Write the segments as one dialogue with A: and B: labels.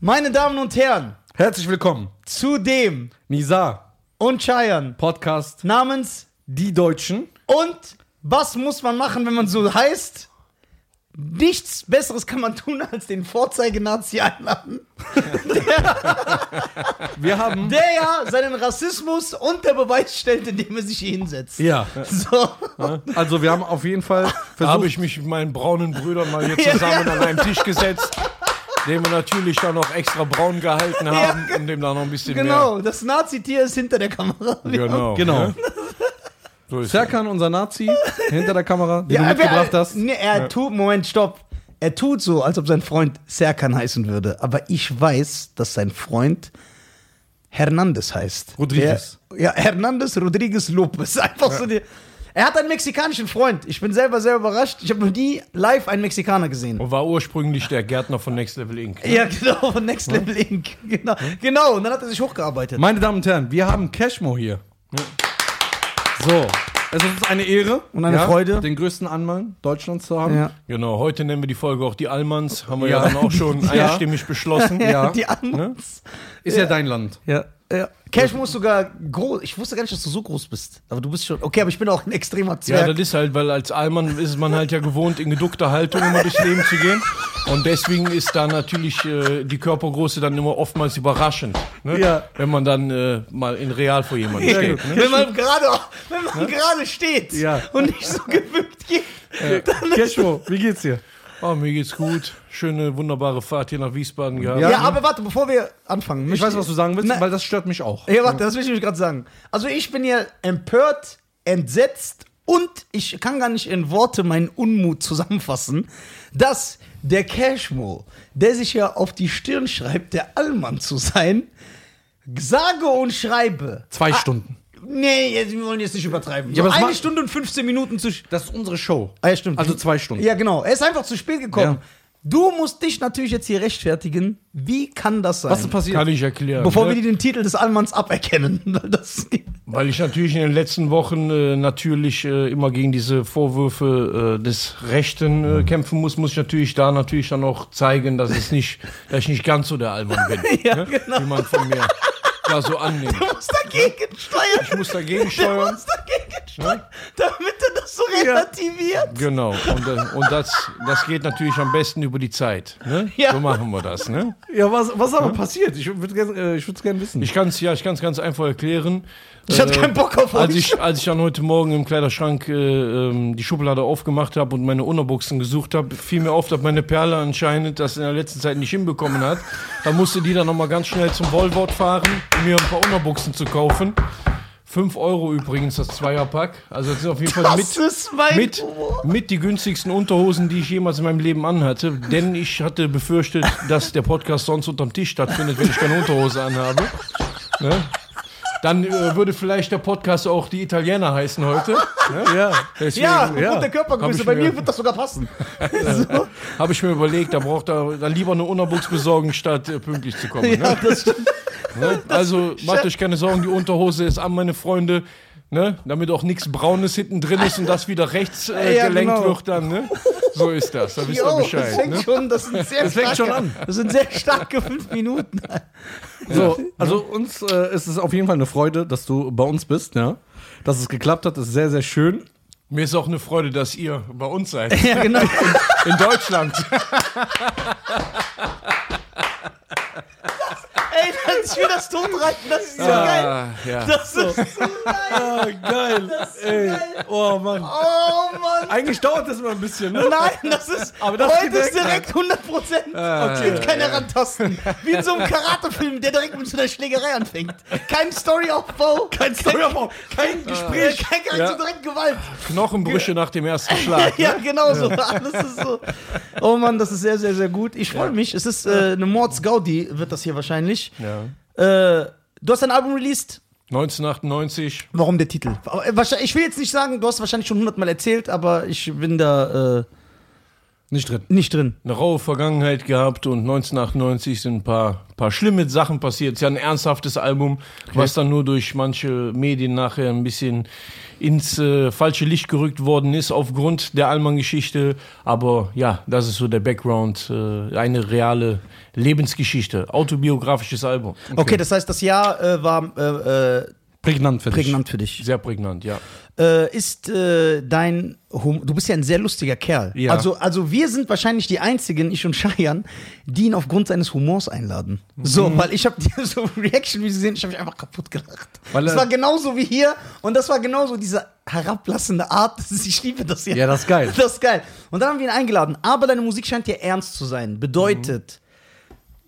A: Meine Damen und Herren,
B: Herzlich willkommen.
A: zu dem
B: Nisa,
A: und Cheyenne
B: Podcast
A: namens
B: Die Deutschen.
A: und was muss man machen, wenn man so heißt? Nichts Besseres kann man tun, als den Vorzeigenazi einladen,
B: Wir haben.
A: der ja seinen Rassismus unter Beweis stellt, indem er sich hier hinsetzt.
B: ja.
A: So.
B: Also wir haben auf jeden Fall
C: habe
B: versucht.
C: ich mich mit meinen braunen Brüdern mal hier zusammen an einem Tisch gesetzt, den wir natürlich dann noch extra braun gehalten haben, um dem da noch ein bisschen
A: Genau, das Nazi-Tier ist hinter der Kamera.
C: mehr. Genau.
B: Genau.
C: Ne? So ist es.
B: Serkan, unser Nazi, hinter der Kamera, den
A: Ja,
B: du
A: aber
B: mitgebracht hast.
A: Nee, er tut, Moment, stopp. Er tut so, als ob sein Freund Serkan heißen würde. Aber ich weiß, dass sein Freund Hernandez heißt.
B: Rodriguez.
A: Der, ja, Hernandez Rodriguez Lopez. Einfach so die, Er hat einen mexikanischen Freund. Ich bin selber sehr überrascht. Ich habe noch nie live einen Mexikaner gesehen.
B: Oh.
C: Und war ursprünglich der Gärtner von Next Level Inc.
A: Ja, genau, von Next Level Inc. Genau. genau, und dann hat er sich hochgearbeitet.
B: Meine Damen und Herren, wir haben Cashmo hier. So. Es ist uns eine Ehre
A: Und eine Freude.
B: den größten Anmann Deutschlands zu haben.
A: Ja.
C: Genau, heute nennen wir die Folge auch die Allmanns, haben wir ja,
B: Ja.
C: dann auch schon
B: Ja.
C: einstimmig beschlossen.
B: Ja.
A: Die anderen.
B: Ist ja dein Land.
A: Ja. ja. Cash muss sogar groß. Ich wusste gar nicht, dass du so groß bist. Aber du bist schon. Okay, aber ich bin auch ein extremer
C: Ja,
A: Zwerg.
C: das ist halt, weil als Allmann ist man halt ja gewohnt, in geduckter Haltung immer durchs Leben zu gehen. Und deswegen ist da natürlich äh, die Körpergröße dann immer oftmals überraschend, ne?
B: Ja.
C: wenn man dann äh, mal in Real vor jemandem
A: Ja,
C: steht.
A: Wenn man gerade, wenn man gerade steht
B: ne? Ja.
A: und nicht so gewückt geht, dann ist
B: Äh, Cashmo, wie geht's dir?
C: Oh, mir geht's gut. Schöne, wunderbare Fahrt hier nach Wiesbaden gehabt.
A: ja,
B: Ja.
A: aber warte, bevor wir anfangen,
B: Ich weiß, was du sagen willst,
A: Nein.
B: weil das stört mich auch.
A: Ja, warte, das will ich nämlich gerade sagen. Also ich bin ja empört, entsetzt und ich kann gar nicht in Worte meinen Unmut zusammenfassen, dass der Cashmo, der sich ja auf die Stirn schreibt, der Allmann zu sein, sage und schreibe.
B: Zwei Stunden.
A: Nee, jetzt, wir wollen jetzt nicht übertreiben.
B: Ja,
A: so
B: aber es
A: eine
B: ma-
A: Stunde und 15 Minuten zu. sch-
B: Das ist unsere Show.
A: Ah, ja, stimmt.
B: Also zwei Stunden.
A: Ja, genau. Er ist einfach zu spät gekommen.
B: Ja.
A: Du musst dich natürlich jetzt hier rechtfertigen. Wie kann das sein?
B: Was ist passiert?
C: Kann ich erklären.
A: Bevor
C: ne?
A: wir den Titel des Allmanns aberkennen. Weil das
C: Weil ich natürlich in den letzten Wochen äh, natürlich äh, immer gegen diese Vorwürfe äh, des Rechten
A: Mhm.
C: äh, kämpfen muss, muss ich natürlich da natürlich dann auch zeigen, dass es nicht, dass ich nicht ganz so der Allmann bin,
A: ja,
C: ne?
A: genau.
C: wie man von mir da so annimmt.
A: Du musst dagegen steuern.
C: Ich muss dagegen
A: Du
C: steuern.
A: musst dagegen steuern, damit er das so relativiert.
C: Genau. Und, äh, und das, das geht natürlich am besten über die Zeit. Ne?
A: Ja.
C: So machen wir das. Ne?
B: Ja, was, was ist aber passiert? Ich würde es äh, ich würd's gerne wissen.
C: Ich kann es ja, ich kann's ganz einfach erklären. Äh,
A: Ich hatte keinen Bock auf
C: Als
A: euch.
C: ich, als ich dann heute Morgen im Kleiderschrank äh, ähm, die Schublade aufgemacht habe und meine Unterbuchsen gesucht habe, fiel mir auf, dass meine Perle anscheinend das in der letzten Zeit nicht hinbekommen hat. Da musste die dann nochmal ganz schnell zum Wollwort fahren, um mir ein paar Unterbuchsen zu kaufen. 5 Euro übrigens das Zweierpack. Also das ist auf jeden Fall
A: Das
C: mit,
A: ist mein
C: mit,
A: Humor.
C: mit die günstigsten Unterhosen, die ich jemals in meinem Leben anhatte. Denn ich hatte befürchtet, dass der Podcast sonst unterm Tisch stattfindet, wenn ich keine Unterhose anhabe. Ne? Dann äh, würde vielleicht der Podcast auch die Italiener heißen heute.
B: ja.
C: Deswegen
A: Ja,
C: ja.
A: aufgrund
B: ja.
A: der
C: Hab
A: Körpergröße.
C: ich
A: Bei
C: mir-
A: mir wird das sogar passen.
C: habe ich mir überlegt, da braucht er dann lieber eine Unterbuchs besorgen, statt äh, pünktlich zu kommen. Ne?
A: Ja, das stimmt.
C: Ne? Also macht euch keine Sorgen, die Unterhose ist an, meine Freunde. Ne? Damit auch nichts Braunes hinten drin ist und das wieder rechts äh,
A: Ja,
C: gelenkt
A: genau.
C: wird dann. Ne? So ist das, da wisst ihr
A: Jo, das
C: Bescheid.
A: fängt
C: Ne?
A: schon, das sind sehr das
B: fängt
A: starke,
B: schon an.
A: Das sind sehr starke fünf Minuten.
B: So, also uns äh, ist es auf jeden Fall eine Freude, dass du bei uns bist, ja. Dass es geklappt hat, ist sehr, sehr schön.
C: Mir ist auch eine Freude, dass ihr bei uns seid.
A: Ja, genau.
C: In Deutschland.
A: Ey, das ist für das Totreiten, das ist so geil.
C: Ah, ja.
A: Das ist so geil.
B: Ah, geil.
A: Das ist
B: Ey.
A: geil.
B: Oh Mann.
A: Oh Mann.
B: Eigentlich dauert das immer ein bisschen, ne?
A: Nein, das ist.
B: Aber das
A: heute
B: geht
A: ist
B: weg.
A: direkt 100 Prozent. Es gibt keine Randtasten. Wie in so einem Karate-Film, der direkt mit so einer Schlägerei anfängt. Kein Storyaufbau. Kein Storyaufbau. Kein Gespräch. Kein, kein
C: Ja.
A: so direkt Gewalt.
C: Knochenbrüche nach dem ersten Schlag.
A: Ja, genau so. Alles ist so. Oh Mann, das ist sehr, sehr, sehr gut. Ich freue mich. Es ist äh, eine Mords-Gaudi, wird das hier wahrscheinlich.
C: Ja.
A: Äh, du hast dein Album released.
C: 1998.
A: Warum der Titel? Aber, äh, wahrscheinlich- Ich will jetzt nicht sagen, du hast wahrscheinlich schon hundertmal erzählt, aber ich bin da. Äh,
B: Nicht drin.
A: Nicht drin.
C: eine raue Vergangenheit gehabt und 1998 sind ein paar, paar schlimme Sachen passiert. Es ist ja ein ernsthaftes Album, was dann nur durch manche Medien nachher ein bisschen ins äh, falsche Licht gerückt worden ist aufgrund der Allmann-Geschichte. Aber ja, das ist so der Background, äh, eine reale Lebensgeschichte, autobiografisches Album.
A: Okay, das heißt, das Jahr äh, war äh, äh,
B: Prägnant für dich.
A: prägnant für dich.
C: Sehr prägnant, ja.
A: Äh, ist äh, dein Hum du bist ja ein sehr lustiger Kerl.
B: Ja.
A: Also also wir sind wahrscheinlich die einzigen, ich und Shayan, die ihn aufgrund seines Humors einladen.
B: Mhm.
A: So, weil ich habe so Reaction wie sie sehen, ich habe mich einfach kaputt gelacht.
B: Weil
A: das
B: er-
A: war genauso wie hier und das war genauso diese herablassende Art, das ist, ich liebe das hier.
B: Ja, das ist geil.
A: Das ist geil. Und dann haben wir ihn eingeladen, aber deine Musik scheint ja ernst zu sein. Bedeutet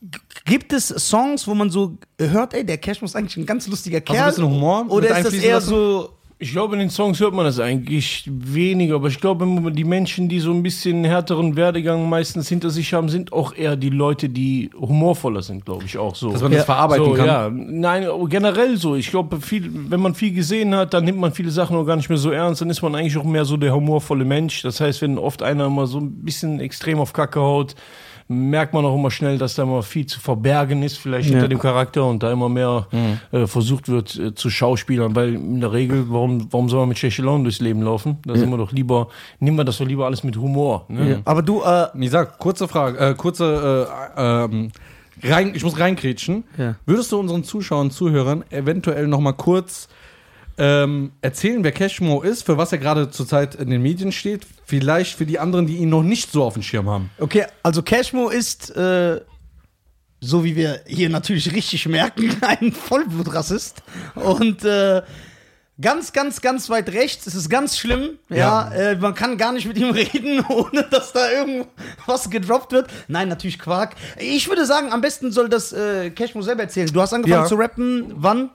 A: g- Gibt es Songs, wo man so hört, ey, der Cash ist eigentlich ein ganz lustiger Kerl?
B: Also ein bisschen Humor mit
A: Oder ist das
B: einfließen
A: eher
B: lassen?
A: so,
C: Ich glaube, in den Songs hört man das eigentlich weniger, aber ich glaube, die Menschen, die so ein bisschen härteren Werdegang meistens hinter sich haben, sind auch eher die Leute, die humorvoller sind, glaube ich, auch so.
B: Dass man
A: Ja.
B: das verarbeiten
C: so,
B: kann.
C: Ja, nein, oh, generell so. Ich glaube, viel, wenn man viel gesehen hat, dann nimmt man viele Sachen auch gar nicht mehr so ernst. Dann ist man eigentlich auch mehr so der humorvolle Mensch. Das heißt, wenn oft einer mal so ein bisschen extrem auf Kacke haut, merkt man auch immer schnell, dass da mal viel zu verbergen ist, vielleicht hinter dem Charakter und da immer mehr äh, versucht wird äh, zu schauspielern, weil in der Regel, warum, warum soll man mit schlechter Laune durchs Leben laufen? Da sind wir doch lieber, nehmen wir das doch lieber alles mit Humor. Ne?
A: aber du, äh,
B: Ich sag, kurze Frage, äh, kurze, äh, ähm, rein, ich muss reinkrätschen.
A: Ja.
B: Würdest du unseren Zuschauern, Zuhörern eventuell nochmal kurz ähm, erzählen, wer Cashmo ist, für was er gerade zurzeit in den Medien steht? Vielleicht für die anderen, die ihn noch nicht so auf dem Schirm haben.
A: Okay, also Cashmo ist, äh, so wie wir hier natürlich richtig merken, ein Vollblutrassist. Und äh, ganz, ganz, ganz weit rechts. Es ist ganz schlimm. Ja,
B: Ja.
A: Äh, man kann gar nicht mit ihm reden, ohne dass da irgendwas gedroppt wird. Nein, natürlich Quark. Ich würde sagen, am besten soll das äh, Cashmo selber erzählen. Du hast angefangen
B: Ja.
A: zu rappen. Wann?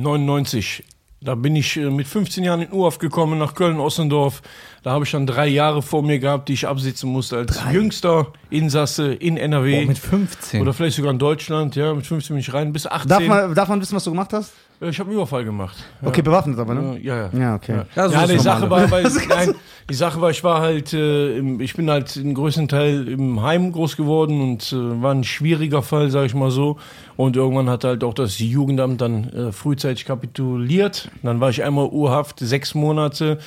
C: 99. Da bin ich äh, mit 15 Jahren in Urhaft gekommen nach Köln-Ossendorf. Da habe ich dann drei Jahre vor mir gehabt, die ich absitzen musste als jüngster Insasse in NRW.
B: 15.
C: oder vielleicht sogar in Deutschland, ja, mit 15 bin ich rein, bis 18.
A: Darf man, darf man wissen, was du gemacht hast?
C: Äh, ich habe einen Überfall gemacht. Ja.
A: Okay, bewaffnet aber, ne?
C: Ja, ja.
A: Ja, okay.
B: Ja,
C: Ja,
B: so ist
C: die,
B: normal.
C: Sache war, weil, nein, die Sache war, ich war halt, äh, im, ich bin halt den größten Teil im Heim groß geworden und äh, war ein schwieriger Fall, sage ich mal so. Und irgendwann hat halt auch das Jugendamt dann äh, frühzeitig kapituliert. Dann war ich einmal urhaft, sechs Monate.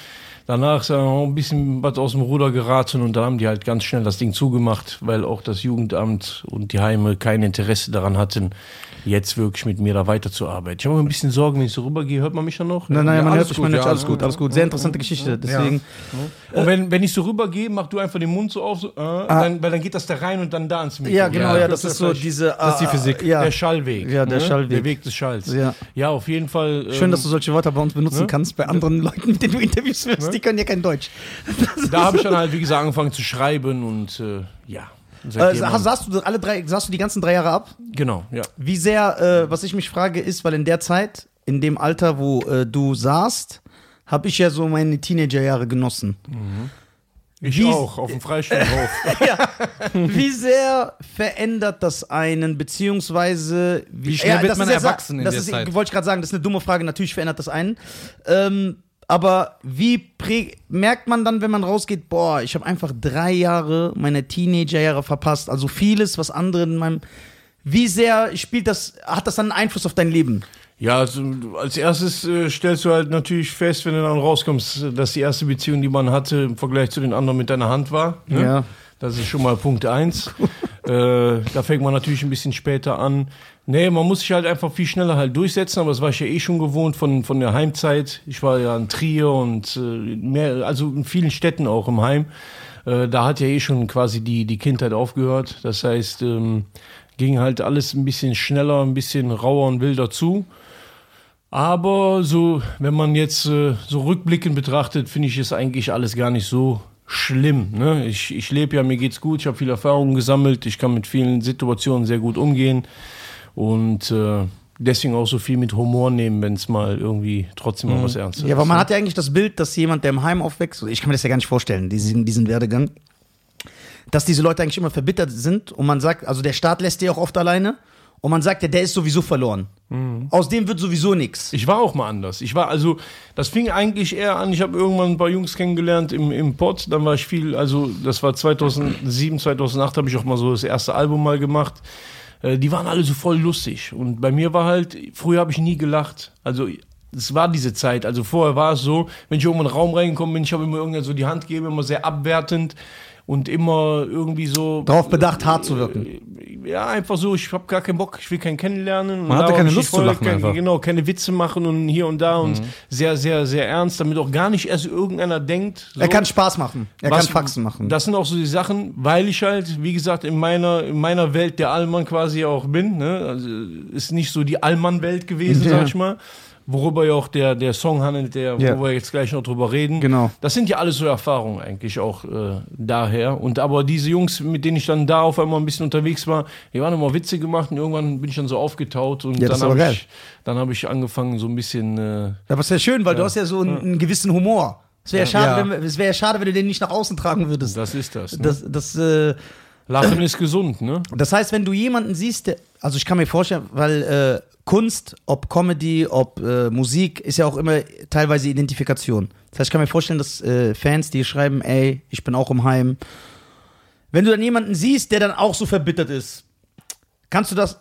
C: Danach ist ja auch ein bisschen was aus dem Ruder geraten und dann haben die halt ganz schnell das Ding zugemacht, weil auch das Jugendamt und die Heime kein Interesse daran hatten, jetzt wirklich mit mir da weiterzuarbeiten. Ich habe mir ein bisschen Sorgen, wenn ich so rübergehe. Hört man mich dann noch?
A: Nein, nein,
B: Ja,
A: man hört
B: alles
A: sich
B: gut,
A: man hört
B: ja,
A: sich alles
B: alles
A: gut,
B: gut.
A: alles gut. Sehr interessante Geschichte, deswegen.
C: Und wenn, wenn ich so rübergehe, mach du einfach den Mund so auf, so, äh, dann, weil dann geht das da rein und dann da ins Mikro.
A: Ah. Ja, genau, ja,
B: Ja,
A: das
C: das
A: ist so
C: ist-
A: diese.
B: das ist die
A: äh,
B: Physik.
A: Ja.
C: Der Schallweg.
A: Ja, der Schallweg.
C: Der Weg des Schalls.
A: Ja.
C: ja auf jeden Fall. ähm,
A: Schön, dass du solche Wörter bei uns
C: Ne?
A: benutzen kannst, bei anderen Leuten, mit denen du Interviews führst, die können ja kein Deutsch.
C: Da habe ich dann halt, wie gesagt, angefangen zu schreiben und äh, ja.
A: Äh,
C: Seitdem
A: saß, saß du alle drei, saß du die ganzen drei Jahre ab?
C: genau, ja.
A: Wie sehr, äh, was ich mich frage, ist, weil in der Zeit, in dem Alter, wo äh, du saßt, habe ich ja so meine Teenagerjahre genossen.
C: Ich
A: Wie-
C: auch, auf dem Freistellhof.
A: ja. Wie sehr verändert das einen, beziehungsweise wie,
B: schnell wird
A: das
B: man
A: ist jetzt-
B: erwachsen in
A: das
B: der
A: ist,
B: Zeit?
A: Wollte ich gerade sagen, das ist eine dumme Frage, natürlich verändert das einen. Ähm, aber wie prä merkt man dann, wenn man rausgeht, boah, ich habe einfach drei Jahre meiner Teenagerjahre verpasst, also vieles, was andere in meinem. Wie sehr spielt das, hat das dann einen Einfluss auf dein Leben?
C: ja, also, als erstes äh, stellst du halt natürlich fest, wenn du dann rauskommst, dass die erste Beziehung, die man hatte, im Vergleich zu den anderen mit deiner Hand war. Ne? Das ist schon mal Punkt eins. äh, da fängt man natürlich ein bisschen später an. Nee, man muss sich halt einfach viel schneller halt durchsetzen, aber das war ich ja eh schon gewohnt von, von der Heimzeit. Ich war ja in Trier und äh, mehr, also in vielen Städten auch im Heim. Äh, da hat ja eh schon quasi die, die Kindheit aufgehört. Das heißt, ähm, ging halt alles ein bisschen schneller, ein bisschen rauer und wilder zu. Aber so, wenn man jetzt äh, so rückblickend betrachtet, finde ich es eigentlich alles gar nicht so schlimm. Ne? Ich, ich lebe ja, mir geht's gut, ich habe viel Erfahrung gesammelt, ich kann mit vielen Situationen sehr gut umgehen und äh, deswegen auch so viel mit Humor nehmen, wenn es mal irgendwie trotzdem mal was Ernstes
A: Ja,
C: ist.
A: aber man hat ja eigentlich das Bild, dass jemand, der im Heim aufwächst, ich kann mir das ja gar nicht vorstellen, diesen, diesen Werdegang, dass diese Leute eigentlich immer verbittert sind und man sagt, also der Staat lässt die auch oft alleine Und man sagt ja, der ist sowieso verloren. Aus dem wird sowieso nichts.
C: Mhm. Ich war auch mal anders. Ich war also, das fing eigentlich eher an. Ich habe irgendwann ein paar Jungs kennengelernt im, im Pott. Dann war ich viel, also das war 2007, 2008 habe ich auch mal so das erste Album mal gemacht. Äh, Die waren alle so voll lustig. Und bei mir war halt, früher habe ich nie gelacht. Also es war diese Zeit. Also vorher war es so, wenn ich irgendwo in den Raum reingekommen bin, ich habe immer irgendwann so die Hand gegeben, immer sehr abwertend und immer irgendwie so.
A: Darauf bedacht, hart zu wirken.
C: Ja, einfach so, ich habe gar keinen Bock, ich will keinen kennenlernen.
B: Man hatte
C: Darum
B: keine
C: steht
B: Lust zu
C: voll,
B: lachen
C: kein-
B: einfach. Mhm.
C: Genau, keine Witze machen und hier und da und sehr, sehr, sehr ernst, damit auch gar nicht erst irgendeiner denkt. so,
A: Er kann Spaß machen. Er
C: was-
A: kann Faxen machen.
C: Mhm. Das sind auch so die Sachen, weil ich halt, wie gesagt, in meiner, in meiner Welt der Allmann quasi auch bin. Ne? Also, ist nicht so die Allmann-Welt gewesen,
A: Ja.
C: sag ich mal. Worüber ja auch der, der Song handelt, der,
A: Ja.
C: wo wir jetzt gleich noch drüber reden.
A: Genau.
C: Das sind ja alles so Erfahrungen eigentlich auch äh, daher. Und aber diese Jungs, mit denen ich dann da auf einmal ein bisschen unterwegs war, die waren immer Witze gemacht und irgendwann bin ich dann so aufgetaut und
A: Ja, das
C: dann
A: ist aber
C: habe
A: geil.
C: ich, dann hab ich angefangen, so ein bisschen. Äh,
A: Ja, aber ist ja schön, weil du hast ja so einen, einen gewissen Humor. Es wäre ja.
B: Ja.
A: schade, wenn, wir- es wär ja schade, wenn du den nicht nach außen tragen würdest.
C: das ist das. Ne?
A: Das, das, äh,
C: Lachen ist gesund, ne?
A: das heißt, wenn du jemanden siehst, der, also ich kann mir vorstellen, weil äh, Kunst, ob Comedy, ob äh, Musik, ist ja auch immer teilweise Identifikation. Das heißt, ich kann mir vorstellen, dass äh, Fans, die schreiben, ey, ich bin auch im Heim. Wenn du dann jemanden siehst, der dann auch so verbittert ist, kannst du das,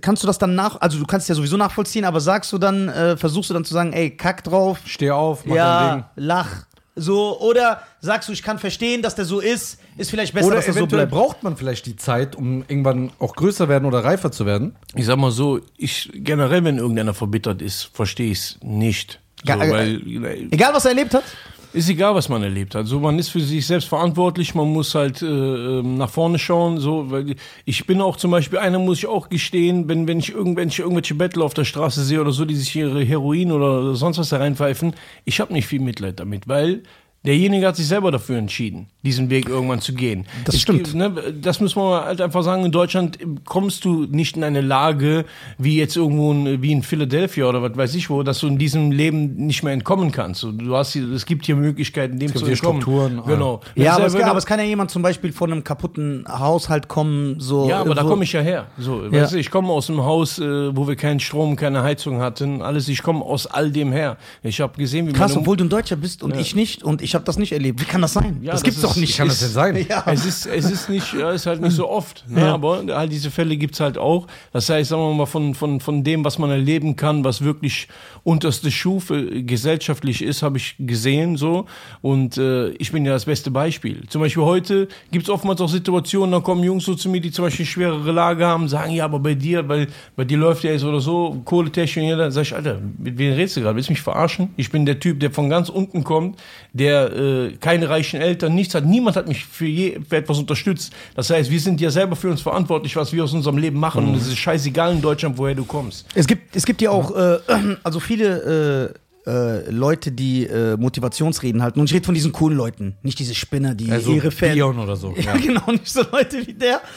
A: kannst du das dann nach, also du kannst es ja sowieso nachvollziehen, aber sagst du dann, äh, versuchst du dann zu sagen, ey, kack drauf,
B: Steh auf, mach dein Ding.
A: ja, lach. So, oder sagst du, ich kann verstehen, dass der so ist, ist vielleicht besser,
B: Oder
A: dass er so
B: eventuell
A: bleibt.
B: braucht man vielleicht die Zeit, um irgendwann auch größer werden oder reifer zu werden.
C: ich sag mal so, ich generell, wenn irgendeiner verbittert ist, verstehe ich es nicht. So,
A: Ja, äh,
C: weil,
A: Egal, was er erlebt hat.
C: ist egal, was man erlebt hat. So, man ist für sich selbst verantwortlich, man muss halt äh, ähm, nach vorne schauen. So, weil ich bin auch zum Beispiel, einer muss ich auch gestehen, wenn, wenn ich irgendwelche, irgendwelche Battle auf der Straße sehe oder so, die sich ihre Heroin oder sonst was da reinpfeifen, ich habe nicht viel Mitleid damit, weil derjenige hat sich selber dafür entschieden, diesen Weg irgendwann zu gehen.
A: Das
C: Ich-
A: stimmt.
C: ne, das müssen wir halt einfach sagen, in Deutschland kommst du nicht in eine Lage, wie jetzt irgendwo in, wie in Philadelphia oder was weiß ich wo, dass du in diesem Leben nicht mehr entkommen kannst. So, Du hast hier, es gibt hier Möglichkeiten, dem zu
B: hier
C: entkommen.
B: Strukturen,
C: genau.
A: Ja,
C: Wenn
A: aber es,
C: selber-
A: kann, aber es kann ja jemand zum Beispiel von einem kaputten Haushalt kommen, so.
C: ja, aber da
A: wo-
C: komme ich ja her. So, weißt du, ich komme aus einem Haus, äh, wo wir keinen Strom, keine Heizung hatten, alles. Ich komme aus all dem her. Ich habe gesehen, wie
A: Krass,
C: meine
A: obwohl du ein Deutscher bist und ich nicht und ich habe das nicht erlebt. Wie kann das sein?
C: Ja,
A: das,
C: das
A: gibt's
C: ist-
A: doch nicht.
B: Wie kann das denn sein?
A: Ja.
C: Es ist, es ist nicht, ja, ist halt nicht so oft. Ne? Aber all diese Fälle gibt's halt auch. Das heißt, sagen wir mal, von, von, von dem, was man erleben kann, was wirklich unterste Stufe äh, gesellschaftlich ist, habe ich gesehen so. Und äh, ich bin ja das beste Beispiel. Zum Beispiel heute gibt's oftmals auch Situationen, da kommen Jungs so zu mir, die zum Beispiel schwerere Lage haben, sagen, ja, aber bei dir, weil bei dir läuft ja jetzt oder so, Kohletechnik, ja, dann sag ich, Alter, mit wem redest du gerade? Willst du mich verarschen? Ich bin der Typ, der von ganz unten kommt, der äh, keine reichen Eltern, nichts hat. Niemand hat mich für, je, für etwas unterstützt. Das heißt, wir sind ja selber für uns verantwortlich, was wir aus unserem Leben machen. Und es ist scheißegal in Deutschland, woher du kommst.
A: Es gibt, es gibt ja auch, äh, also viele äh, äh, Leute, die äh, Motivationsreden halten. Und ich rede von diesen coolen Leuten, nicht diese Spinner, die
B: Also
A: ihre Fans.
B: Bion oder so.
A: Ja, genau, nicht so Leute wie der.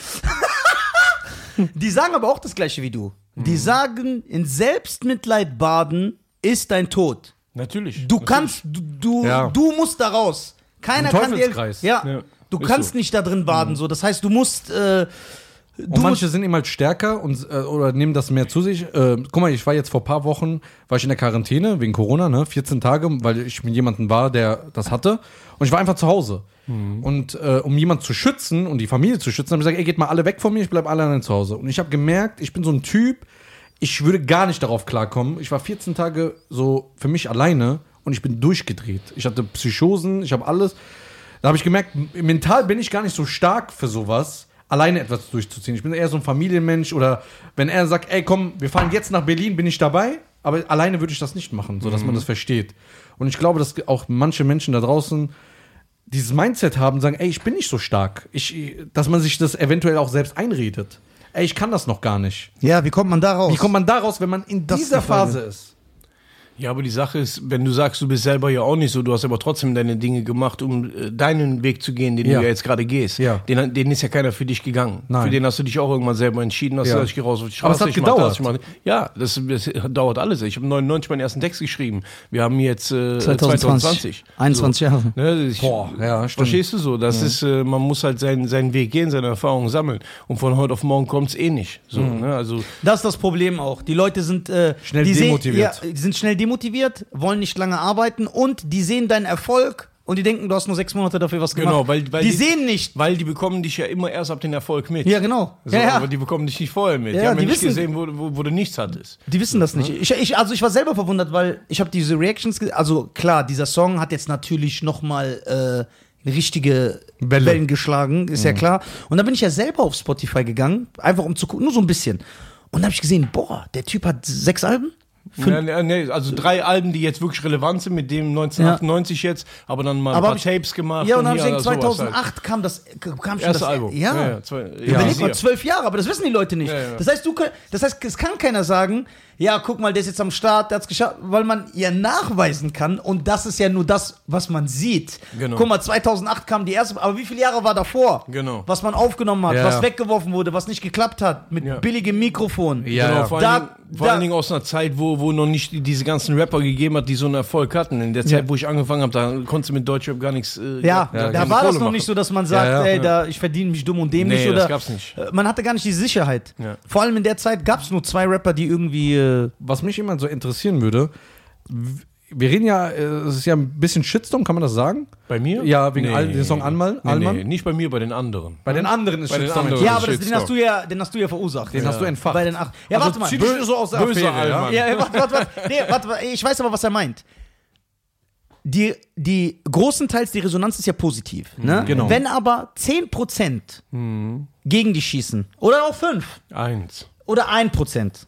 A: Die sagen aber auch das gleiche wie du.
C: Mhm.
A: Die sagen, in Selbstmitleid baden ist dein Tod.
C: Natürlich.
A: Du kannst, du, du,
B: Ja.
A: du musst da raus. Keiner
B: Im
A: kann dir.
B: Teufelskreis.
A: Ja,
C: Ja,
A: du
C: ist
A: kannst
C: so. Mhm.
A: nicht da drin baden. So, das heißt, du musst. Äh,
B: Und manche sind eben halt stärker und, äh, oder nehmen das mehr zu sich. Äh, guck mal, ich war jetzt vor ein paar Wochen, war ich in der Quarantäne wegen Corona, ne? 14 Tage, weil ich mit jemandem war, der das hatte. Und ich war einfach zu Hause. Und äh, um jemanden zu schützen und die Familie zu schützen, habe ich gesagt, ey, geht mal alle weg von mir, ich bleibe alleine zu Hause. Und ich habe gemerkt, ich bin so ein Typ, ich würde gar nicht darauf klarkommen. Ich war 14 Tage so für mich alleine und ich bin durchgedreht. Ich hatte Psychosen, ich habe alles. Da habe ich gemerkt, m- mental bin ich gar nicht so stark für sowas, alleine etwas durchzuziehen. Ich bin eher so ein Familienmensch oder wenn er sagt, ey komm, wir fahren jetzt nach Berlin, bin ich dabei, aber alleine würde ich das nicht machen, sodass
A: Mhm.
B: man das versteht. Und ich glaube, dass auch manche Menschen da draußen dieses Mindset haben, sagen, ey, ich bin nicht so stark. Ich, dass man sich das eventuell auch selbst einredet. Ey, ich kann das noch gar nicht.
A: ja, wie kommt man da raus?
B: Wie kommt man daraus, wenn man in
A: Das ist
B: dieser
A: die Frage.
B: Phase ist?
C: Ja, aber die Sache ist, wenn du sagst, du bist selber ja auch nicht so, du hast aber trotzdem deine Dinge gemacht, um äh, deinen Weg zu gehen, den
B: Ja.
C: du ja jetzt gerade gehst.
B: Ja.
C: Den, hat- den ist ja keiner für dich gegangen.
B: Nein.
C: Für den hast du dich auch irgendwann selber entschieden, hast
B: Ja.
C: du gesagt, ich geh raus auf die Straße.
B: Aber es hat
C: ich mach das,
B: gedauert.
C: ich mach das. Ja, das, das dauert alles. Ich habe 99 meinen ersten Text geschrieben. Wir haben jetzt äh, 2020.
A: 2020. 21 Jahre.
C: So. Ne, ich,
B: Boah, ja, stimmt.
C: Verstehst du so? Das ist, äh, man muss halt seinen, seinen Weg gehen, seine Erfahrungen sammeln. Und von heute auf morgen kommt's eh nicht. So,
B: Mhm.
C: ne? Also
A: Das ist das Problem auch. Die Leute sind äh,
B: Schnell
A: die sehen-
B: demotiviert.
A: ja, die sind schnell demotiviert, wollen nicht lange arbeiten und die sehen deinen Erfolg und die denken, du hast nur sechs Monate dafür was gemacht.
C: Genau, weil- weil
A: die,
C: die-
A: sehen nicht.
C: Weil die bekommen dich ja immer erst ab den Erfolg mit.
A: Ja, genau.
C: So,
A: ja, ja.
C: Aber die bekommen dich nicht vorher mit.
A: Ja,
C: die haben
A: die
C: ja nicht
A: wissen-
C: gesehen, wo, wo, wo du nichts hattest.
A: Die wissen das nicht.
C: Mhm.
A: Ich, ich, also ich war selber verwundert, weil ich habe diese Reactions, ge- also klar, dieser Song hat jetzt natürlich nochmal äh, eine richtige
B: Welle.
A: Wellen geschlagen, ist
C: Mhm.
A: ja klar. Und dann bin ich ja selber auf Spotify gegangen, einfach um zu gucken, nur so ein bisschen. Und dann habe ich gesehen, boah, der Typ hat sechs Alben?
C: Ja, nee, nee, also drei Alben, die jetzt wirklich relevant sind, mit dem 1998 jetzt, aber dann mal
A: Aber
C: ein
A: hab
C: paar
A: ich-
C: Tapes gemacht.
A: Ja, und dann habe ich
C: hier
A: gesehen,
C: oder sowas halt.
A: 2008 kam das, kam schon das
C: Erste Album.
A: Ja.
C: ja, zwei, ja.
A: Überleg mal,
C: hier.
A: zwölf Jahre, aber das wissen die Leute nicht.
C: Ja, ja.
A: Das heißt, du, könnt- das heißt, es kann keiner sagen, ja, guck mal, der ist jetzt am Start, der hat's geschafft, weil man ja nachweisen kann und das ist ja nur das, was man sieht.
C: Genau.
A: Guck mal, 2008 kam die erste, aber wie viele Jahre war davor?
C: Genau.
A: Was man aufgenommen hat,
B: Ja,
A: was
B: ja.
A: weggeworfen wurde, was nicht geklappt hat, mit
C: Ja.
A: billigem Mikrofon.
B: Ja,
C: genau,
B: ja.
C: Vor,
A: Da-
C: allen Dingen, vor
A: da-
C: allen Dingen aus einer Zeit, wo, wo noch nicht die- diese ganzen Rapper gegeben hat, die so einen Erfolg hatten. In der Zeit, wo ich angefangen habe, da konntest du mit Deutschrap gar nichts. äh,
A: Ja,
C: gar-
A: da
C: keine
A: war das
C: Kohle
A: noch
C: machen.
A: nicht so, dass man sagt,
B: Ja, ja.
A: ey, da, ich verdiene mich dumm und dämlich.
C: Nee,
A: oder,
C: das gab's nicht.
A: Äh, Man hatte gar nicht die Sicherheit.
C: Ja.
A: Vor allem in der Zeit gab es nur zwei Rapper, die irgendwie... Äh,
B: was mich immer so interessieren würde, w- wir reden ja, äh, es ist ja ein bisschen Shitstorm, kann man das sagen?
C: Bei mir?
B: Ja, wegen Al- den Song Anmal-
C: Nee,
B: Alman?
C: Nee, nicht bei mir, bei den anderen.
B: Bei den anderen ist
C: Bei den
B: Shitstorm.
C: anderen.
B: entstanden.
A: ja, aber das,
C: Also Shit,
A: den, hast
C: so.
A: du ja, den hast du ja verursacht.
B: Den
A: ja.
B: hast du entfacht.
A: Bei den acht. Ja,
B: Also
A: warte mal.
B: zieh dich so aus der
C: böse
B: Affäre, ja?
C: Alman.
A: Ja, ja, warte, warte, warte. Nee, warte, warte. Ich weiß aber, was er meint. Die, die großenteils die Resonanz ist ja positiv.
C: Mhm,
A: Ne?
B: genau.
A: Wenn aber 10% gegen dich schießen oder auch 5
C: Eins.
A: oder 1%,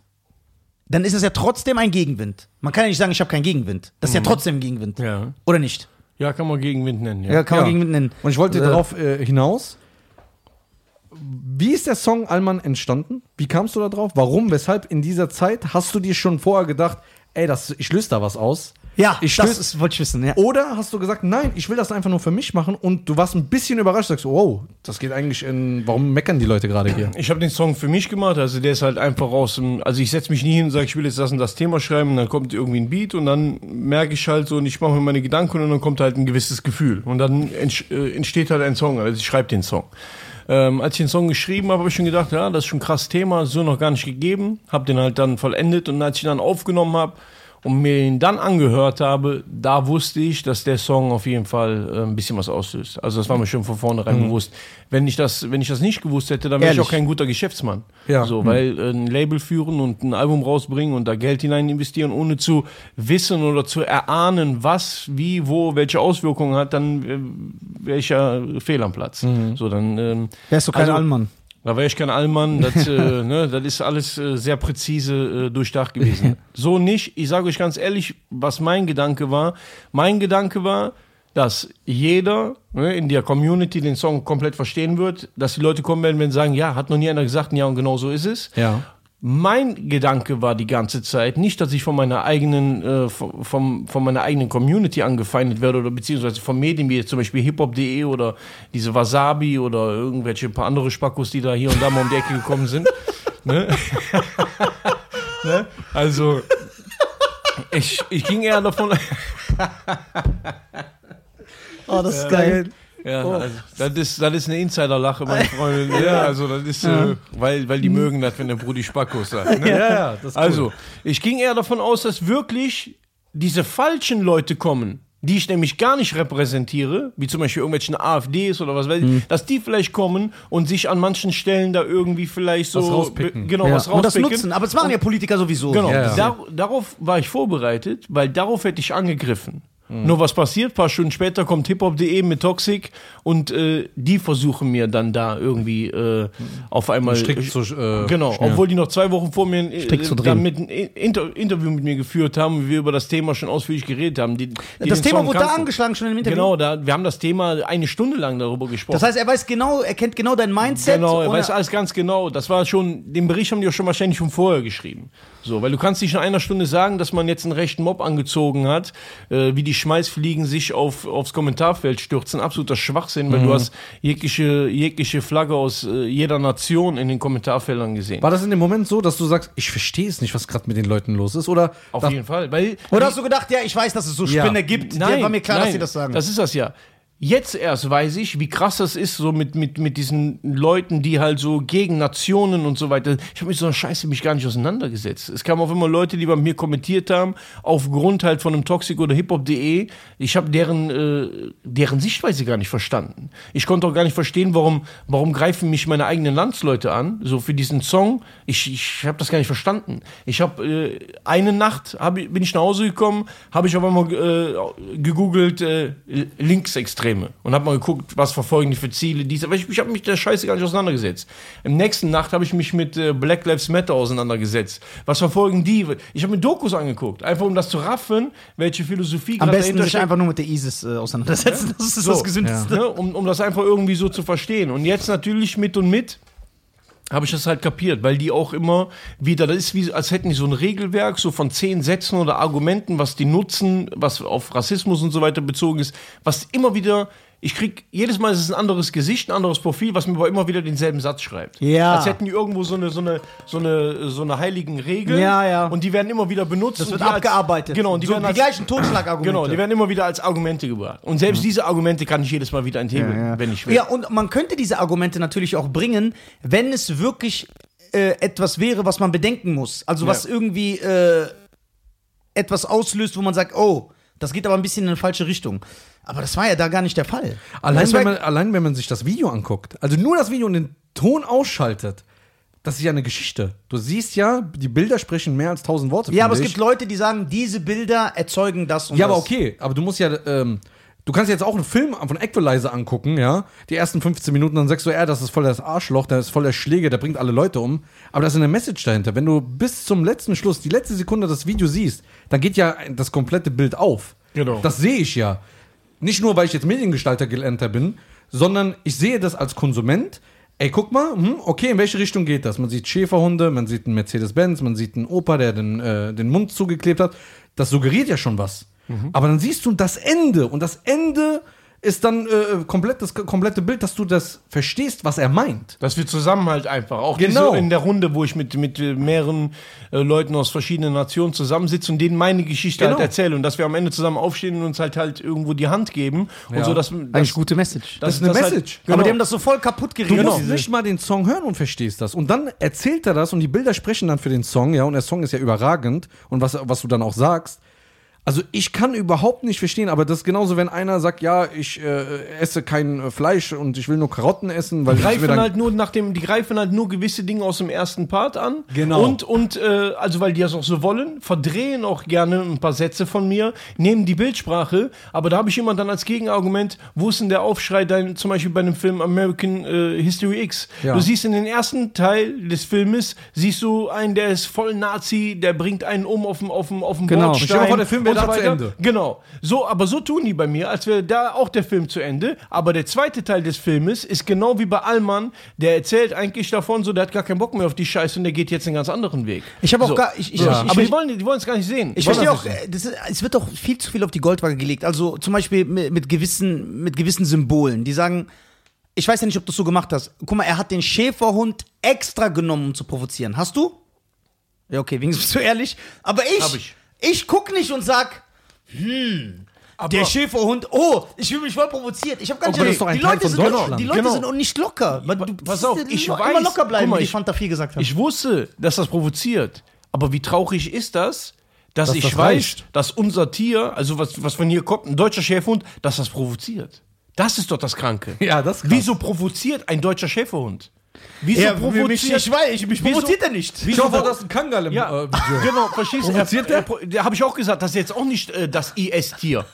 A: dann ist es ja trotzdem ein Gegenwind. Man kann ja nicht sagen, ich habe keinen Gegenwind. Das ist ja trotzdem ein Gegenwind.
C: Mhm. Ja.
A: Oder nicht?
C: Ja, kann man Gegenwind nennen.
A: Ja, kann man
B: Ja.
A: Gegenwind nennen.
B: Und ich wollte
A: Äh,
B: darauf äh, hinaus. Wie ist der Song Allmann entstanden? Wie kamst du da drauf? Warum? Weshalb in dieser Zeit hast du dir schon vorher gedacht, ey, das, ich löse da was aus?
A: Ja,
B: ich
A: das
B: löse.
A: ist, wollte ich wissen. Ja.
B: Oder hast du gesagt, nein, ich will das einfach nur für mich machen und du warst ein bisschen überrascht, sagst, wow, das geht eigentlich in. Warum meckern die Leute gerade hier?
C: Ich habe den Song für mich gemacht, also der ist halt einfach aus dem, also ich setze mich nie hin und sage, ich will jetzt das und das Thema schreiben und dann kommt irgendwie ein Beat und dann merke ich halt so und ich mache mir meine Gedanken und dann kommt halt ein gewisses Gefühl und dann entsch- äh, entsteht halt ein Song, also ich schreibe den Song. Ähm, als ich den Song geschrieben habe, habe ich schon gedacht, ja, das ist schon ein krasses Thema, so noch gar nicht gegeben, habe den halt dann vollendet und als ich ihn dann aufgenommen habe und mir ihn dann angehört habe, da wusste ich, dass der Song auf jeden Fall äh, ein bisschen was auslöst. Also das war mir schon von vornherein bewusst. Wenn ich das, wenn ich das nicht gewusst hätte, dann wäre ich
A: Ehrlich.
C: auch kein guter Geschäftsmann.
B: Ja.
C: So, weil äh, ein Label führen und ein Album rausbringen und da Geld hinein investieren, ohne zu wissen oder zu erahnen, was, wie, wo, welche Auswirkungen hat, dann äh, wäre ich ja fehl am Platz. So, dann ähm,
A: Wärst du kein
C: Also-
A: Allmann.
C: da wäre ich kein Allmann, das, äh, ne, das ist alles äh, sehr präzise äh, durchdacht gewesen. So nicht, ich sage euch ganz ehrlich, was mein Gedanke war. Mein Gedanke war, dass jeder ne, in der Community den Song komplett verstehen wird, dass die Leute kommen werden, wenn sie sagen, ja, hat noch nie einer gesagt, ja, und genau so ist es.
B: Ja.
C: Mein Gedanke war die ganze Zeit nicht, dass ich von meiner eigenen, äh, vom, vom- von meiner eigenen Community angefeindet werde oder beziehungsweise von Medien wie jetzt zum Beispiel hiphop.de oder diese Wasabi oder irgendwelche paar andere Spackos, die da hier und da mal um die Ecke gekommen sind. ne? ne? Also, ich, ich ging eher davon.
A: Oh, das
B: Äh,
A: ist geil.
C: Ja, also, das, ist, das ist eine Insiderlache, meine Freunde. Ja, also das ist, äh, weil, weil die mögen das, wenn der Brudi Spackos sagt. Ne?
B: ja, das
C: Also, ich ging eher davon aus, dass wirklich diese falschen Leute kommen, die ich nämlich gar nicht repräsentiere, wie zum Beispiel irgendwelchen AfDs oder was weiß
A: Mhm.
C: ich, dass die vielleicht kommen und sich an manchen Stellen da irgendwie vielleicht so
B: Was rauspicken.
C: genau
A: Ja.
C: was rauspicken.
A: Und das nutzen. Aber das machen ja Politiker sowieso.
C: Genau,
B: Ja, ja.
C: Dar darauf war ich vorbereitet, weil darauf hätte ich angegriffen.
A: Hm.
C: Nur was passiert? Ein paar Stunden später kommt hiphop.de mit Toxic und äh, die versuchen mir dann da irgendwie
A: Hm.
C: äh, auf einmal.
B: Strick zu, äh,
C: genau,
B: schnüren.
C: obwohl die noch zwei Wochen vor mir äh,
A: Strick zu drehen.
C: dann mit ein Inter Interview mit mir geführt haben und wir über das Thema schon ausführlich geredet haben. Die, die
A: Das
C: den
A: Thema
C: Song
A: wurde da
C: kannten.
A: angeschlagen schon im Interview.
C: Genau, da, wir haben das Thema eine Stunde lang darüber gesprochen.
A: Das heißt, er weiß genau, er kennt genau dein Mindset.
C: Genau, er
A: und
C: weiß alles ganz genau. Das war schon, den Bericht haben die auch schon wahrscheinlich schon vorher geschrieben. So, weil du kannst nicht in einer Stunde sagen, dass man jetzt einen rechten Mob angezogen hat, äh, wie die Schmeißfliegen sich auf, aufs Kommentarfeld stürzen. Absoluter Schwachsinn, weil du hast jegliche, jegliche Flagge aus äh, jeder Nation in den Kommentarfeldern gesehen.
B: War das in dem Moment so, dass du sagst, ich verstehe es nicht, was gerade mit den Leuten los ist? Oder
C: Auf
B: das,
C: jeden Fall. Weil
A: Oder hast du gedacht, ja, ich weiß, dass es so
B: Ja.
A: Spinner gibt. Dir war mir klar, dass sie das sagen.
C: Das ist das ja. Jetzt erst weiß ich, wie krass das ist, so mit, mit, mit diesen Leuten, die halt so gegen Nationen und so weiter. Ich habe mit so einer Scheiße mich gar nicht auseinandergesetzt. Es kamen auf immer Leute, die bei mir kommentiert haben, aufgrund halt von einem Toxic oder hiphop.de. Ich habe deren, äh, deren Sichtweise gar nicht verstanden. Ich konnte auch gar nicht verstehen, warum, warum greifen mich meine eigenen Landsleute an, so für diesen Song. Ich, ich habe das gar nicht verstanden. Ich habe äh, eine Nacht hab, ich- bin ich nach Hause gekommen, habe ich aber mal äh, gegoogelt äh, Linksextreme und habe mal geguckt, was verfolgen die für Ziele. Dies, aber ich, ich habe mich der Scheiße gar nicht auseinandergesetzt. Im nächsten Nacht habe ich mich mit äh, Black Lives Matter auseinandergesetzt. Was verfolgen die? Ich habe mir Dokus angeguckt, einfach um das zu raffen, welche Philosophie
A: Am
C: gerade
A: besten sich
C: dahinter steckt.
A: einfach nur mit der ISIS äh, auseinandersetzen. Das ist
C: So.
A: das Gesündeste.
C: ne, um, um das einfach irgendwie so zu verstehen. Und jetzt natürlich mit und mit habe ich das halt kapiert, weil die auch immer wieder, das ist wie, als hätten die so ein Regelwerk, so von zehn Sätzen oder Argumenten, was die nutzen, was auf Rassismus und so weiter bezogen ist, was immer wieder, ich krieg, jedes Mal ist es ein anderes Gesicht, ein anderes Profil, was mir aber immer wieder denselben Satz schreibt.
A: Ja.
C: Als hätten die irgendwo so eine, so eine, so eine, so eine heiligen Regel.
A: Ja, ja.
C: Und die werden immer wieder benutzt.
A: Das
C: und
A: wird
C: die als-
A: abgearbeitet.
C: Genau, und die
A: so,
C: werden
A: die
C: als,
A: gleichen Totschlagargumente.
C: Genau, die werden immer wieder als Argumente gebracht. Und selbst diese Argumente kann ich jedes Mal wieder enthebeln, wenn ich will.
A: Mhm. Ja, und man könnte diese Argumente natürlich auch bringen, wenn es wirklich äh, etwas wäre, was man bedenken muss. Also was irgendwie äh, etwas auslöst, wo man sagt, oh, das geht aber ein bisschen in eine falsche Richtung. Aber das war ja da gar nicht der Fall.
B: allein,
A: Das
B: wenn
A: war-
B: man, allein wenn man sich das Video anguckt, also nur das Video und den Ton ausschaltet, das ist ja eine Geschichte. Du siehst ja, die Bilder sprechen mehr als tausend Worte.
A: ja, aber
B: finde
A: es
B: ich.
A: gibt Leute, die sagen, diese Bilder erzeugen das und
B: Ja,
A: das.
B: aber okay, aber du musst ja, ähm, du kannst jetzt auch einen Film von Equalizer angucken, ja, die ersten 15 Minuten, dann sagst du, ja, das ist voll das Arschloch, das ist voll der Schläger, der bringt alle Leute um, aber da ist eine Message dahinter. Wenn du bis zum letzten Schluss, die letzte Sekunde das Video siehst, dann geht ja ein- das komplette Bild auf.
C: Genau.
B: Das sehe ich ja. Nicht nur, weil ich jetzt Mediengestalter gelernter bin, sondern ich sehe das als Konsument. Ey, guck mal, hm, okay, in welche Richtung geht das? Man sieht Schäferhunde, man sieht einen Mercedes-Benz, man sieht einen Opa, der den, äh, den Mund zugeklebt hat. Das suggeriert ja schon was. Aber dann siehst du das Ende und das Ende ist dann äh, komplett das komplette Bild, dass du das verstehst, was er meint.
C: Dass wir zusammen halt einfach, auch
B: Genau.
C: diese in der Runde, wo ich mit, mit äh, mehreren äh, Leuten aus verschiedenen Nationen zusammensitze und denen meine Geschichte
B: Genau.
C: halt erzähle und dass wir am Ende zusammen aufstehen und uns halt halt irgendwo die Hand geben
B: Ja.
C: und so, dass,
A: Eigentlich
C: dass,
A: gute Message.
B: das ist eine
C: halt-
B: Message.
A: Aber die
C: genau.
A: haben das so voll kaputt
B: Du
A: geredet.
B: musst nicht mal den Song hören und verstehst das. Und dann erzählt er das und die Bilder sprechen dann für den Song, ja, und der Song ist ja überragend und was, was du dann auch sagst. Also ich kann überhaupt nicht verstehen, aber das ist genauso, wenn einer sagt, ja, ich äh, esse kein äh, Fleisch und ich will nur Karotten essen, weil
C: Die
B: ich mir
C: greifen
B: dann
C: halt nur nach dem, die greifen halt nur gewisse Dinge aus dem ersten Part an.
B: Genau.
C: Und, und äh, also weil die das auch so wollen, verdrehen auch gerne ein paar Sätze von mir, nehmen die Bildsprache, aber da habe ich immer dann als Gegenargument, wo ist denn der Aufschrei dann zum Beispiel bei dem Film American äh, History X?
B: Ja.
C: Du siehst in den ersten Teil des Filmes, siehst du einen, der ist voll Nazi, der bringt einen um auf dem auf dem auf dem
B: Genau.
C: Bordstein
B: Stell dir mal vor, der Film wäre
C: und
B: da zu
C: weiter.
B: Ende.
C: Genau. So, aber so tun die bei mir, als wäre da auch der Film zu Ende. Aber der zweite Teil des Filmes ist genau wie bei Allmann, der erzählt eigentlich davon, so, der hat gar keinen Bock mehr auf die Scheiße und der geht jetzt einen ganz anderen Weg.
A: Ich habe auch
C: so.
A: gar. Ich, ich,
C: ja.
A: ich, ich,
C: aber die wollen die wollen es gar nicht sehen.
A: Ich
C: Die wollen
A: verstehe
C: das
A: auch, äh, das ist, es wird auch viel zu viel auf die Goldwaage gelegt. Also zum Beispiel mit, mit, gewissen, mit gewissen Symbolen, die sagen, ich weiß ja nicht, ob du es so gemacht hast. Guck mal, er hat den Schäferhund extra genommen, um zu provozieren. Hast du? Ja, okay, wenigstens bist du ehrlich. Aber
C: Hab
A: ich,
C: ich.
A: ich. guck nicht und sag,
C: nicht.
A: der
C: Aber-
A: Schäferhund, oh, ich fühle mich voll provoziert. Ich habe gar nicht.
B: Aber das ist doch ein
A: die,
B: Teil
A: Leute
B: von
A: sind, auch-
B: Deutschland.
A: die Leute
C: Genau.
A: sind auch nicht locker. Man- Du,
C: pass auf, ich
A: immer
C: weiß-
A: locker bleiben,
C: guck mal,
A: wie die
C: ich-
A: Fanta 4 gesagt hat.
C: Ich wusste, dass das provoziert. Aber wie traurig ist das, dass,
B: Dass
C: ich
B: das
C: weiß,
B: reicht.
C: dass unser Tier, also was, was von hier kommt, ein deutscher Schäferhund, dass das provoziert. Das ist doch das Kranke.
B: Ja, das ist krass.
C: Wieso provoziert ein deutscher Schäferhund? Wieso
A: Er
C: provoziert?
A: mich, ich weiß, ich, mich
C: Wieso-
A: provoziert er nicht.
B: Ich hoffe, das ist ein Kangal im
C: ja,
B: äh, Video.
C: genau, verstehst du?
B: Provoziert der?
C: Da habe ich auch gesagt, das ist jetzt auch nicht äh, das IS-Tier.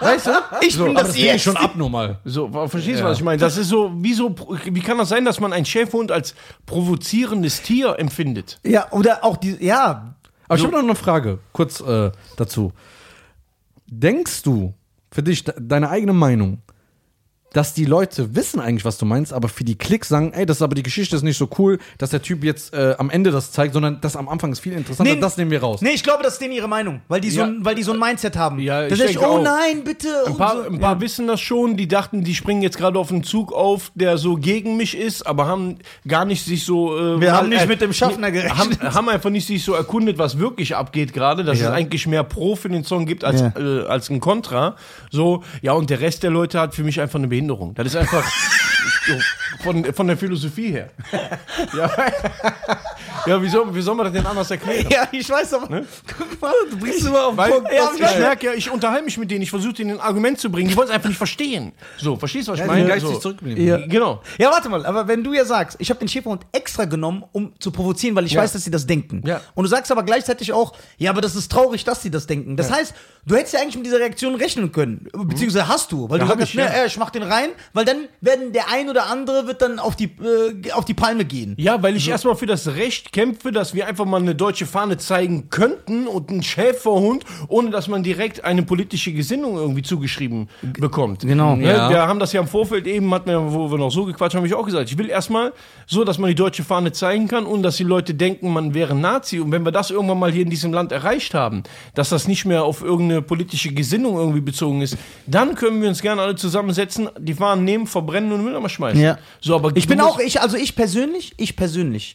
A: Weißt du? Ich bin
B: Aber
A: das,
B: das Ding
A: jetzt.
B: ist schon abnormal.
C: So, wa- verstehst du, was ich meine? Das ist so, wieso, wie kann das sein, dass man einen Schäferhund als provozierendes Tier empfindet?
A: Ja, oder auch die, ja.
B: Aber ich habe noch eine Frage, kurz äh, dazu. Denkst du, für dich, de deine eigene Meinung, dass die Leute wissen eigentlich, was du meinst, aber für die Klicks sagen, ey, das ist aber die Geschichte ist nicht so cool, dass der Typ jetzt äh, am Ende das zeigt, sondern das am Anfang ist viel interessanter,
A: Nee,
B: das nehmen wir raus.
A: Nee, ich glaube, das ist denen ihre Meinung, weil die, so,
C: Ja.
A: ein, weil die so ein Mindset haben.
C: Ja, ich
A: das ist,
C: denke
A: oh
C: auch.
A: nein, bitte.
C: Ein paar,
A: und so.
C: ein paar wissen das schon, die dachten, die springen jetzt gerade auf einen Zug auf, der so gegen mich ist, aber haben gar nicht sich so. Äh,
A: Wir haben
C: mal-
A: nicht
C: äh,
A: mit dem Schaffner gerechnet.
C: Haben, haben einfach nicht sich so erkundet, was wirklich abgeht gerade, dass
A: Ja.
C: es eigentlich mehr Pro für den Song gibt als,
A: Ja.
C: äh, als ein Contra. So, ja, und der Rest der Leute hat für mich einfach eine Behinderung. Das ist einfach so, von, von der Philosophie her. ja, ja wie, soll, wie soll man das denn anders erklären?
A: ja, ich weiß aber. Guck mal, du bringst es immer auf den
C: Weil
A: Punkt.
C: ja,
A: Das
C: ich
A: ist geil.
C: merke ja, ich unterhalte mich mit denen, ich versuche denen ein Argument zu bringen, die wollen es einfach nicht verstehen. So, verstehst du, was ich meine? so.
B: zurückgeblieben.
A: Ja.
C: Genau.
A: Ja, warte mal, aber wenn du ja sagst, ich habe den Schäferhund extra genommen, um zu provozieren, weil ich
C: Ja.
A: weiß, dass sie das denken.
C: Ja.
A: Und du sagst aber gleichzeitig auch, ja, aber das ist traurig, dass sie das denken. Das heißt, du hättest ja eigentlich mit dieser Reaktion rechnen können. Beziehungsweise hast du, weil
C: Mhm. Ja,
A: du
C: hab
A: sagst,
C: ich,
A: ne,
C: ja.
A: äh, ich mach den rein, weil dann werden der ein oder andere wird dann auf die, äh, auf die Palme gehen.
C: Ja, weil ich erstmal für das Recht kämpfe, dass wir einfach mal eine deutsche Fahne zeigen könnten und einen Schäferhund, ohne dass man direkt eine politische Gesinnung irgendwie zugeschrieben bekommt.
A: genau.
C: Ne?
B: Ja.
C: Wir haben das ja im Vorfeld eben, hatten wir, wo wir noch so gequatscht haben, habe ich auch gesagt, ich will erstmal so, dass man die deutsche Fahne zeigen kann und dass die Leute denken, man wäre Nazi. Und wenn wir das irgendwann mal hier in diesem Land erreicht haben, dass das nicht mehr auf irgendeine politische Gesinnung irgendwie bezogen ist, dann können wir uns gerne alle zusammensetzen, die Fahnen nehmen, verbrennen und in den Mülleimer schmeißen.
A: Ja.
C: So, aber
A: Ich bin
C: du musst-
A: auch, ich, also ich persönlich, ich persönlich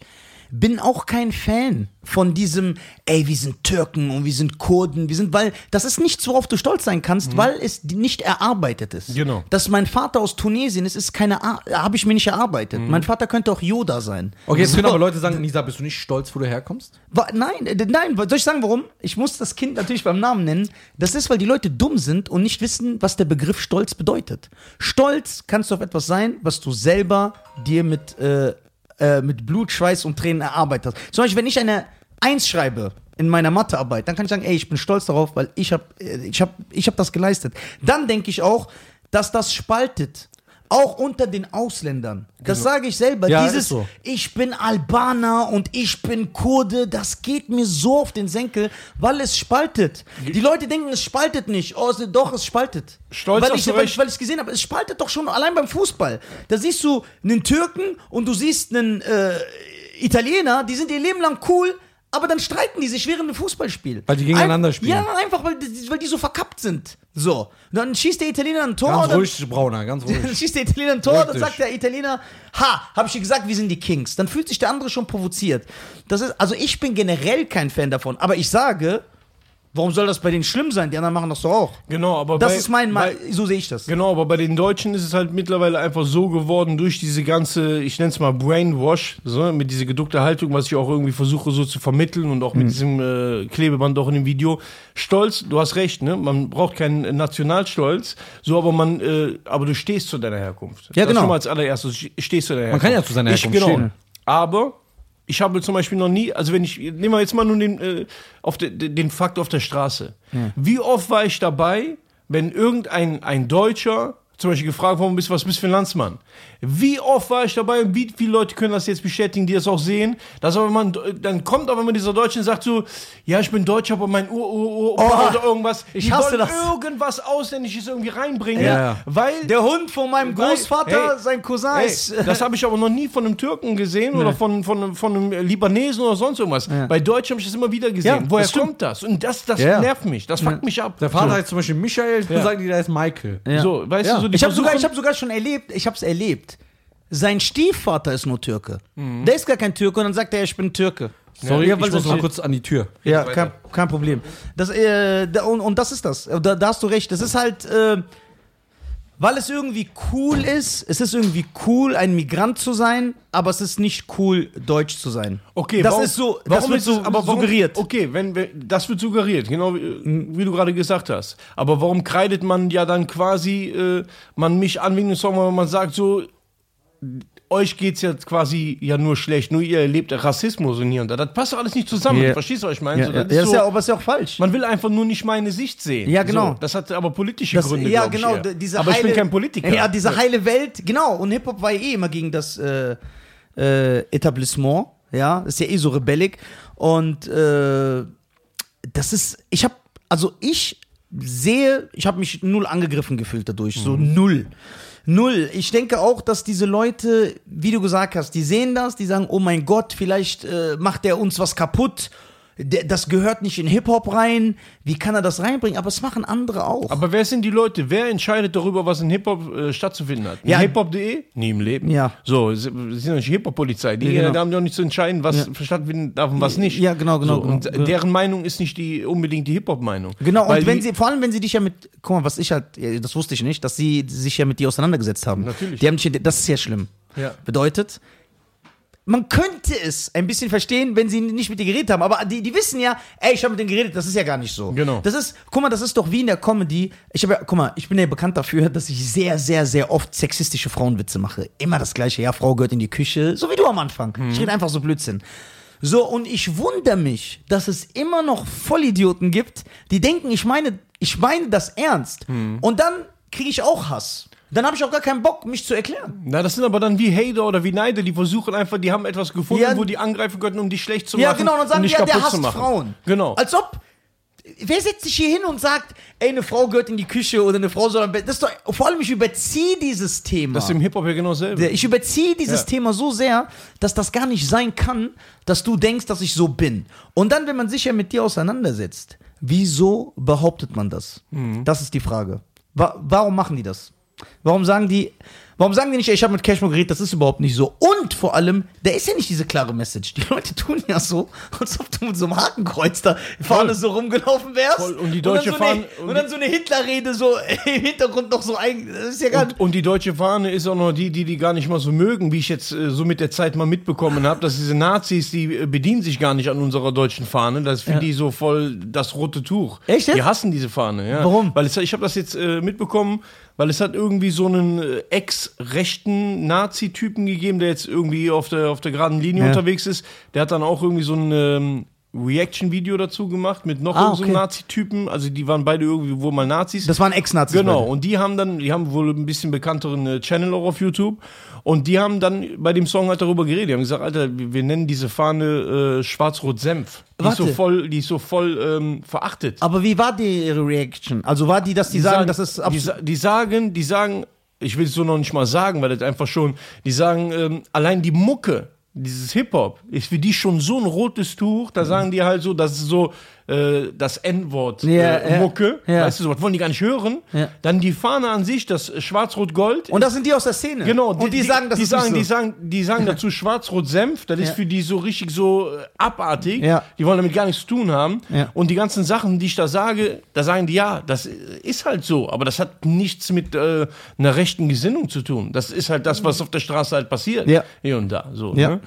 A: bin auch kein Fan von diesem, ey, wir sind Türken und wir sind Kurden, wir sind, weil das ist nichts, worauf du stolz sein kannst, weil es die- nicht erarbeitet ist.
C: Mhm. Genau.
A: Dass mein Vater aus Tunesien ist, ist keine, habe ich mir nicht erarbeitet.
C: Mhm.
A: Mein Vater könnte auch Yoda sein.
B: Okay, jetzt
A: So.
B: können aber Leute sagen, Nisa, bist du nicht stolz, wo du herkommst?
A: Wa- Nein, äh, nein, soll ich sagen, warum? Ich muss das Kind natürlich beim Namen nennen. Das ist, weil die Leute dumm sind und nicht wissen, was der Begriff Stolz bedeutet. Stolz kannst du auf etwas sein, was du selber dir mit, äh, äh, mit Blut, Schweiß und Tränen erarbeitet hast. Zum Beispiel, wenn ich eine Eins schreibe in meiner Mathearbeit, dann kann ich sagen, ey, ich bin stolz darauf, weil ich habe ich hab, ich hab das geleistet. Dann denke ich auch, dass das spaltet. Auch unter den Ausländern. Das sage ich selber.
B: Genau. Ja,
A: Dieses,
B: ist so.
A: ich bin Albaner und ich bin Kurde, das geht mir so auf den Senkel, weil es spaltet. Die Leute denken, es spaltet nicht. Oh, es- doch, es spaltet.
C: Stolz
A: weil
C: hast
A: ich,
C: du
A: weil,
C: recht.
A: ich, weil ich gesehen habe, es spaltet doch schon allein beim Fußball. Da siehst du einen Türken und du siehst einen äh, Italiener, die sind ihr Leben lang cool, aber dann streiten die sich während dem Fußballspiel.
B: Weil die gegeneinander
A: Ein-
B: spielen.
A: Ja, einfach, weil die, weil die so verkappt sind. So. Und dann schießt der Italiener ein Tor
B: Ganz
A: und dann
B: ruhig, Brauner, ganz ruhig.
A: dann schießt der Italiener ein Tor, dann
B: Richtig.
A: sagt der Italiener, ha, habe ich dir gesagt, wir sind die Kings. Dann fühlt sich der andere schon provoziert. Das ist, also ich bin generell kein Fan davon, aber ich sage, warum soll das bei denen schlimm sein? Die anderen machen das doch auch.
C: Genau, aber
A: Das
C: bei-
A: ist mein,
C: bei-
A: Mal, so sehe ich das.
C: Genau, aber bei den Deutschen ist es halt mittlerweile einfach so geworden durch diese ganze, ich nenne es mal Brainwash, so, mit dieser geduckte Haltung, was ich auch irgendwie versuche so zu vermitteln und auch mit
B: Mhm.
C: diesem äh, Klebeband auch in dem Video. Stolz, du hast recht, ne? Man braucht keinen äh, Nationalstolz, so, aber man, äh, aber du stehst zu deiner Herkunft.
A: Ja,
C: Das
A: genau.
C: schon mal als allererstes, du stehst zu deiner Herkunft.
B: kann ja zu seiner Herkunft
C: ich, genau.
B: stehen.
C: Aber ich habe zum Beispiel noch nie, also wenn ich, nehmen wir jetzt mal nur den, äh, auf de, de, den Fakt auf der Straße. Wie oft war ich dabei, wenn irgendein ein Deutscher zum Beispiel gefragt worden bist, was bist du für ein Landsmann? Wie oft war ich dabei und wie viele Leute können das jetzt bestätigen, die das auch sehen? Dass aber man, dann kommt aber immer dieser Deutsche und sagt so, ja, ich bin Deutscher, aber mein ur ur ur
A: Oh,
C: oder irgendwas.
A: ich
C: die
A: hasse
C: wollen
A: das.
C: irgendwas Ausländisches irgendwie reinbringen,
B: Ja.
C: weil
A: Der Hund von meinem
C: Weil-
A: Großvater,
C: Hey,
A: sein Cousin
C: Ey,
A: ist. äh,
C: das habe ich aber noch nie von einem Türken gesehen oder von, von, von einem Libanesen oder sonst irgendwas. Bei Deutsch habe ich das immer wieder
A: Ja,
C: gesehen. Woher
A: das stimmt.
C: kommt das? Und das, das
B: Ja.
C: nervt mich. Das fuckt mich ab.
B: Der Vater heißt zum Beispiel Michael, dann
C: Ja.
B: sagen die, da ist Michael.
A: Ja.
C: So, weißt
B: Ja.
C: du, so die
A: ich habe sogar, ich
C: versuchen-
A: hab sogar schon erlebt, ich habe es erlebt. Sein Stiefvater ist nur Türke.
C: Mhm.
A: Der ist gar kein Türke und dann sagt er, ich bin Türke.
B: Sorry,
A: Ja, weil
B: ich muss
A: das-
B: mal kurz an die Tür.
A: Ja, kein, kein Problem. Das, äh, da, und, und das ist das. Da, da hast du recht. Das ist halt, äh, weil es irgendwie cool ist, es ist irgendwie cool, ein Migrant zu sein, aber es ist nicht cool, deutsch zu sein.
C: Okay,
A: das
C: warum,
A: ist so,
C: warum
A: das wird
C: ist
A: so
C: es- aber warum,
A: suggeriert.
C: Okay, wenn, wenn das wird suggeriert, genau wie, wie du gerade gesagt hast. Aber warum kreidet man ja dann quasi äh, man mich an wegen dem Song, weil man sagt so euch geht's jetzt quasi ja nur schlecht, nur ihr erlebt Rassismus und hier und da. Das passt doch alles nicht zusammen.
B: Ja.
C: Verstehst du, was ich meine?
B: Ja,
C: so,
B: ja.
C: also das
A: Ja,
C: ist
A: das ist
C: so,
A: ja, aber ist ja auch falsch.
C: man will einfach nur nicht meine Sicht sehen.
A: Ja, genau.
C: So, das hat aber politische
A: Das-
C: Gründe.
A: ja,
C: glaub
A: genau.
C: Ich
A: d-
C: eher.
A: Diese
C: aber
A: heile,
C: ich bin kein Politiker.
A: Ja, diese heile Welt, genau. Und Hip-Hop war ja eh immer gegen das äh, äh, Etablissement. Ja, ist ja eh so rebellig. Und äh, das ist, ich habe, also ich sehe, ich habe mich null angegriffen gefühlt dadurch. So
C: Mhm.
A: null. Null. Ich denke auch, dass diese Leute, wie du gesagt hast, die sehen das, die sagen, oh mein Gott, vielleicht äh, macht der uns was kaputt. Der, das gehört nicht in Hip-Hop rein. Wie kann er das reinbringen? Aber es machen andere auch.
C: aber wer sind die Leute? Wer entscheidet darüber, was in Hip-Hop äh, stattzufinden hat? In
A: Ja.
C: Hip-Hop.de? Nie im Leben.
A: Ja.
C: So, sie sie sind doch nicht Hip-Hop-Polizei. Die
A: Ja, genau.
C: äh, haben doch nicht zu entscheiden, was stattfinden darf und was nicht.
A: Ja, genau, genau,
C: So, und
A: genau, genau.
C: deren Meinung ist nicht die, unbedingt die Hip-Hop-Meinung.
A: Genau,
C: Weil
A: und wenn
C: die-
A: sie, vor allem wenn sie dich ja mit, guck mal, was ich halt, ja, das wusste ich nicht, dass sie sich ja mit dir auseinandergesetzt haben.
C: Natürlich.
A: Die haben dich, das ist ja schlimm.
C: Ja.
A: Bedeutet, man könnte es ein bisschen verstehen, wenn sie nicht mit dir geredet haben, aber die, die wissen ja, ey, ich habe mit denen geredet, das ist ja gar nicht so.
C: Genau.
A: Das ist, guck mal, das ist doch wie in der Comedy. Ich habe ja, guck mal, ich bin ja bekannt dafür, dass ich sehr, sehr, sehr oft sexistische Frauenwitze mache. Immer das gleiche, ja, Frau gehört in die Küche, so wie du am Anfang. Ich rede einfach so Blödsinn. So, und ich wundere mich, dass es immer noch Vollidioten gibt, die denken, ich meine, ich meine das ernst. Und dann kriege ich auch Hass. Dann habe ich auch gar keinen Bock, mich zu erklären.
C: Na, das sind aber dann wie Hater oder wie Neider, die versuchen einfach, die haben etwas gefunden,
A: Ja.
C: wo die angreifen könnten, um dich schlecht zu
A: Ja,
C: machen.
A: genau, und dann
C: um
A: sagen die,
C: dich
A: ja,
C: kaputt
A: der
C: zu
A: hasst
C: machen.
A: Frauen.
C: Genau.
A: Als ob. Wer setzt sich hier hin und sagt, ey, eine Frau gehört in die Küche oder eine Frau soll am Bett. Das ist doch, vor allem, ich überziehe dieses Thema.
C: das ist im Hip-Hop ja genau selber.
A: ich überziehe dieses
C: Ja.
A: Thema so sehr, dass das gar nicht sein kann, dass du denkst, dass ich so bin. Und dann, wenn man sich ja mit dir auseinandersetzt, wieso behauptet man das?
C: Mhm.
A: Das ist die Frage. Wa warum machen die das? Warum sagen die, warum sagen die nicht, ey, ich habe mit Cashmo geredet, das ist überhaupt nicht so. Und vor allem, da ist ja nicht diese klare Message. Die Leute tun ja so, als ob du mit so einem Hakenkreuz da vorne so rumgelaufen wärst.
C: Voll. Und die
A: dann
C: Deutsche
A: so eine,
C: Fahne-
A: Und dann so eine Hitlerrede so im Hintergrund noch so ein. Das ist ja gar
C: und, und die deutsche Fahne ist auch noch die, die die gar nicht mal so mögen, wie ich jetzt äh, so mit der Zeit mal mitbekommen habe, dass diese Nazis, die äh, bedienen sich gar nicht an unserer deutschen Fahne. Das finden die so voll das rote Tuch.
A: Echt jetzt?
C: Die hassen diese Fahne. Ja.
A: Warum?
C: Weil es, ich habe das jetzt äh, mitbekommen, weil es hat irgendwie so einen äh, ex-rechten Nazi-Typen gegeben, der jetzt irgendwie auf der auf der geraden Linie
A: Ja.
C: unterwegs ist. Der hat dann auch irgendwie so ein ähm, Reaction-Video dazu gemacht mit noch
A: Ah,
C: irgendeinem so einem
A: okay.
C: Nazi-Typen. Also die waren beide irgendwie wohl mal Nazis.
A: Das waren Ex-Nazis.
C: Genau, und die haben dann, die haben wohl ein bisschen bekannteren äh, Channel auch auf YouTube. Und die haben dann bei dem Song halt darüber geredet. Die haben gesagt, Alter, wir wir nennen diese Fahne äh, Schwarz-Rot-Senf. Die, ist so
A: Warte.
C: voll- die ist so voll ähm, verachtet.
A: Aber wie war die ihre Reaction? Also war die, dass die, sagen, das ist
C: die,
A: absolut.
C: sa- die sagen, die sagen, ich will es so noch nicht mal sagen, weil das einfach schon, die sagen, ähm, allein die Mucke, dieses Hip-Hop, ist für die schon so ein rotes Tuch, da sagen die halt so, das ist so äh, das N-Wort
A: Ja,
C: äh,
A: ja,
C: Mucke,
A: ja.
C: weißt du, sowas wollen die gar nicht hören.
A: Ja.
C: Dann die Fahne an sich, das Schwarz-Rot-Gold.
A: Und das sind die aus der Szene.
C: Genau,
A: und die, sagen, das
C: die
A: ist
C: sagen, die
A: nicht so.
C: sagen, die sagen dazu Schwarz-Rot-Senf, das
A: Ja.
C: ist für die so richtig so äh, abartig.
A: Ja.
C: Die wollen damit gar nichts zu tun haben.
A: Ja.
C: Und die ganzen Sachen, die ich da sage, da sagen die ja, das ist halt so, aber das hat nichts mit äh, einer rechten Gesinnung zu tun. Das ist halt das, was auf der Straße halt passiert.
A: Mhm. Ja.
C: Hier und da. So,
A: Ja.
C: ne?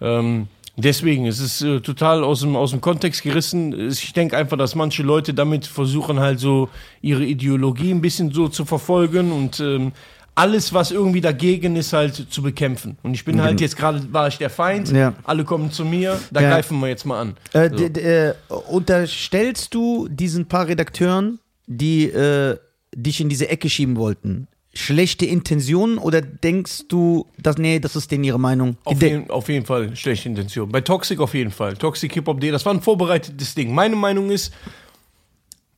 C: ähm, deswegen, es ist äh, total aus dem, aus dem Kontext gerissen. Ich denke einfach, dass manche Leute damit versuchen, halt so ihre Ideologie ein bisschen so zu verfolgen und ähm, alles, was irgendwie dagegen ist, halt zu bekämpfen. Und ich bin halt jetzt gerade, war ich der Feind,
A: Mhm. Ja.
C: alle kommen zu mir, da
A: Ja.
C: greifen wir jetzt mal an.
A: Äh, d- d- äh, unterstellst du diesen paar Redakteuren, die äh, dich in diese Ecke schieben wollten, schlechte Intentionen oder denkst du, dass, nee, das ist denen ihre Meinung? Die
C: Auf,
A: de-
C: jeden, auf jeden Fall schlechte Intention. Bei Toxic auf jeden Fall. Toxic Hip Hop D, das war ein vorbereitetes Ding. Meine Meinung ist,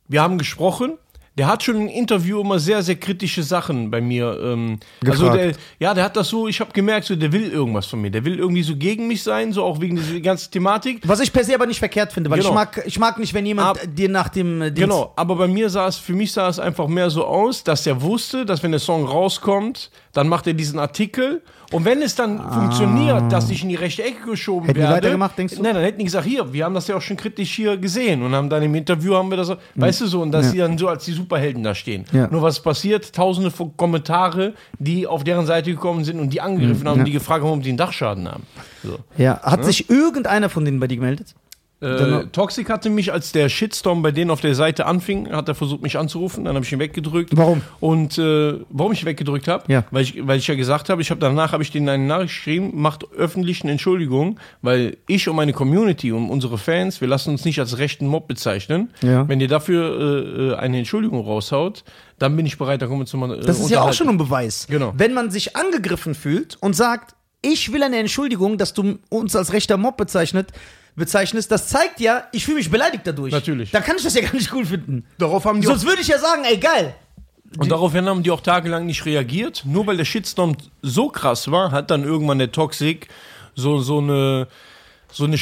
C: wir haben gesprochen. Der hat schon im Interview immer sehr, sehr kritische Sachen bei mir. Ähm, also
A: Gefragt.
C: der, ja, der hat das so, ich habe gemerkt, so, der will irgendwas von mir. Der will irgendwie so gegen mich sein, so auch wegen dieser ganzen Thematik.
A: Was ich per se aber nicht verkehrt finde, weil
C: Genau.
A: ich, mag, ich mag nicht, wenn jemand
C: Ab-
A: äh, dir nach dem äh, Dienst-
C: Genau, aber bei mir sah es, für mich sah es einfach mehr so aus, dass er wusste, dass wenn der Song rauskommt, dann macht er diesen Artikel und wenn es dann funktioniert, dass ich in die rechte Ecke geschoben
A: Ah. Hätten die
C: werde.
A: weitergemacht, denkst du?
C: Nein, dann hätten die gesagt, hier, wir haben das ja auch schon kritisch hier gesehen und haben dann im Interview haben wir das, weißt du so, und dass
A: Hm. Ja.
C: die dann so als die Superhelden da stehen.
A: Ja.
C: Nur was passiert? Tausende von Kommentare, die auf deren Seite gekommen sind und die angegriffen haben,
A: Hm, Ja.
C: die gefragt haben, ob die einen Dachschaden haben. So.
A: Ja, hat sich irgendeiner von denen bei dir gemeldet?
C: Äh, Toxic hatte mich, als der Shitstorm bei denen auf der Seite anfing, hat er versucht, mich anzurufen. Dann habe ich ihn weggedrückt.
A: Warum?
C: Und äh, warum ich ihn weggedrückt habe?
A: Ja.
C: Weil, ich, weil ich ja gesagt habe, ich habe danach habe ich denen eine Nachricht geschrieben, macht öffentlich eine Entschuldigung, weil ich und meine Community und unsere Fans, wir lassen uns nicht als rechten Mob bezeichnen.
A: Ja.
C: Wenn ihr dafür äh, äh, eine Entschuldigung raushaut, dann bin ich bereit, da kommen wir zu äh, mal.
A: Das ist ja auch schon ein Beweis.
C: Also Genau.
A: Wenn man sich angegriffen fühlt und sagt, ich will eine Entschuldigung, dass du uns als rechter Mob bezeichnet, bezeichnest, das zeigt ja, ich fühle mich beleidigt dadurch.
C: Natürlich.
A: Da kann ich das ja gar nicht cool finden.
C: Darauf haben die auch
A: Sonst würde ich ja sagen, ey, geil.
C: Und daraufhin haben die auch tagelang nicht reagiert. Nur weil der Shitstorm so krass war, hat dann irgendwann der Toxic so, so eine so eine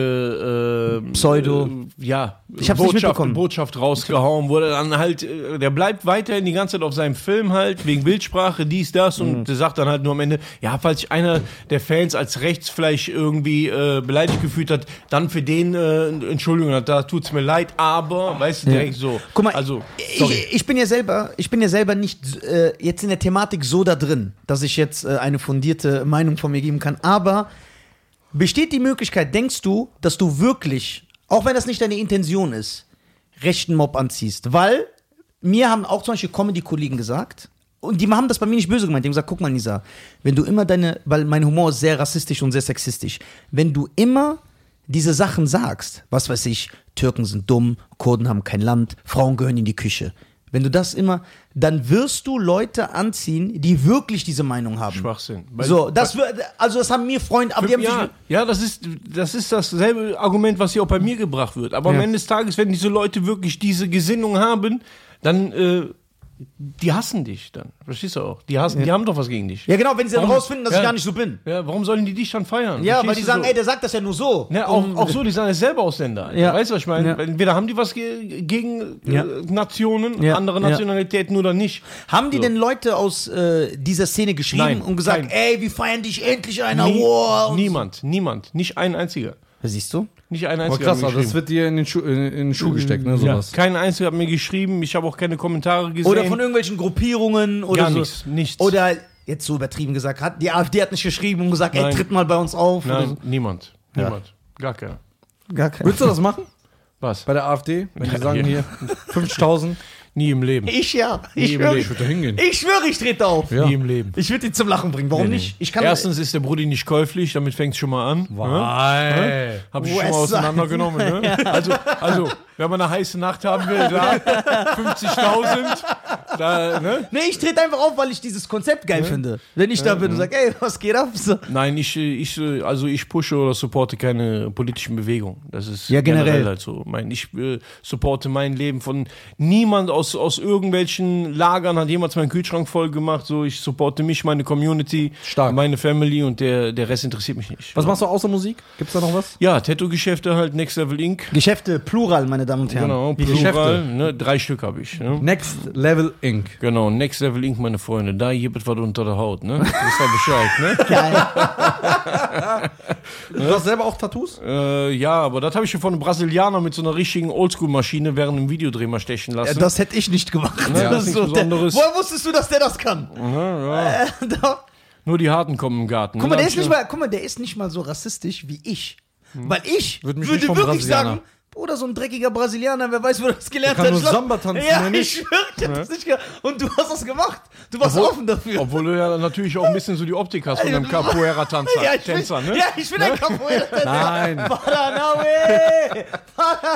C: scheinheilige äh,
A: Pseudo.
C: äh, ja
A: Ich hab's nicht mitbekommen.
C: Botschaft rausgehauen wurde dann halt äh, der bleibt weiterhin die ganze Zeit auf seinem Film halt wegen Bildsprache dies das
A: Mhm.
C: und der sagt dann halt nur am Ende ja falls sich einer der Fans als rechts vielleicht irgendwie äh, beleidigt gefühlt hat dann für den äh, Entschuldigung da tut's mir leid aber weißt du direkt so
A: Guck mal,
C: also sorry.
A: ich, ich bin ja selber, ich bin ja selber nicht äh, jetzt in der Thematik so da drin, dass ich jetzt äh, eine fundierte Meinung von mir geben kann. Aber besteht die Möglichkeit, denkst du, dass du wirklich, auch wenn das nicht deine Intention ist, rechten Mob anziehst? Weil mir haben auch zum Beispiel Comedy-Kollegen gesagt, und die haben das bei mir nicht böse gemeint. Die haben gesagt, guck mal, Nisa, wenn du immer deine, weil mein Humor ist sehr rassistisch und sehr sexistisch, wenn du immer diese Sachen sagst, was weiß ich, Türken sind dumm, Kurden haben kein Land, Frauen gehören in die Küche. Wenn du das immer, dann wirst du Leute anziehen, die wirklich diese Meinung haben.
C: Schwachsinn. Weil-
A: So, das wird, also das haben mir Freunde, aber die haben
C: ja,
A: sich,
C: ja das, ist, das ist dasselbe Argument, was hier auch bei mir gebracht wird. Aber am
A: Ja.
C: Ende des Tages, wenn diese Leute wirklich diese Gesinnung haben, dann äh, die hassen dich dann. Verstehst du auch? Die, hassen, die haben doch was gegen dich.
A: Ja, genau, wenn sie dann
C: Warum-
A: rausfinden, dass
C: Ja.
A: ich gar nicht so bin.
C: Ja, warum sollen die dich dann feiern?
A: Ja, weil
C: Verstehst
A: die
C: du
A: sagen,
C: so?
A: ey, der sagt das ja nur so.
C: Ja, auch,
A: Und-
C: auch so, die sind ja selber Ausländer.
A: Ja.
C: Weißt du, was ich meine?
A: Ja.
C: Entweder haben die was ge gegen
A: Ja.
C: äh, Nationen,
A: Ja.
C: andere
A: Ja.
C: Nationalitäten oder nicht.
A: Haben die
C: So.
A: denn Leute aus äh, dieser Szene geschrieben
C: Nein,
A: und gesagt,
C: kein-
A: ey, wir feiern dich endlich einer
C: Nie-
A: War? und-
C: niemand, niemand, nicht ein einziger.
A: Siehst du?
C: Nicht ein
B: Aber
C: einziger.
B: krass,
C: haben
B: also das
C: geschrieben.
B: wird dir in den, Schuh, in, in den Schuh gesteckt, ne? Sowas.
C: Kein einziger hat mir geschrieben, ich habe auch keine Kommentare gesehen.
A: Oder von irgendwelchen Gruppierungen oder
C: Gar
A: so.
C: nichts, nichts.
A: Oder jetzt so übertrieben gesagt, hat die AfD hat nicht geschrieben und gesagt, ey,
C: Nein.
A: tritt mal bei uns auf. Oder
C: Nein, niemand. Niemand. Gar keiner.
A: so. Gar kein.
B: Würdest du das machen?
C: Was?
B: Bei der AfD? Wenn die sagen hier 5000?
C: Nie im Leben.
A: Ich ja. Ich
C: im
A: schwöre,
C: Leben.
A: ich,
B: Ich würde da hingehen.
A: ich, schwöre, ich trete auf.
B: Ja.
C: Nie im Leben.
A: Ich würde die zum Lachen bringen. Warum nicht? Ich kann
C: Erstens ist der Brudi nicht käuflich, damit fängt es schon mal an. Ne?
B: Nein.
C: Hab ich schon mal
A: Westside.
C: auseinandergenommen. Ne? Also, also, wenn man eine heiße Nacht haben will, da 50.000, da, ne?
A: Nee, ich trete einfach auf, weil ich dieses Konzept geil finde. Wenn ich da bin und sage, ey, was geht ab? So.
C: Nein, ich, äh, ich, äh, also ich pushe oder supporte keine politischen Bewegungen. Das ist
A: Ja, generell.
C: halt so. Mein, ich äh, supporte mein Leben von niemand aus, aus irgendwelchen Lagern hat jemals meinen Kühlschrank voll gemacht. So, ich supporte mich, meine Community,
B: Stark.
C: meine Family und der, der Rest interessiert mich nicht.
B: Was machst du außer Musik? Gibt's da noch was?
C: Ja, Tattoo-Geschäfte halt, Next Level Inc.
A: Geschäfte, Plural, meine Damen und Herren.
C: Genau,
B: die Geschäfte.
C: ne? Drei Stück habe ich. Ne?
B: Next Level Inc.
C: Genau, Next Level Inc., meine Freunde. Da gibt es was unter der Haut, ne? Wisst ihr Bescheid,
A: Geil.
B: Du hast selber auch Tattoos?
C: ne? äh, ja, aber das habe ich schon von einem Brasilianer mit so einer richtigen Oldschool-Maschine während einem Videodreh mal stechen
A: Ja,
C: lassen.
A: Äh, das hätte ich nicht gemacht.
C: Ja, das ist nichts
A: der,
C: Besonderes.
A: woher wusstest du, dass der das kann?
C: ja, ja.
A: Äh, da,
C: Nur die Harten kommen im Garten.
A: guck, mal,
C: ne?
A: der
C: Hab
A: ist
C: ich
A: nicht
C: mir-
A: mal, guck mal, der ist nicht mal so rassistisch wie ich. Weil ich
B: Würde
A: würde,
B: mich nicht vom
A: wirklich
B: Brasilianer.
A: sagen, Bruder, so ein dreckiger Brasilianer, wer weiß, wo er das gelernt
B: Der kann
A: hat.
B: nur
A: Ich glaub-
B: Samba tanzen,
A: ja,
B: mehr
A: ich schwöre, ich hab das nicht gemacht. Und du hast das gemacht. Du warst offen dafür.
C: Obwohl du ja natürlich auch ein bisschen so die Optik hast von einem Capoeira-Tänzer,
A: ja, ich bin,
C: Tänzer, ne?
A: ja, ich bin ein Capoeira-Tänzer.
B: Nein.
A: Paranaue.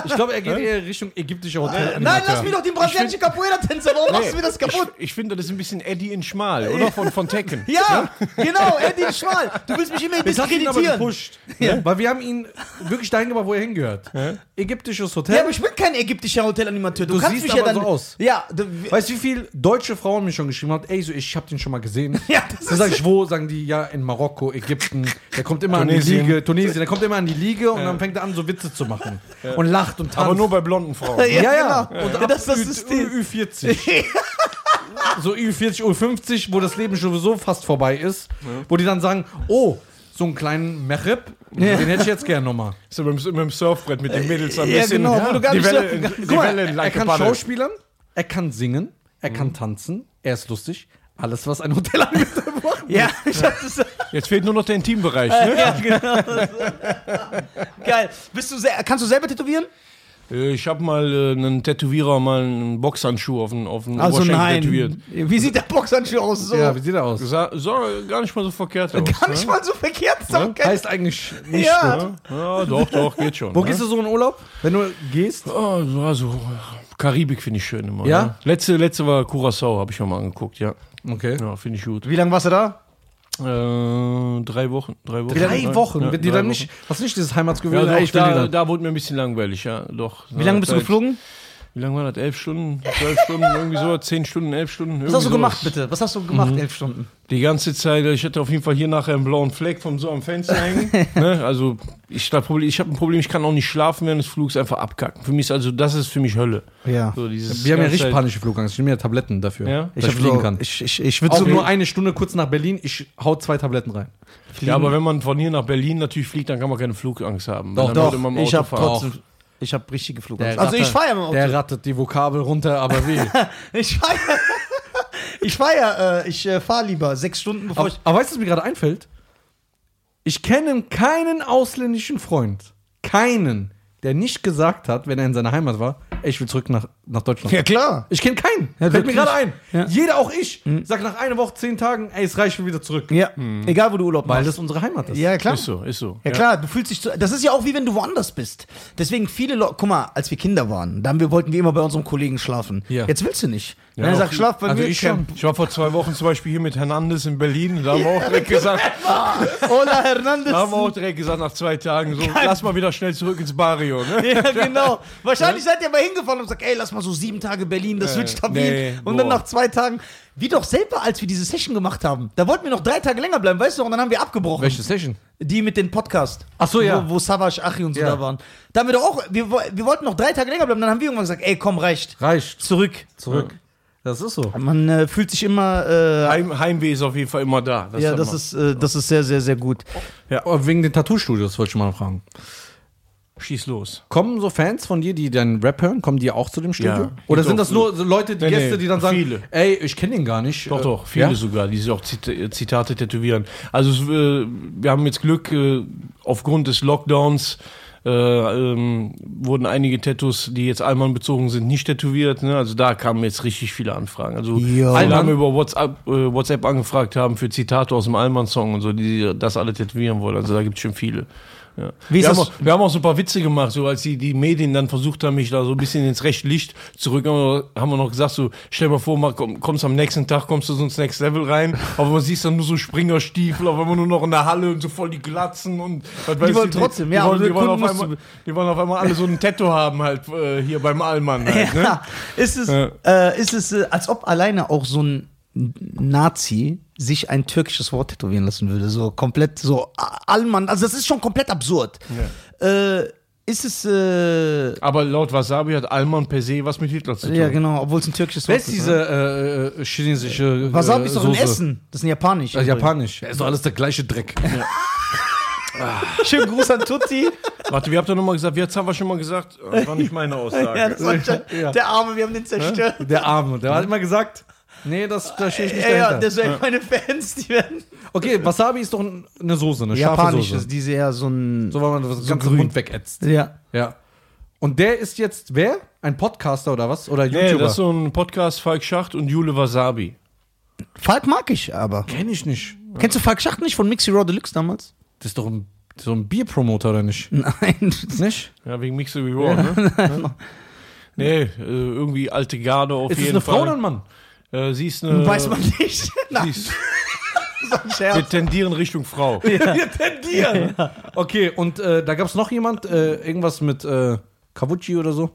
B: Ich glaube, er geht eher Richtung ägyptischer Hotel.
A: Nein, lass mich doch den brasilianischen Capoeira-Tänzer. Warum machst du mir das kaputt?
C: Ich, ich finde, das ist ein bisschen Eddie in Schmal, oder? Von, von Tekken.
A: Ja, genau, Eddie Schmal. Du willst mich immer
B: Das hat ihn aber
A: diskreditieren.
B: gepusht. Ne? Weil wir haben ihn wirklich dahin gebracht, wo er hingehört. Ägyptisches Hotel.
A: Ja, aber ich bin kein ägyptischer Hotelanimateur. Du,
B: Du
A: kannst
B: siehst
A: mich ja
B: aber
A: dann
B: so aus.
A: Ja, du,
B: Weißt du, wie viele deutsche Frauen mir schon geschrieben haben? Ey, so, ich hab den schon mal gesehen.
A: Ja, das
B: Dann sag ich, wo? Sagen die, ja, in Marokko, Ägypten. Der kommt immer an
C: Tunesien.
B: die Liege. Tunesien. Der kommt immer an die Liege und dann fängt er an, so Witze zu machen. Und lacht und tanzt.
C: Aber nur bei blonden Frauen. ne?
B: ja, ja.
A: Genau.
B: Und
A: ja, das ist das System.
B: Ü40. so Ü40, Ü50, wo das Leben sowieso fast vorbei ist. Wo die dann sagen, oh, so einen kleinen Mechib, den hätte ich jetzt gerne nochmal.
C: So mit, dem- mit dem Surfbrett, mit den Mädels ein
A: ja,
C: bisschen.
A: genau, wo du gar
C: die
A: nicht
C: Welle,
A: surfen
C: in- die
B: Guck mal,
C: Welle in
B: er
C: Leike
B: kann
C: paddeln.
B: schauspielern, er kann singen, er kann tanzen, er ist lustig, Alles, was ein Hotelanbieter braucht.
A: Ja, ich hatte es.
C: Jetzt fehlt nur noch der Intimbereich. Ne?
A: Ja, genau. Geil. Bist du sehr, kannst du selber tätowieren?
C: Äh, Ich habe mal äh, einen Tätowierer mal einen Boxhandschuh auf den, auf den
A: Also
C: Oberschenkel tätowiert.
A: Wie sieht der Boxhandschuh aus? So.
B: Ja, wie sieht er aus?
C: Sah, sah gar nicht mal so verkehrt aus.
A: Gar nicht
C: ne?
A: mal so verkehrt. Ist doch geil.
B: Heißt eigentlich nicht
A: Ja.
B: gut.
C: Ja, doch, doch, geht schon.
B: Wo
C: ne?
B: gehst du so in Urlaub? Wenn du gehst?
C: Oh, so- also, Karibik finde ich schön immer.
B: Ja?
C: Ne? Letzte, letzte war Curacao, habe ich noch mal angeguckt, ja.
B: Okay.
C: Ja, finde ich gut.
A: Wie lange warst du da?
C: Äh, drei Wochen. Drei Wochen.
B: Drei Wochen.
C: Ja,
B: Wenn die
C: drei
B: dann nicht, hast du nicht dieses Heimatsgefühl?
C: Ja,
B: ey,
C: doch,
B: ich will die
C: da,
B: dann.
C: da wurde mir ein bisschen langweilig, ja, doch.
A: Wie lange bist du geflogen?
C: Wie lange war das? Elf Stunden? Zwölf Stunden? Irgendwie so? Zehn Stunden? Elf Stunden?
A: Was hast du gemacht, bitte? Was hast du gemacht, elf Stunden?
C: Die ganze Zeit, ich hatte auf jeden Fall hier nachher einen blauen Fleck vom so am Fenster hängen. ne? Also ich, da Problem- ich habe ein Problem, ich kann auch nicht schlafen während des Flugs, einfach abkacken. Für mich ist also, das ist für mich Hölle.
A: Ja.
C: So dieses
B: Wir haben ja
C: ganze
B: richtig
C: Zeit-
B: panische Flugangst. Ich nehme ja Tabletten dafür,
C: Ja?
B: dass ich, fliegen kann.
A: Ich, ich, ich würde
B: Auch
A: so
B: nur eine Stunde kurz nach Berlin. Ich hau zwei Tabletten rein.
C: Ja, aber wenn man von hier nach Berlin natürlich fliegt, dann kann man keine Flugangst haben.
B: Doch,
C: Weil dann
A: Doch,
C: würde man im
A: ich
C: Auto
A: habe
C: fahren.
A: trotzdem. Ich habe richtige Flugangst.
B: Der
A: Also ich
B: Ratte-
A: fahre ja mit dem Auto.
B: Der rattet die Vokabel runter, aber wie?
A: Ich fahre ja, ich fahre ja, äh, ich äh, fahre lieber sechs Stunden, bevor
B: aber,
A: ich.
B: aber weißt du, was mir gerade einfällt? Ich kenne keinen ausländischen Freund. Keinen, der nicht gesagt hat, wenn er in seiner Heimat war, ey, ich will zurück nach, nach Deutschland.
A: klar.
B: Ich kenne keinen.
A: Ja,
B: Fällt mir
A: wirklich.
B: gerade ein.
A: Ja.
B: Jeder, auch ich, sagt nach einer Woche, zehn Tagen, ey, es reicht, ich will wieder zurück.
A: Ja, egal wo du Urlaub
B: Weil
A: machst.
B: das unsere Heimat ist.
A: Ja, klar.
C: Ist so, ist so.
A: Ja, klar, du fühlst dich so. Das ist ja auch wie wenn du woanders bist. Deswegen viele Leute, guck mal, als wir Kinder waren, dann wir, wollten wir immer bei unserem Kollegen schlafen.
B: Ja.
A: Jetzt willst du nicht. Wenn er
C: doch.
A: sagt, schlaf bei
B: Also
A: mir.
B: ich
A: Camp.
C: Ich war vor zwei Wochen zum Beispiel hier mit Hernandez in Berlin, da haben wir auch direkt gesagt,
A: Hola
C: da haben wir
A: Hernandez.
C: auch direkt gesagt nach zwei Tagen, so, lass mal wieder schnell zurück ins Barrio. Ne?
A: ja, genau. Wahrscheinlich seid ihr mal hingefahren und sagt, ey, lass mal so sieben Tage Berlin, das wird
C: Äh,
A: stabil.
C: nee,
A: und dann
C: boah.
A: nach zwei Tagen, wie doch selber, als wir diese Session gemacht haben, da wollten wir noch drei Tage länger bleiben, weißt du, und dann haben wir abgebrochen.
B: Welche Session?
A: Die mit dem Podcast.
B: Ach so, ja.
A: Wo, wo Savas, Achi und so
B: Ja.
A: da waren. Da haben wir doch auch, wir, wo- wir wollten noch drei Tage länger bleiben, dann haben wir irgendwann gesagt, ey, komm, reicht.
B: Reicht.
A: Zurück.
B: Zurück. Das ist so.
A: Man äh, fühlt sich immer, äh,
C: Heim, Heimweh ist auf jeden Fall immer da.
A: ja,
C: hat
A: das
C: man.
A: ist, äh, das ist sehr, sehr, sehr gut.
B: Aber wegen den Tattoo-Studios wollte ich mal fragen.
C: Schieß los.
B: Kommen so Fans von dir, die deinen Rap hören, kommen die auch zu dem Studio?
C: Ja.
B: Oder
C: Doch.
B: sind das nur so Leute, die
C: Nee,
B: Gäste,
C: nee,
B: die dann sagen,
C: viele.
B: ey, ich kenne ihn gar nicht?
C: Doch,
B: Äh,
C: doch, viele
B: ja?
C: sogar, die sich auch Zit äh, Zitate tätowieren. Also es, äh, wir haben jetzt Glück, äh, aufgrund des Lockdowns äh, ähm, wurden einige Tattoos, die jetzt Alman bezogen sind, nicht tätowiert. Ne? Also da kamen jetzt richtig viele Anfragen. Also
A: Jo.
C: alle haben
B: Alman?
C: über WhatsApp, äh, WhatsApp angefragt haben für Zitate aus dem Alman-Song und so, die das alle tätowieren wollen. Also da gibt es schon viele. Ja.
A: Wie ist
C: wir, haben
A: das-
C: auch, wir haben auch so ein paar Witze gemacht, so als die, die Medien dann versucht haben, mich da so ein bisschen ins rechte Licht zurück, haben wir, haben wir noch gesagt, so stell mal vor, mal komm, kommst am nächsten Tag, kommst du so ins Next Level rein, aber man siehst dann nur so Springerstiefel, auf einmal nur noch in der Halle und so voll die Glatzen und was weiß
A: wollen
C: ich,
A: trotzdem,
C: die,
A: ja,
C: die, wollen,
A: unsere
C: die, wollen auf
A: Kunden musst
C: einmal, die wollen auf einmal alle so ein Tattoo haben halt äh, hier beim Allmann halt, ne?
A: Ja, Äh, ist es,
C: Ja.
A: äh, ist es äh, als ob alleine auch so ein Nazi sich ein türkisches Wort tätowieren lassen würde. So komplett, so A- Allmann. Also, das ist schon komplett absurd. Äh, ist es, äh,
C: Aber laut Wasabi hat Allmann per se was mit Hitler zu tun.
A: ja, genau, obwohl es ein türkisches
B: Wer
A: Wort ne?
B: ist diese äh, äh, chinesische.
A: Wasabi
B: äh,
A: ist doch in
B: Soße?
A: Essen. Das ist ein japanisch.
B: Äh, Japanisch. Ja, Ist doch alles der gleiche Dreck.
A: Schönen Gruß an Tutti.
C: Warte, wie habt ihr nochmal gesagt? Jetzt haben wir schon mal gesagt, das war nicht meine Aussage.
A: Ja, das war schon,
B: Ja.
A: Der Arme, wir haben den zerstört.
B: der Arme. Der hat immer gesagt, Hm? Äh, nee, das, da stehe ich nicht
A: Ja, ja,
B: dahinter.
A: deswegen meine Fans, die werden.
B: okay, Wasabi ist doch ein- eine Soße, eine scharfe
A: Japanisch
B: Soße.
A: ist diese eher so ein.
B: So, wenn man das ganze
A: grün.
B: Mund wegätzt.
A: Ja.
B: Ja. Und der ist jetzt wer? Ein Podcaster oder was? Oder YouTuber?
C: Nee, das ist so ein Podcast, Falk Schacht und Jule Wasabi.
A: Falk mag ich aber.
B: Kenn ich nicht.
A: Kennst du Falk Schacht nicht von Mixi Raw Deluxe damals?
B: Das ist doch ein, so ein Bierpromoter, oder nicht?
A: Nein.
B: Nicht?
C: Ja, wegen Mixed We Raw, ne? nee, äh, irgendwie alte Garde auf
B: Ist es
C: jeden
B: eine Frau oder
C: Fall.
B: ein Mann?
C: Äh, sie ist eine.
A: Weiß man nicht.
C: Sie
A: Nein,
C: ist,
A: das ist ein
C: wir
A: Scherz.
C: tendieren Richtung Frau.
B: Wir tendieren. Okay, und äh, da gab es noch jemand, äh, irgendwas mit äh, Kavuchi oder so?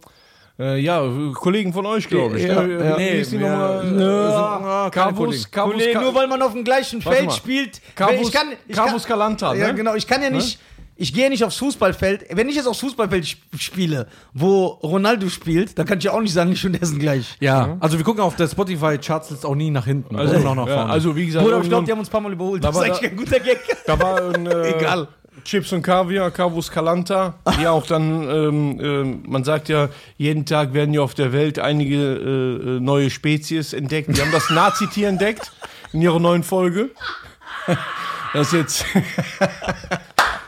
C: Äh, ja, äh, Kollegen von euch, glaube ich.
B: Ja,
C: ne?
B: ja.
C: Wie hieß die
B: Nee,
C: nochmal?
B: wir-
C: Äh,
B: sind- ah, keine Kollegen.
C: Kavus, Kavus,
A: Kollege,
C: Ka-
A: nur weil man auf dem gleichen
C: Warte
A: Feld
C: mal.
A: spielt.
C: Kavus,
A: ich kann, ich
C: Kavus
A: kann,
C: Kalanta, ne?
A: ja, genau. Ich kann ja nicht. Ich gehe nicht aufs Fußballfeld. Wenn ich jetzt aufs Fußballfeld sp- spiele, wo Ronaldo spielt, dann kann ich ja auch nicht sagen, ich und er sind gleich.
B: Ja, also wir gucken auf der Spotify-Charts jetzt auch nie nach hinten.
C: Also,
B: sondern auch nach
C: ja,
B: vorne.
C: also wie gesagt,
A: Bruder, ich glaube, die
C: irgendwann-
A: haben uns ein paar Mal überholt.
C: Da
A: Das ist
C: war
A: eigentlich
C: da-
A: kein guter Gag.
C: da war ein, äh,
A: Egal.
C: Chips und Kaviar, Kavus Kalanta, die auch dann, ähm, ähm, man sagt ja, jeden Tag werden ja auf der Welt einige äh, äh, neue Spezies entdeckt. Die haben das Nazitier entdeckt. in ihrer neuen Folge. Das jetzt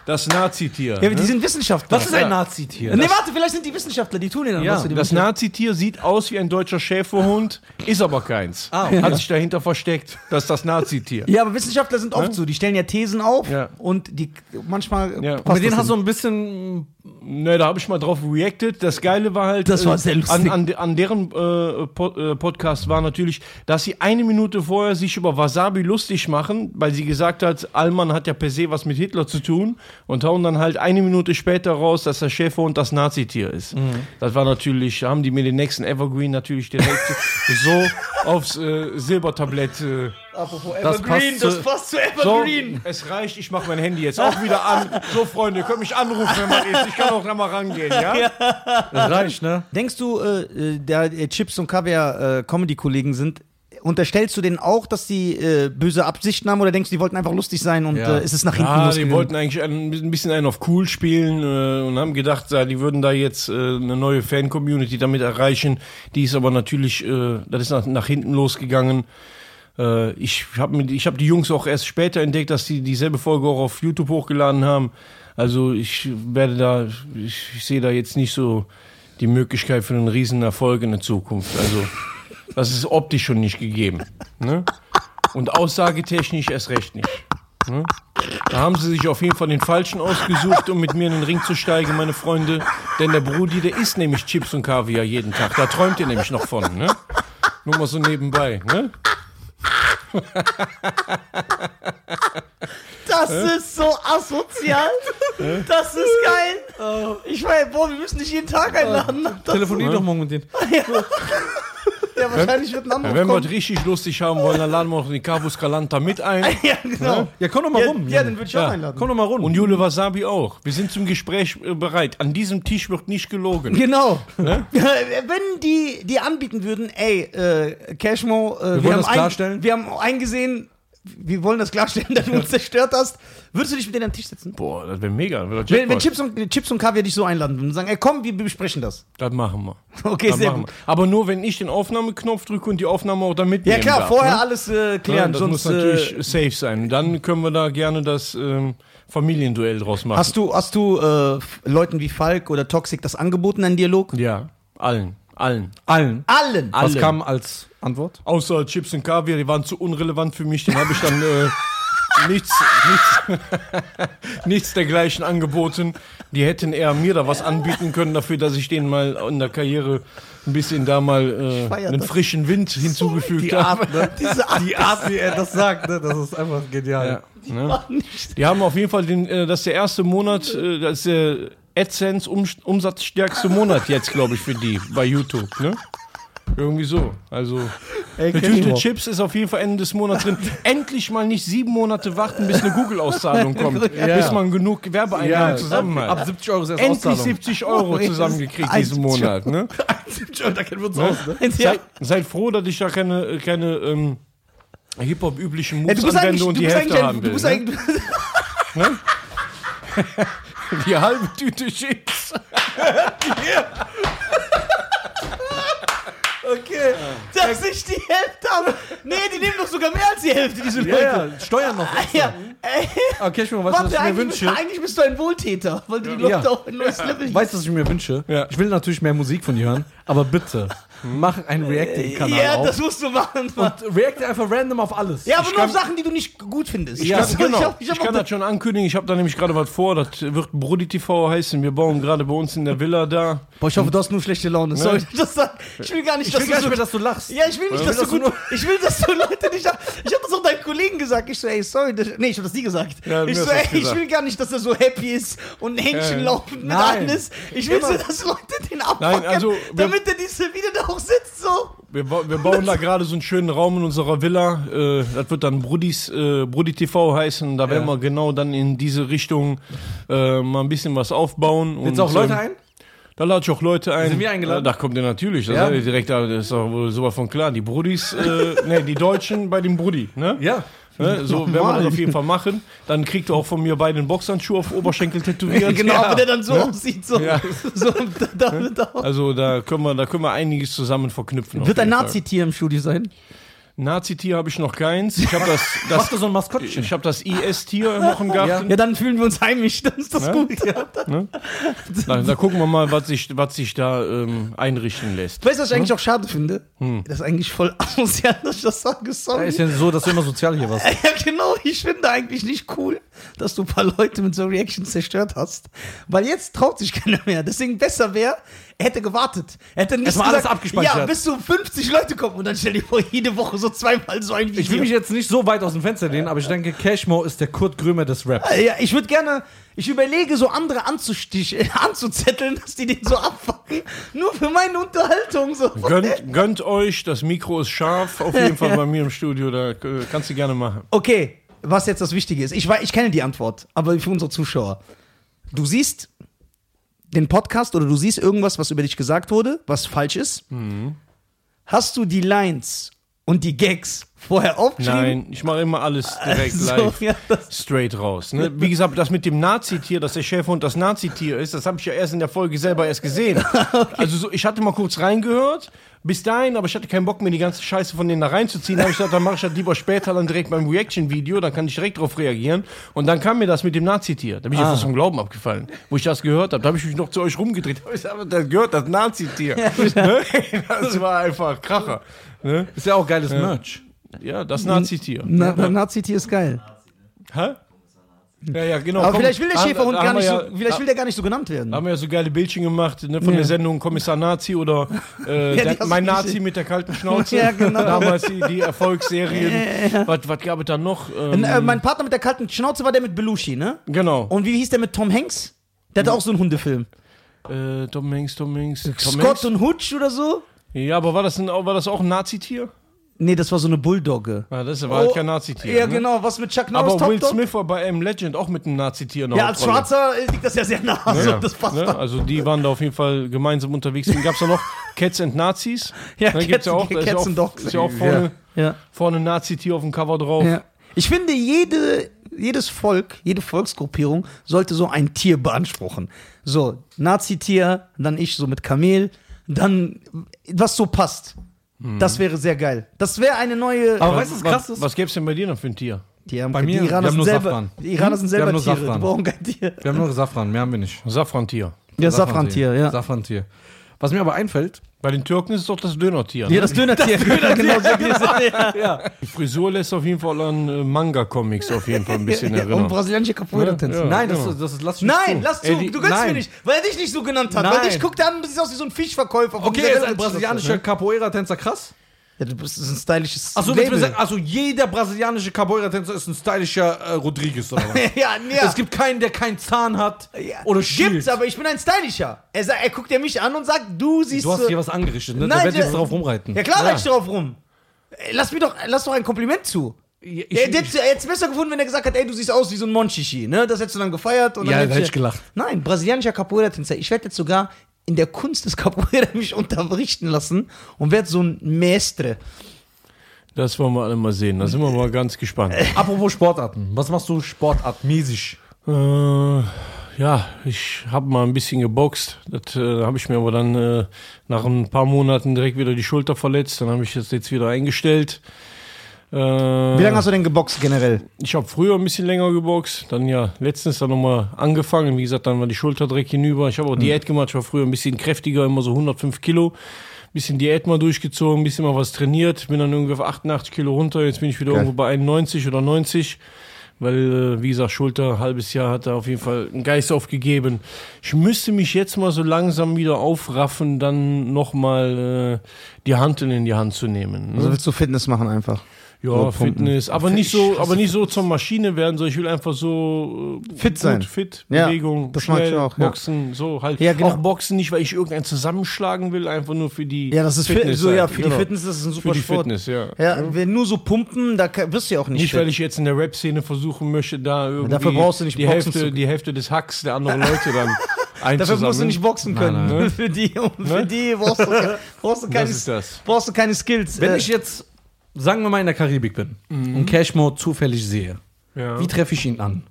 C: das Nazi-Tier.
A: Ja, die sind Wissenschaftler.
B: Was ist ein Nazi-Tier?
A: Nee, warte, vielleicht sind die Wissenschaftler, die tun ja dann was.
C: Ja,
A: für die
C: das
A: Wissenschaft-
C: Nazitier sieht aus wie ein deutscher Schäferhund, ist aber keins. Hat sich dahinter versteckt. Das ist das Nazitier.
A: ja, aber Wissenschaftler sind
B: Ne?
A: oft so, die stellen ja Thesen auf
C: Ja.
A: und die manchmal äh,
C: Ja.
A: ja.
B: Mit denen hast du ein bisschen
C: Ne, da habe ich mal drauf reacted. Das Geile war halt,
A: Das war sehr
C: an,
A: lustig.
C: an, de- an deren äh, Pod, äh, Podcast war natürlich, dass sie eine Minute vorher sich über Wasabi lustig machen, weil sie gesagt hat, Allmann hat ja per se was mit Hitler zu tun und hauen dann halt eine Minute später raus, dass der Schäferhund das Nazitier ist.
A: Mhm.
C: Das war natürlich, haben die mir den nächsten Evergreen natürlich direkt so aufs äh, Silbertablett. Äh,
A: Apropos
B: Das passt zu-
A: passt zu
C: so, es reicht, ich mache mein Handy jetzt auch wieder an. So, Freunde, könnt mich anrufen, wenn man ist. Ich kann auch da mal rangehen, ja?
B: das reicht, ne?
A: Denkst du, äh, äh, da äh, Chips und Kaviar äh, Comedy-Kollegen sind, unterstellst du denen auch, dass die äh, böse Absichten haben oder denkst du, die wollten einfach lustig sein und
B: Ja.
A: äh, ist es nach hinten
C: Ja, Ah, die
A: losgegangen?
C: wollten eigentlich ein, ein bisschen einen auf cool spielen äh, und haben gedacht, ja, die würden da jetzt äh, eine neue Fan-Community damit erreichen. Die ist aber natürlich, äh, das ist nach, nach hinten losgegangen. Äh, ich habe ich hab die Jungs auch erst später entdeckt, dass die dieselbe Folge auch auf YouTube hochgeladen haben. Also ich werde da, ich, ich sehe da jetzt nicht so die Möglichkeit für einen riesen Erfolg in der Zukunft. Also das ist optisch schon nicht gegeben. Ne? Und aussagetechnisch erst recht nicht. Da haben sie sich auf jeden Fall den Falschen ausgesucht, um mit mir in den Ring zu steigen, meine Freunde. Denn der Brudi, der isst nämlich Chips und Kaviar jeden Tag. Da träumt ihr nämlich noch von, ne? Nur mal so nebenbei, ne?
A: Das ist so asozial. das ist geil. Ich meine, boah, wir müssen nicht jeden Tag einladen. Das,
B: Oh. Äh, Telefonier doch morgen mit denen.
A: ja, wahrscheinlich wird ein Anruf
C: Wenn wir
A: kommen.
C: es richtig lustig haben wollen, dann laden wir noch den Cavus Calanta mit ein.
A: Ja, genau.
B: Ja, komm doch mal
A: Ja,
B: rum.
A: ja,
B: Jan.
A: dann würde ich
C: Ja,
A: auch einladen.
B: komm doch mal rum.
C: Und Jule Wasabi auch. Wir sind zum Gespräch äh, bereit. An diesem Tisch wird nicht gelogen.
A: Genau. Wenn die, die anbieten würden, ey, äh, Cashmo, äh, wir,
B: wollen
A: haben
B: das klarstellen.
A: wir haben eingesehen, wir wollen das klarstellen, dass du uns zerstört hast. Würdest du dich mit denen am Tisch setzen?
C: Boah, das wäre mega. Das, wär
A: Wenn, wenn
C: Jackpot.
A: Chips, und, Chips und Kaviar dich so einladen würden und sagen, ey, komm, wir besprechen das.
C: das machen wir.
A: Okay,
C: Das
A: sehr
C: machen
A: gut.
C: wir. Aber nur, wenn ich den Aufnahmeknopf drücke und die Aufnahme auch dann
A: Ja
C: mitnehmen
A: klar,
C: darf,
A: vorher
C: ne?
A: alles äh,
C: Ja,
A: klären,
C: das
A: sonst.
C: muss natürlich
A: Äh,
C: safe sein. Dann können wir da gerne das ähm, Familienduell draus machen.
A: hast du, hast du äh, F- Leuten wie Falk oder Toxic das angeboten, einen Dialog?
C: ja, allen. Allen.
B: Allen.
A: Allen.
B: Was
A: Alle.
B: kam als Antwort?
C: Außer Chips und Kaviar, die waren zu unrelevant für mich. Den habe ich dann äh, nichts, nichts, nichts dergleichen angeboten. Die hätten eher mir da was anbieten können, dafür, dass ich denen mal in der Karriere ein bisschen da mal äh,
A: feier
C: einen
A: das.
C: frischen Wind hinzugefügt habe.
A: Diese Art.
B: Die Art, wie er das sagt, ne? das ist einfach genial.
C: Die haben auf jeden Fall den, äh, das ist der erste Monat, äh, das ist der AdSense um, umsatzstärkste Monat jetzt, glaube ich, für die bei YouTube, ne? Irgendwie so. Also,
A: Ey,
C: eine Tüte
A: Cashmo.
C: Chips ist auf jeden Fall Ende des Monats drin. Endlich mal nicht sieben Monate warten, bis eine Google-Auszahlung kommt.
B: Ja.
C: Bis man genug Werbeeinnahmen zusammen hat.
B: Ab 70 Euro ist erst
C: Endlich
B: Auszahlung.
C: 70 Euro zusammengekriegt diesen Monat, ne?
B: da kennen wir uns aus, ne?
A: Ja.
C: Seid, seid froh, dass ich da keine, keine ähm, Hip-Hop-üblichen
A: Ey,
C: Moves
A: du bist eigentlich,
C: anwende
A: du
C: und die
A: bist
C: Hälfte
A: eigentlich,
C: haben
A: ein,
C: will.
A: du bist
C: ne?
A: eigentlich,
C: Die halbe Tüte Chips.
A: Okay.
B: Ah.
A: Dass ich die Hälfte habe. Nee, die nehmen doch sogar mehr als die Hälfte, diese Leute.
B: Ja, ja, Steuern noch.
A: Ja, ey,
B: Okay, ich mir, weißt du,
A: warte,
B: was ich mir
A: eigentlich bist,
B: wünsche?
A: eigentlich bist du ein Wohltäter, weil du die
B: Ja.
A: Leute auf ein neues Level
B: Weißt du, was ich mir wünsche?
C: Ja.
B: Ich will natürlich mehr Musik von dir hören, aber bitte, mach einen Reacting-Kanal
A: Ja, das
B: auf
A: musst du machen. Mann.
B: und reacte einfach random auf alles.
A: Ja, aber nur
C: kann-
A: auf Sachen, die du nicht gut findest.
C: Ja,
A: Das-
C: genau. Ich,
A: hab- hab
C: kann
A: auch-
C: das schon ankündigen. Ich habe da nämlich gerade was vor. Das wird Brudi TV heißen. Wir bauen gerade bei uns in der Villa da.
A: Boah, ich hoffe, du hast nur schlechte Laune. Soll ich das sagen? Ich will gar nicht,
B: Ne? ich will gar
A: du
B: nicht
A: so
B: mehr, dass du lachst.
A: Ja, ich will nicht, dass du
B: will, dass du
A: gut. Ich will, dass du Leute nicht. Ich hab das auch deinen Kollegen gesagt. Ich so, ey, sorry. Das, nee, ich hab das nie gesagt.
C: Ja, du
A: ich
C: hast
A: so,
C: das
A: ey, ich
C: gesagt.
A: will gar nicht, dass er so happy ist und ein Händchen
C: Ja.
A: laufend mit
B: Nein.
A: alles. Ich will so,
B: Immer.
A: dass Leute den abpacken,
C: Nein, also, wir-
A: damit er diese wieder da auch sitzt. So.
C: Wir, ba- wir bauen da gerade so einen schönen Raum in unserer Villa. Äh, das wird dann Brudis, äh, Brudi TV heißen. Da werden
B: Ja.
C: wir genau dann in diese Richtung äh, mal ein bisschen was aufbauen. Und,
B: Jetzt auch Leute
C: ähm,
B: ein?
C: Da lade ich auch Leute ein. Äh,
B: Sind wir eingeladen?
C: Da kommt ihr natürlich. Da
B: Ja.
C: seid ihr direkt da. Das ist doch wohl sowas von klar. Die Brudis, äh, ne, die Deutschen bei dem Brudi, ne?
B: Ja.
C: Ne, so werden wir das auf jeden Fall machen. Dann kriegt er auch von mir beide einen Boxhandschuh auf Oberschenkel tätowiert.
A: genau,
C: Ja.
A: aber der dann so aussieht. So.
C: Ja.
A: so da, damit auch.
C: Also da können wir, da können wir einiges zusammen verknüpfen. auf
A: Wird ein
C: jeden Fall.
A: Nazi-Tier im Studio sein?
C: Nazi-Tier habe ich noch keins. Ich habe das, das,
B: du so ein Maskottchen?
C: ich hab das IS-Tier noch im Garten.
A: Ja, dann fühlen wir uns heimisch, dann ist das
C: Ne?
A: gut.
C: Da, da gucken wir mal, was sich, was sich da ähm, einrichten lässt.
A: Weißt du, was ich eigentlich auch schade finde?
C: Hm.
A: Das ist eigentlich voll asozial, dass ich das sage,
B: Ja,
A: sorry.
B: ist ja so, dass du immer sozial hier warst.
A: Ja, genau. Ich finde eigentlich nicht cool, dass du ein paar Leute mit so Reactions zerstört hast. Weil jetzt traut sich keiner mehr. Deswegen besser wäre, er hätte gewartet. Er hätte nicht
B: Es war
A: gesagt,
B: alles abgespeichert.
A: Ja, bis zu 50 Leute kommen und dann stell dir vor, jede Woche so zweimal so ein Video.
B: Ich will mich jetzt nicht so weit aus dem Fenster lehnen, aber ich denke, Cashmo ist der Kurt Grömer des Raps.
A: ja, ich würde gerne, ich überlege, so andere anzustich, äh, anzuzetteln, dass die den so abfacken. Nur für meine Unterhaltung. So.
C: Gönnt, gönnt euch, das Mikro ist scharf, auf jeden Fall bei mir im Studio, da äh, kannst du gerne machen.
A: Okay, was jetzt das Wichtige ist. Ich, wei- ich kenne die Antwort, aber für unsere Zuschauer. Du siehst den Podcast oder du siehst irgendwas, was über dich gesagt wurde, was falsch ist.
C: Mhm.
A: Hast du die Lines und die Gags vorher aufgeschrieben?
C: Nein, ich mache immer alles direkt
A: So,
C: live.
A: ja, das-
C: Straight raus. Ne? Wie gesagt, das mit dem Nazitier, dass der Schäferhund das Nazitier ist, das habe ich ja erst in der Folge selber erst gesehen. Also so, ich hatte mal kurz reingehört, bis dahin, aber ich hatte keinen Bock, mir die ganze Scheiße von denen da reinzuziehen. Da habe ich gedacht, dann mache ich das lieber später dann direkt beim Reaction-Video, dann kann ich direkt drauf reagieren. Und dann kam mir das mit dem Nazitier. Da bin
A: Ah.
C: ich jetzt fast vom Glauben abgefallen, wo ich das gehört habe. Da habe ich mich noch zu euch rumgedreht. Da hab ich gesagt, das gehört das Nazitier. Ne? Das war einfach Kracher. Ne?
B: Ist ja auch geiles Merch.
C: Ja, das Nazitier.
A: Na, beim Nazi-Tier ist geil.
C: Hä? Ja, ja, genau.
A: Aber
C: Komm,
A: vielleicht will der
C: haben-
A: Schäferhund
C: haben
A: gar
C: wir
A: nicht
C: ja,
A: so, vielleicht will der gar nicht so genannt werden.
C: Haben wir ja so geile Bildchen gemacht ne, von
A: Ja.
C: der Sendung Kommissar Nazi oder
A: Ja,
C: äh,
A: die
C: der,
A: hast du
C: Mein
A: gesehen.
C: Nazi mit der kalten Schnauze.
A: Ja, genau.
C: Damals die, die Erfolgsserien. Was, was gab es da noch? Ähm,
A: Und, äh, mein Partner mit der kalten Schnauze war der mit Belushi, ne?
C: genau.
A: Und wie hieß der mit Tom Hanks? Der hatte auch so einen Hundefilm.
C: äh, Tom Hanks, Tom Hanks. Hm. Tom
A: Scott
C: Hanks.
A: und Hutsch oder so?
C: Ja, aber war das, ein, war das auch ein Nazitier?
A: Nee, das war so eine Bulldogge.
C: Ja, das war halt
A: Oh,
C: kein Nazitier.
A: Ja,
C: ne?
A: genau. Was mit Chuck Norris?
C: Aber Will
A: Top Dog?
C: Smith war bei M Legend auch mit einem Nazitier noch.
A: Ja, als Schwarzer äh, liegt das ja sehr nah. So, das passt
C: ne?
A: dann.
C: Also die waren da auf jeden Fall gemeinsam unterwegs. Dann gab es ja noch Cats and Nazis.
A: Ja,
C: ne, gibt's
A: Cats-
C: auch. Da ist ja
A: Cats
C: auch,
A: and Dogs.
C: Ist ja auch vorne,
A: Ja.
C: vorne ein Nazi-Tier auf dem Cover drauf.
A: ja. Ich finde, jede, jedes Volk, jede Volksgruppierung sollte so ein Tier beanspruchen. So, Nazi-Tier, dann ich so mit Kamel, dann was so passt. Das wäre sehr geil. Das wäre eine neue.
B: Aber weißt du, was krass
C: was
B: ist?
C: was gäb's denn bei dir noch für ein Tier?
A: die, haben,
B: bei mir,
A: die
B: wir haben
A: Iraner sind
B: nur
A: selber,
B: Safran.
A: die Iraner sind
B: Wir
A: selber
B: haben nur
A: Tiere,
B: Safran.
A: die brauchen kein Tier.
B: Wir haben nur Safran, mehr haben wir nicht.
C: Safrantier.
A: Ja, Safran-Tier, ja.
B: Safrantier. Was mir aber einfällt,
C: Bei den Türken ist es doch das Dönertier. Ne?
A: Ja, das Dönertier. genau so diese- ja.
C: Die Frisur lässt auf jeden Fall an äh, Manga-Comics auf jeden Fall ein bisschen
A: Und
C: erinnern.
A: brasilianische Capoeira-Tänze.
C: Ja,
B: nein, das,
C: genau.
B: das, das lass ich nicht
A: Nein,
B: zu.
A: lass zu,
B: Ey, die-
A: du gönnst mir
B: nein.
A: nicht, weil er dich nicht so genannt hat. Weil
B: Nein.
A: dich guckt er an, du siehst aus wie so ein Fischverkäufer. von
B: Okay,
A: dieser
B: ist ein
A: Welt-
B: brasilianischer Capoeira-Tänzer krass?
A: Ja, du bist das ist ein stylisches
B: Achso, willst du
A: Label.
B: mir sagen, also jeder brasilianische Capoeira-Tänzer ist ein stylischer äh, Rodriguez oder was?
A: ja, ja.
B: Es gibt keinen, der keinen Zahn hat
A: ja.
B: oder Schild.
A: Gibt's, aber ich bin ein stylischer. Er, sagt, er guckt ja mich an und sagt, du siehst
B: Du hast
A: so-
B: hier was angerichtet, ne?
A: Nein,
B: da werd
A: ja-
B: jetzt drauf rumreiten.
A: Ja klar, reich ich drauf rum. Ey, Lass mir doch, lass doch ein Kompliment zu.
B: Ich,
A: Der- der hätte es besser gefunden, wenn er gesagt hat, ey, du siehst aus wie so ein Monchichi, ne? Das hättest du dann gefeiert und
B: Ja,
A: dann
B: da hätte ich gelacht.
A: Nein, brasilianischer Capoeira-Tänzer. Ich werde jetzt sogar in der Kunst des Capoeira mich unterrichten lassen und werde so ein Mestre.
C: Das wollen wir alle mal sehen. Da sind wir mal ganz gespannt.
A: Äh.
B: Apropos Sportarten, was machst du sportartmäßig?
C: Äh, ja, ich habe mal ein bisschen geboxt. Das äh, habe ich mir aber dann äh, nach ein paar Monaten direkt wieder die Schulter verletzt. Dann habe ich das jetzt wieder eingestellt. Äh,
A: Wie lange hast du denn geboxt generell?
C: ich habe früher ein bisschen länger geboxt, dann ja letztens dann nochmal angefangen. Wie gesagt, dann war die Schulter direkt hinüber. Ich habe auch Diät gemacht, ich war früher ein bisschen kräftiger, immer so 105 Kilo. Bisschen Diät mal durchgezogen, bisschen mal was trainiert. Bin dann irgendwie auf 88 Kilo runter. Jetzt bin ich wieder irgendwo bei 91 oder 90. Weil, äh, wie gesagt, Schulter, halbes Jahr hat er auf jeden Fall einen Geist aufgegeben. Ich müsste mich jetzt mal so langsam wieder aufraffen, dann nochmal äh, die Hanteln in die Hand zu nehmen. Ne?
B: Hm?
A: Also willst du Fitness machen einfach?
C: Ja,
A: So pumpen.
C: Fitness, aber nicht so, aber nicht so zur Maschine werden, sondern ich will einfach so äh,
A: Fit sein.
C: fit,
A: Ja,
C: Bewegung,
A: das mag
C: schnell,
A: ich auch, ja.
C: Boxen, so halt.
A: Ja, genau.
C: Auch Boxen nicht, weil ich irgendeinen zusammenschlagen will, einfach nur für die
A: Ja, das ist fit, so
C: sein.
A: ja für
C: Genau.
A: die Fitness das ist ein super
C: für die
A: Sport.
C: Fitness, ja.
A: Ja, wenn nur so pumpen, da ka- wirst du ja auch nicht.
C: Nicht, weil
A: fit.
C: ich jetzt in der Rap-Szene versuchen möchte, da irgendwie
A: dafür brauchst du nicht
C: die,
A: boxen zu
C: Hälfte,
A: können.
C: die Hälfte des Hacks der anderen Leute dann
A: Dafür
C: einzusammeln.
A: musst du nicht boxen können. Für die, um, für die brauchst du, brauchst du keine,
C: ist Ne? das.
A: brauchst du keine Skills.
B: Wenn
A: Äh, Mhm.
B: ich jetzt, sagen wir mal, in der Karibik bin und Cashmo zufällig sehe,
C: Ja.
B: wie treffe ich ihn an?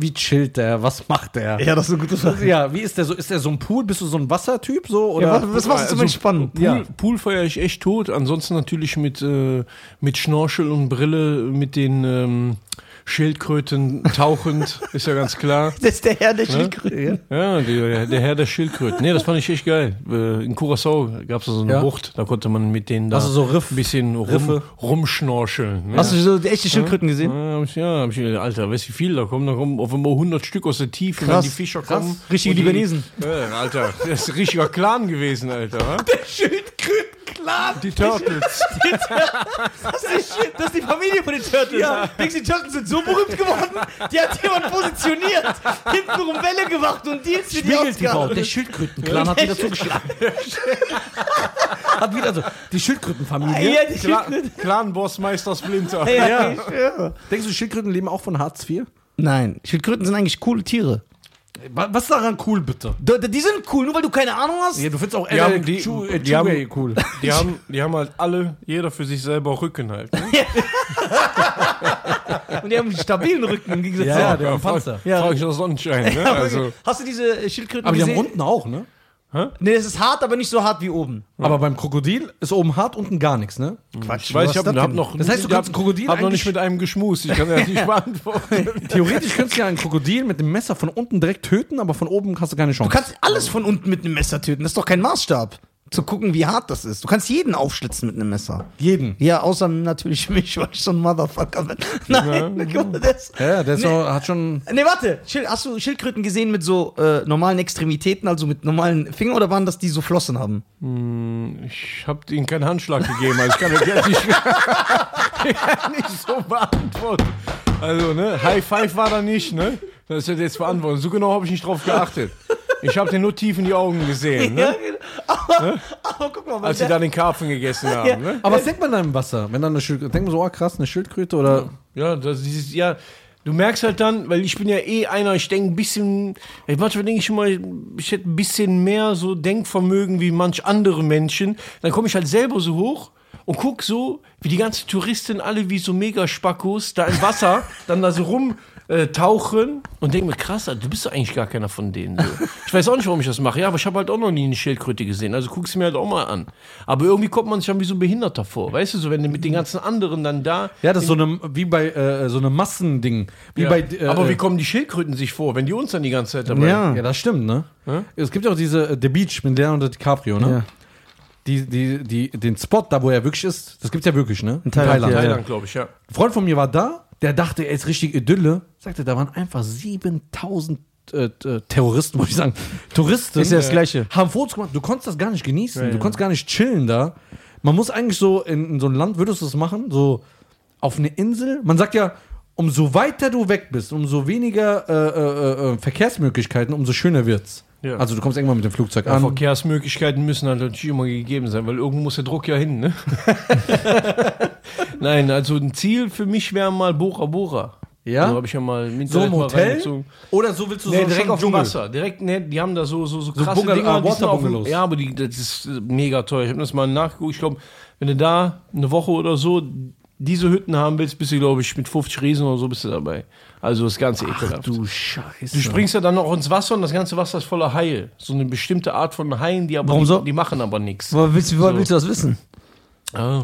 B: wie chillt der, was macht der?
A: Ja, das ist eine gute Frage.
B: Ja, wie ist der so? Ist der so ein Pool? Bist du so ein Wassertyp so? Oder?
A: Ja, was, was machst du zum
C: Also,
A: Entspannen?
C: Pool, Pool feiere ich echt tot. Ansonsten natürlich mit, äh, mit Schnorchel und Brille, mit den ähm, Schildkröten tauchend, ist ja ganz klar.
A: Das ist der Herr der Schildkröten.
C: Ja, der, der Herr der Schildkröten. Nee, das fand ich echt geil. Äh, In Curacao gab es so eine
B: Ja.
C: Bucht, da konnte man mit denen da
B: Also so Riff-
C: ein bisschen rum,
B: Riffe.
C: rumschnorcheln. ne?
A: Hast du so die echte Schildkröten gesehen?
C: Ja, hab ich, ja, hab ich, gedacht, Alter, weißt du, wie viel da kommen? Da kommen auf einmal 100 Stück aus der Tiefe,
A: Krass,
C: wenn die Fischer
A: krass.
C: kommen.
A: Richtige
C: Und die-
A: Libanesen.
C: Ja, Alter, das ist ein richtiger Clan gewesen, Alter. wa?
A: Klar,
C: Die Turtles.
A: das ist, die, das ist die Familie von den Turtles. Ja. Dixie Turtles sind so berühmt geworden, die hat jemand positioniert, hintenrum Welle gemacht und Deals für die
B: Spiegeltv, der
A: Ausgabe.
B: Schildkrötenclan hat wieder zugeschlagen. hat wieder so, die Schildkrötenfamilie.
A: Ja, die
C: Cla-
A: Schildkröten.
C: Clan-Boss-Meister Splinter.
A: ne? Ja, ich schwöre.
B: Denkst du, Schildkröten leben auch von Hartz IV?
A: Nein, Schildkröten sind eigentlich coole Tiere.
B: Wa- Was ist daran cool, bitte?
A: Die, die sind cool, nur weil du keine Ahnung hast.
B: du findest auch
C: Die haben- die-
B: Chew-
C: die haben-
B: Chewie cool.
C: Die haben, die haben halt alle, jeder für sich selber Rücken halt. ne?
A: Und die haben einen stabilen Rücken im Gegensatz
B: Ja,
A: zu-
B: ja, der haben
C: Frau-
B: Panzer.
A: Ja.
C: Frau ich aus Sonnenschein, ne?
A: Ja,
C: Also,
A: wirklich. Hast du diese äh, Schildkröten
B: Aber die haben
A: gesehen?
B: unten auch, ne?
A: Nee, es ist hart, aber nicht so hart wie oben.
B: Aber beim Krokodil ist oben hart, unten gar nichts, ne?
A: Quatsch.
C: Hm. ich weiß,
A: was
C: ich hab,
A: ist das
C: hab
A: denn?
C: noch.
B: Das heißt, du
C: ich
B: kannst
C: hab-
B: ein Krokodil
C: hab noch nicht
B: eigentlich-
C: mit einem geschmust. Ich kann das nicht beantworten.
B: Theoretisch könntest du ja ein Krokodil mit dem Messer von unten direkt töten, aber von oben hast du keine Chance.
A: Du kannst alles von unten mit einem Messer töten. Das ist doch kein Maßstab. Zu gucken, wie hart das ist. Du kannst jeden aufschlitzen mit einem Messer.
B: jeden.
A: Ja, außer natürlich mich, weil ich so ein Motherfucker bin. Nein, guck mal, das.
B: Ja, der ist doch- hat schon.
A: Nee, warte. Schild, hast du Schildkröten gesehen mit so äh, normalen Extremitäten, also mit normalen Fingern, oder waren das die so Flossen haben?
C: Ich hab ihnen keinen Handschlag gegeben, also ich kann das jetzt nicht, ich kann nicht so beantworten. Also, ne, High Five war da nicht, ne? Das ist ja jetzt beantwortet. So genau habe ich nicht drauf geachtet. Ich habe den nur tief in die Augen gesehen, ne?
A: Ja, genau. aber, aber guck mal, weil
C: Als sie
A: der-
C: da den Karpfen gegessen haben,
A: Ja.
C: ne?
B: Aber was denkt man da im Wasser? Wenn dann eine Schildkröte. Denkt man so, oh krass, eine Schildkröte oder.
C: Ja, das ist, ja, du merkst halt dann, weil ich bin ja eh einer, ich denke ein bisschen, ey, manchmal denke ich immer, ich hätte ein bisschen mehr so Denkvermögen wie manch andere Menschen. Dann komme ich halt selber so hoch und guck so, wie die ganzen Touristen alle wie so Megaspackos da im Wasser dann da so rum äh, tauchen und denke mir, krass, Alter, du bist doch eigentlich gar keiner von denen. So. Ich weiß auch nicht, warum ich das mache, ja, aber ich habe halt auch noch nie eine Schildkröte gesehen, also guck sie mir halt auch mal an. Aber irgendwie kommt man sich dann wie so ein Behinderter vor, weißt du, so wenn du mit den ganzen anderen dann da
B: Ja, das ist so eine, wie bei äh, so einem Massending. Wie
C: ja.
B: bei. Äh,
C: aber wie
B: äh,
C: kommen die Schildkröten sich vor, wenn die uns dann die ganze Zeit dabei
A: Ja.
B: Ja, das stimmt, ne? Es gibt ja auch diese äh, The Beach mit Leonardo DiCaprio, ne?
A: Ja.
B: Die, die, die, den Spot, da wo er wirklich ist, das gibt's ja wirklich, ne? In
A: Thailand, ja, ja.
C: Thailand, glaube ich, ja.
B: Ein Freund von mir war da, der dachte, er ist richtig Idylle. Sagte, da waren einfach 7000 äh, äh, Terroristen, muss ich sagen. Touristen. äh,
A: Ist ja das Gleiche.
B: Haben Fotos gemacht. Du konntest das gar nicht genießen. du konntest gar nicht chillen da. Man muss eigentlich so in, in so ein Land, würdest du das machen? So auf eine Insel? Man sagt ja, umso weiter du weg bist, umso weniger äh, äh, äh, Verkehrsmöglichkeiten, umso schöner wird's.
C: Ja.
B: Also du kommst irgendwann mit dem Flugzeug an.
C: Verkehrsmöglichkeiten müssen halt natürlich immer gegeben sein, weil irgendwo muss der Druck ja hin, ne? Nein, also ein Ziel für mich wäre mal Bora Bora.
B: Ja?
C: So habe ich ja mal im
B: so
C: Internet
B: im
C: mal
B: Hotel?
C: reingezogen.
B: Oder so willst du
C: Nee,
B: so
C: direkt
B: schon
C: auf dem
B: Dschungel?
C: Wasser. Direkt, ne, die haben da so, so,
B: So
C: so krasse
B: Bungalow-
C: Dinger.
B: ah,
C: die sind auf dem-
B: Waterbungalows.
C: Ja, aber die, das ist äh, mega teuer. Ich habe das mal nachgeguckt. Ich glaube, wenn du da eine Woche oder so diese Hütten haben willst, bist du, glaube ich, mit 50 Riesen oder so bist du dabei. Also das ganze ekelhaft.
B: Du Oh, Scheiße.
C: Du springst ja dann auch ins Wasser und das ganze Wasser ist voller Haie. So eine bestimmte Art von Haien, die aber
A: Warum
C: die,
A: so?
C: die machen aber nichts.
A: Woher willst, woher willst du das wissen?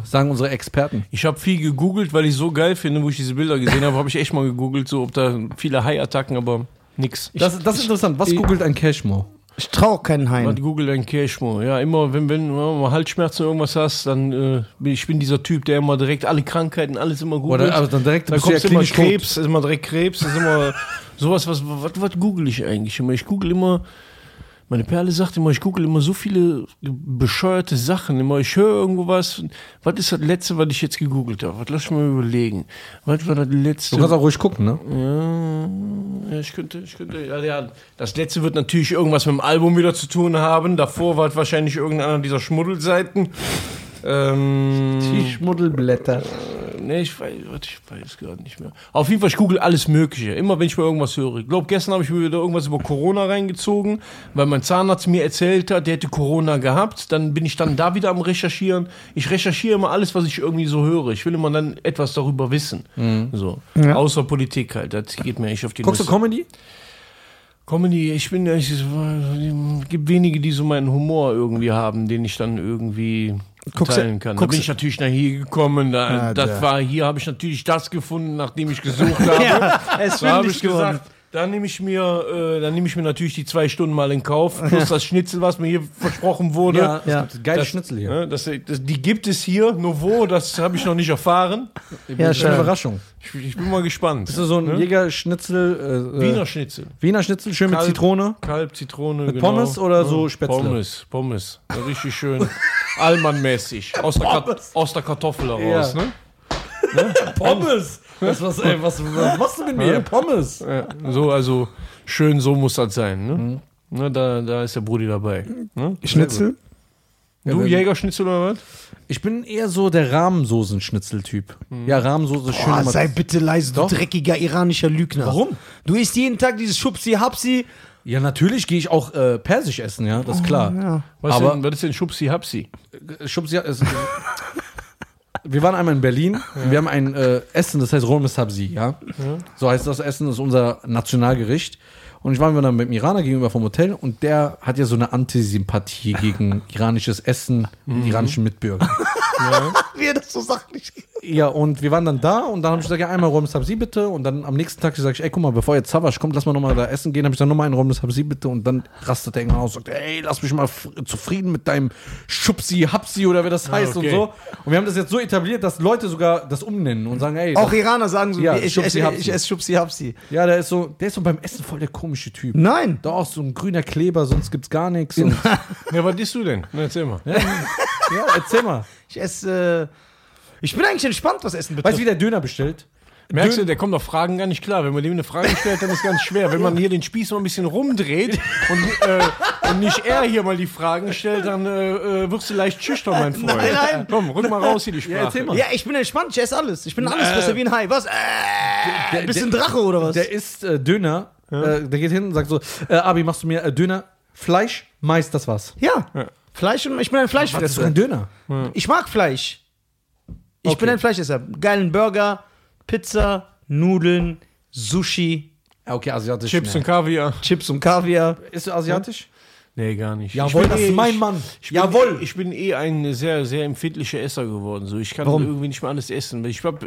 B: Sagen unsere Experten.
C: Ich habe viel gegoogelt, weil ich so geil finde, wo ich diese Bilder gesehen habe, habe ich echt mal gegoogelt, so ob da viele Hai-Attacken, aber nix. Ich
B: Das, das ist interessant. Was googelt ein Cashmo?
A: Ich trau keinen Hain.
C: Google ein Cashmo. Ja, immer, wenn, wenn du mal Halsschmerzen oder irgendwas hast, dann äh, bin ich bin dieser Typ, der immer direkt alle Krankheiten, alles immer googelt.
B: Oder also dann direkt
C: Da
B: bist du
C: kommt
B: ja
C: immer
B: klinisch tot.
C: Krebs, ist immer direkt Krebs, ist immer sowas, was, was, was google ich eigentlich immer? Ich google immer, meine Perle sagt immer, ich google immer so viele bescheuerte Sachen. Immer, ich höre irgendwo was. Was ist das Letzte, was ich jetzt gegoogelt habe? Was lass ich mal überlegen. Was war das Letzte?
B: Du kannst auch ruhig gucken, ne?
C: ja, ich könnte, ich könnte, ja, ja. Das Letzte wird natürlich irgendwas mit dem Album wieder zu tun haben. Davor war es wahrscheinlich irgendeiner dieser Schmuddelseiten. Ähm, äh,
B: Die Schmuddelblätter.
C: nee, ich weiß, warte, ich weiß gerade nicht mehr. Auf jeden Fall, ich google alles Mögliche. Immer, wenn ich mal irgendwas höre. Ich glaube, gestern habe ich mir wieder irgendwas über Corona reingezogen, weil mein Zahnarzt mir erzählt hat, der hätte Corona gehabt. Dann bin ich dann da wieder am Recherchieren. Ich recherchiere immer alles, was ich irgendwie so höre. Ich will immer dann etwas darüber wissen. So. Außer Politik halt. Das geht mir nicht auf die
B: Mhm. Guckst du
C: Nüsse.
B: Comedy?
C: Comedy, ich bin, ich, es gibt wenige, die so meinen Humor irgendwie haben, den ich dann irgendwie
A: Guckst du-
C: teilen kann. Da
A: guckst
C: bin
A: du-
C: ich natürlich nach hier gekommen. Da,
A: Ah,
C: das
A: da.
C: war hier, habe ich natürlich das gefunden, nachdem ich gesucht habe.
A: es
C: da habe ich
A: fündig geworden.
C: gesagt, dann nehme ich mir, äh, dann nehme ich mir natürlich die zwei Stunden mal in Kauf plus das Schnitzel, was mir hier versprochen wurde.
A: Ja.
B: es gibt geile Schnitzel hier.
C: Ne, Das, das, die gibt es hier, nur wo, das habe ich noch nicht erfahren.
A: Ja,
B: Das ist eine
A: schön.
B: Überraschung.
C: Ich, ich bin mal gespannt.
B: Das ist so ein Jägerschnitzel, äh,
C: Wiener
B: äh,
C: Schnitzel.
B: Wiener Schnitzel, schön mit
C: Kalb.
B: Zitrone.
C: Kalb, Zitrone. genau.
B: Mit Pommes oder so Spätzle?
C: Pommes, Pommes. Ja, Richtig schön. Allmannmäßig. Aus, der Kat- aus der Kartoffel heraus,
B: Ja.
C: ne?
B: Pommes! Was, was, ey, was, was machst du mit mir? Pommes!
C: Ja, so, also schön, so muss das sein, ne?
B: Mhm.
C: Na, da, da ist der Brudi dabei. Ne?
A: Schnitzel?
C: Du Jägerschnitzel oder was?
B: Ich bin eher so der Rahmensoßen-Schnitzel-Typ. Ja, Rahmensoße ist schön.
A: Oh,
B: immer-
A: sei bitte leise, du
B: Doch.
A: dreckiger iranischer Lügner.
B: Warum?
A: Du isst jeden Tag dieses Schubsi-Hapsi.
B: ja, natürlich gehe ich auch äh, Persisch essen, ja,
A: Oh,
B: das ist klar.
C: Was,
B: Aber-
C: denn, was ist denn Schubsi Hapsi?
B: Äh, Schubsi, es, wir waren einmal in Berlin. Wir haben ein äh, Essen, das heißt Romes Sabzi, ja? So heißt das Essen, das ist unser Nationalgericht. Und ich war mir dann mit dem Iraner gegenüber vom Hotel und der hat ja so eine Antisympathie gegen iranisches Essen und iranischen Mitbürger.
A: Wie er das so sagt, nicht.
B: Ja, und wir waren dann da und dann habe ich gesagt, ja, einmal Romes Sabzi bitte. Und dann am nächsten Tag sage ich, ey, guck mal, bevor jetzt Savasch kommt, lass mal nochmal da essen gehen. habe ich gesagt, nochmal einen Romes Sabzi bitte. Und dann rastet der irgendwann aus und sagt, ey, lass mich mal f- zufrieden mit deinem Schubsi, Hapsi oder wie das heißt
C: Ah, okay.
B: und so. Und wir haben das jetzt so etabliert, dass Leute sogar das umnennen und sagen, ey,
A: Auch Iraner sagen so,
B: Ja,
A: ich, ich, ich,
B: Schubsi-Hapsi.
A: ich esse Schubsi-Hapsi.
B: ja, der ist so, der ist so beim Essen voll der komische Typ.
A: Nein.
B: Da auch so ein grüner Kleber, sonst gibt's gar nichts. Und,
C: Ja, was isst du denn? Na, erzähl mal.
B: ja, erzähl mal.
A: Ich esse. äh, Ich bin eigentlich entspannt, was Essen betrifft.
B: Weißt du, wie der Döner bestellt?
C: Merkst du, der kommt auf Fragen gar nicht klar. Wenn man dem eine Frage stellt, dann ist ganz schwer. Wenn man hier den Spieß mal ein bisschen rumdreht und, äh, und nicht er hier mal die Fragen stellt, dann äh, äh, wirst du leicht schüchtern, mein Freund.
A: Nein, nein.
C: Komm, rück mal raus hier die Sprache.
B: erzähl mal.
A: ja, ich bin entspannt, ich esse alles. Ich bin alles besser wie ein Hai. Was? Äh,
B: der-
A: bisschen Drache oder was?
B: Der isst äh, Döner. Äh, der geht hin und sagt so: äh, Abi, machst du mir äh, Döner, Fleisch, Mais, das war's.
A: ja. Fleisch und ich bin ein
B: Das ist
A: Fleischfresser.
B: kein Döner.
A: Ich mag Fleisch. Ich bin ein Fleischesser. Geilen Burger, Pizza, Nudeln, Sushi,
B: Ja, okay, asiatisch.
C: Chips
B: ne.
C: und Kaviar.
A: Chips und Kaviar.
B: Ist du asiatisch?
C: Nee, gar nicht.
B: Jawohl,
C: Ich bin
B: das
C: eh-
B: ist mein Mann.
C: Ich bin,
B: Jawohl.
C: Ich bin eh ein sehr, sehr empfindlicher Esser geworden. So, ich kann irgendwie nicht mehr alles essen. weil Ich hab,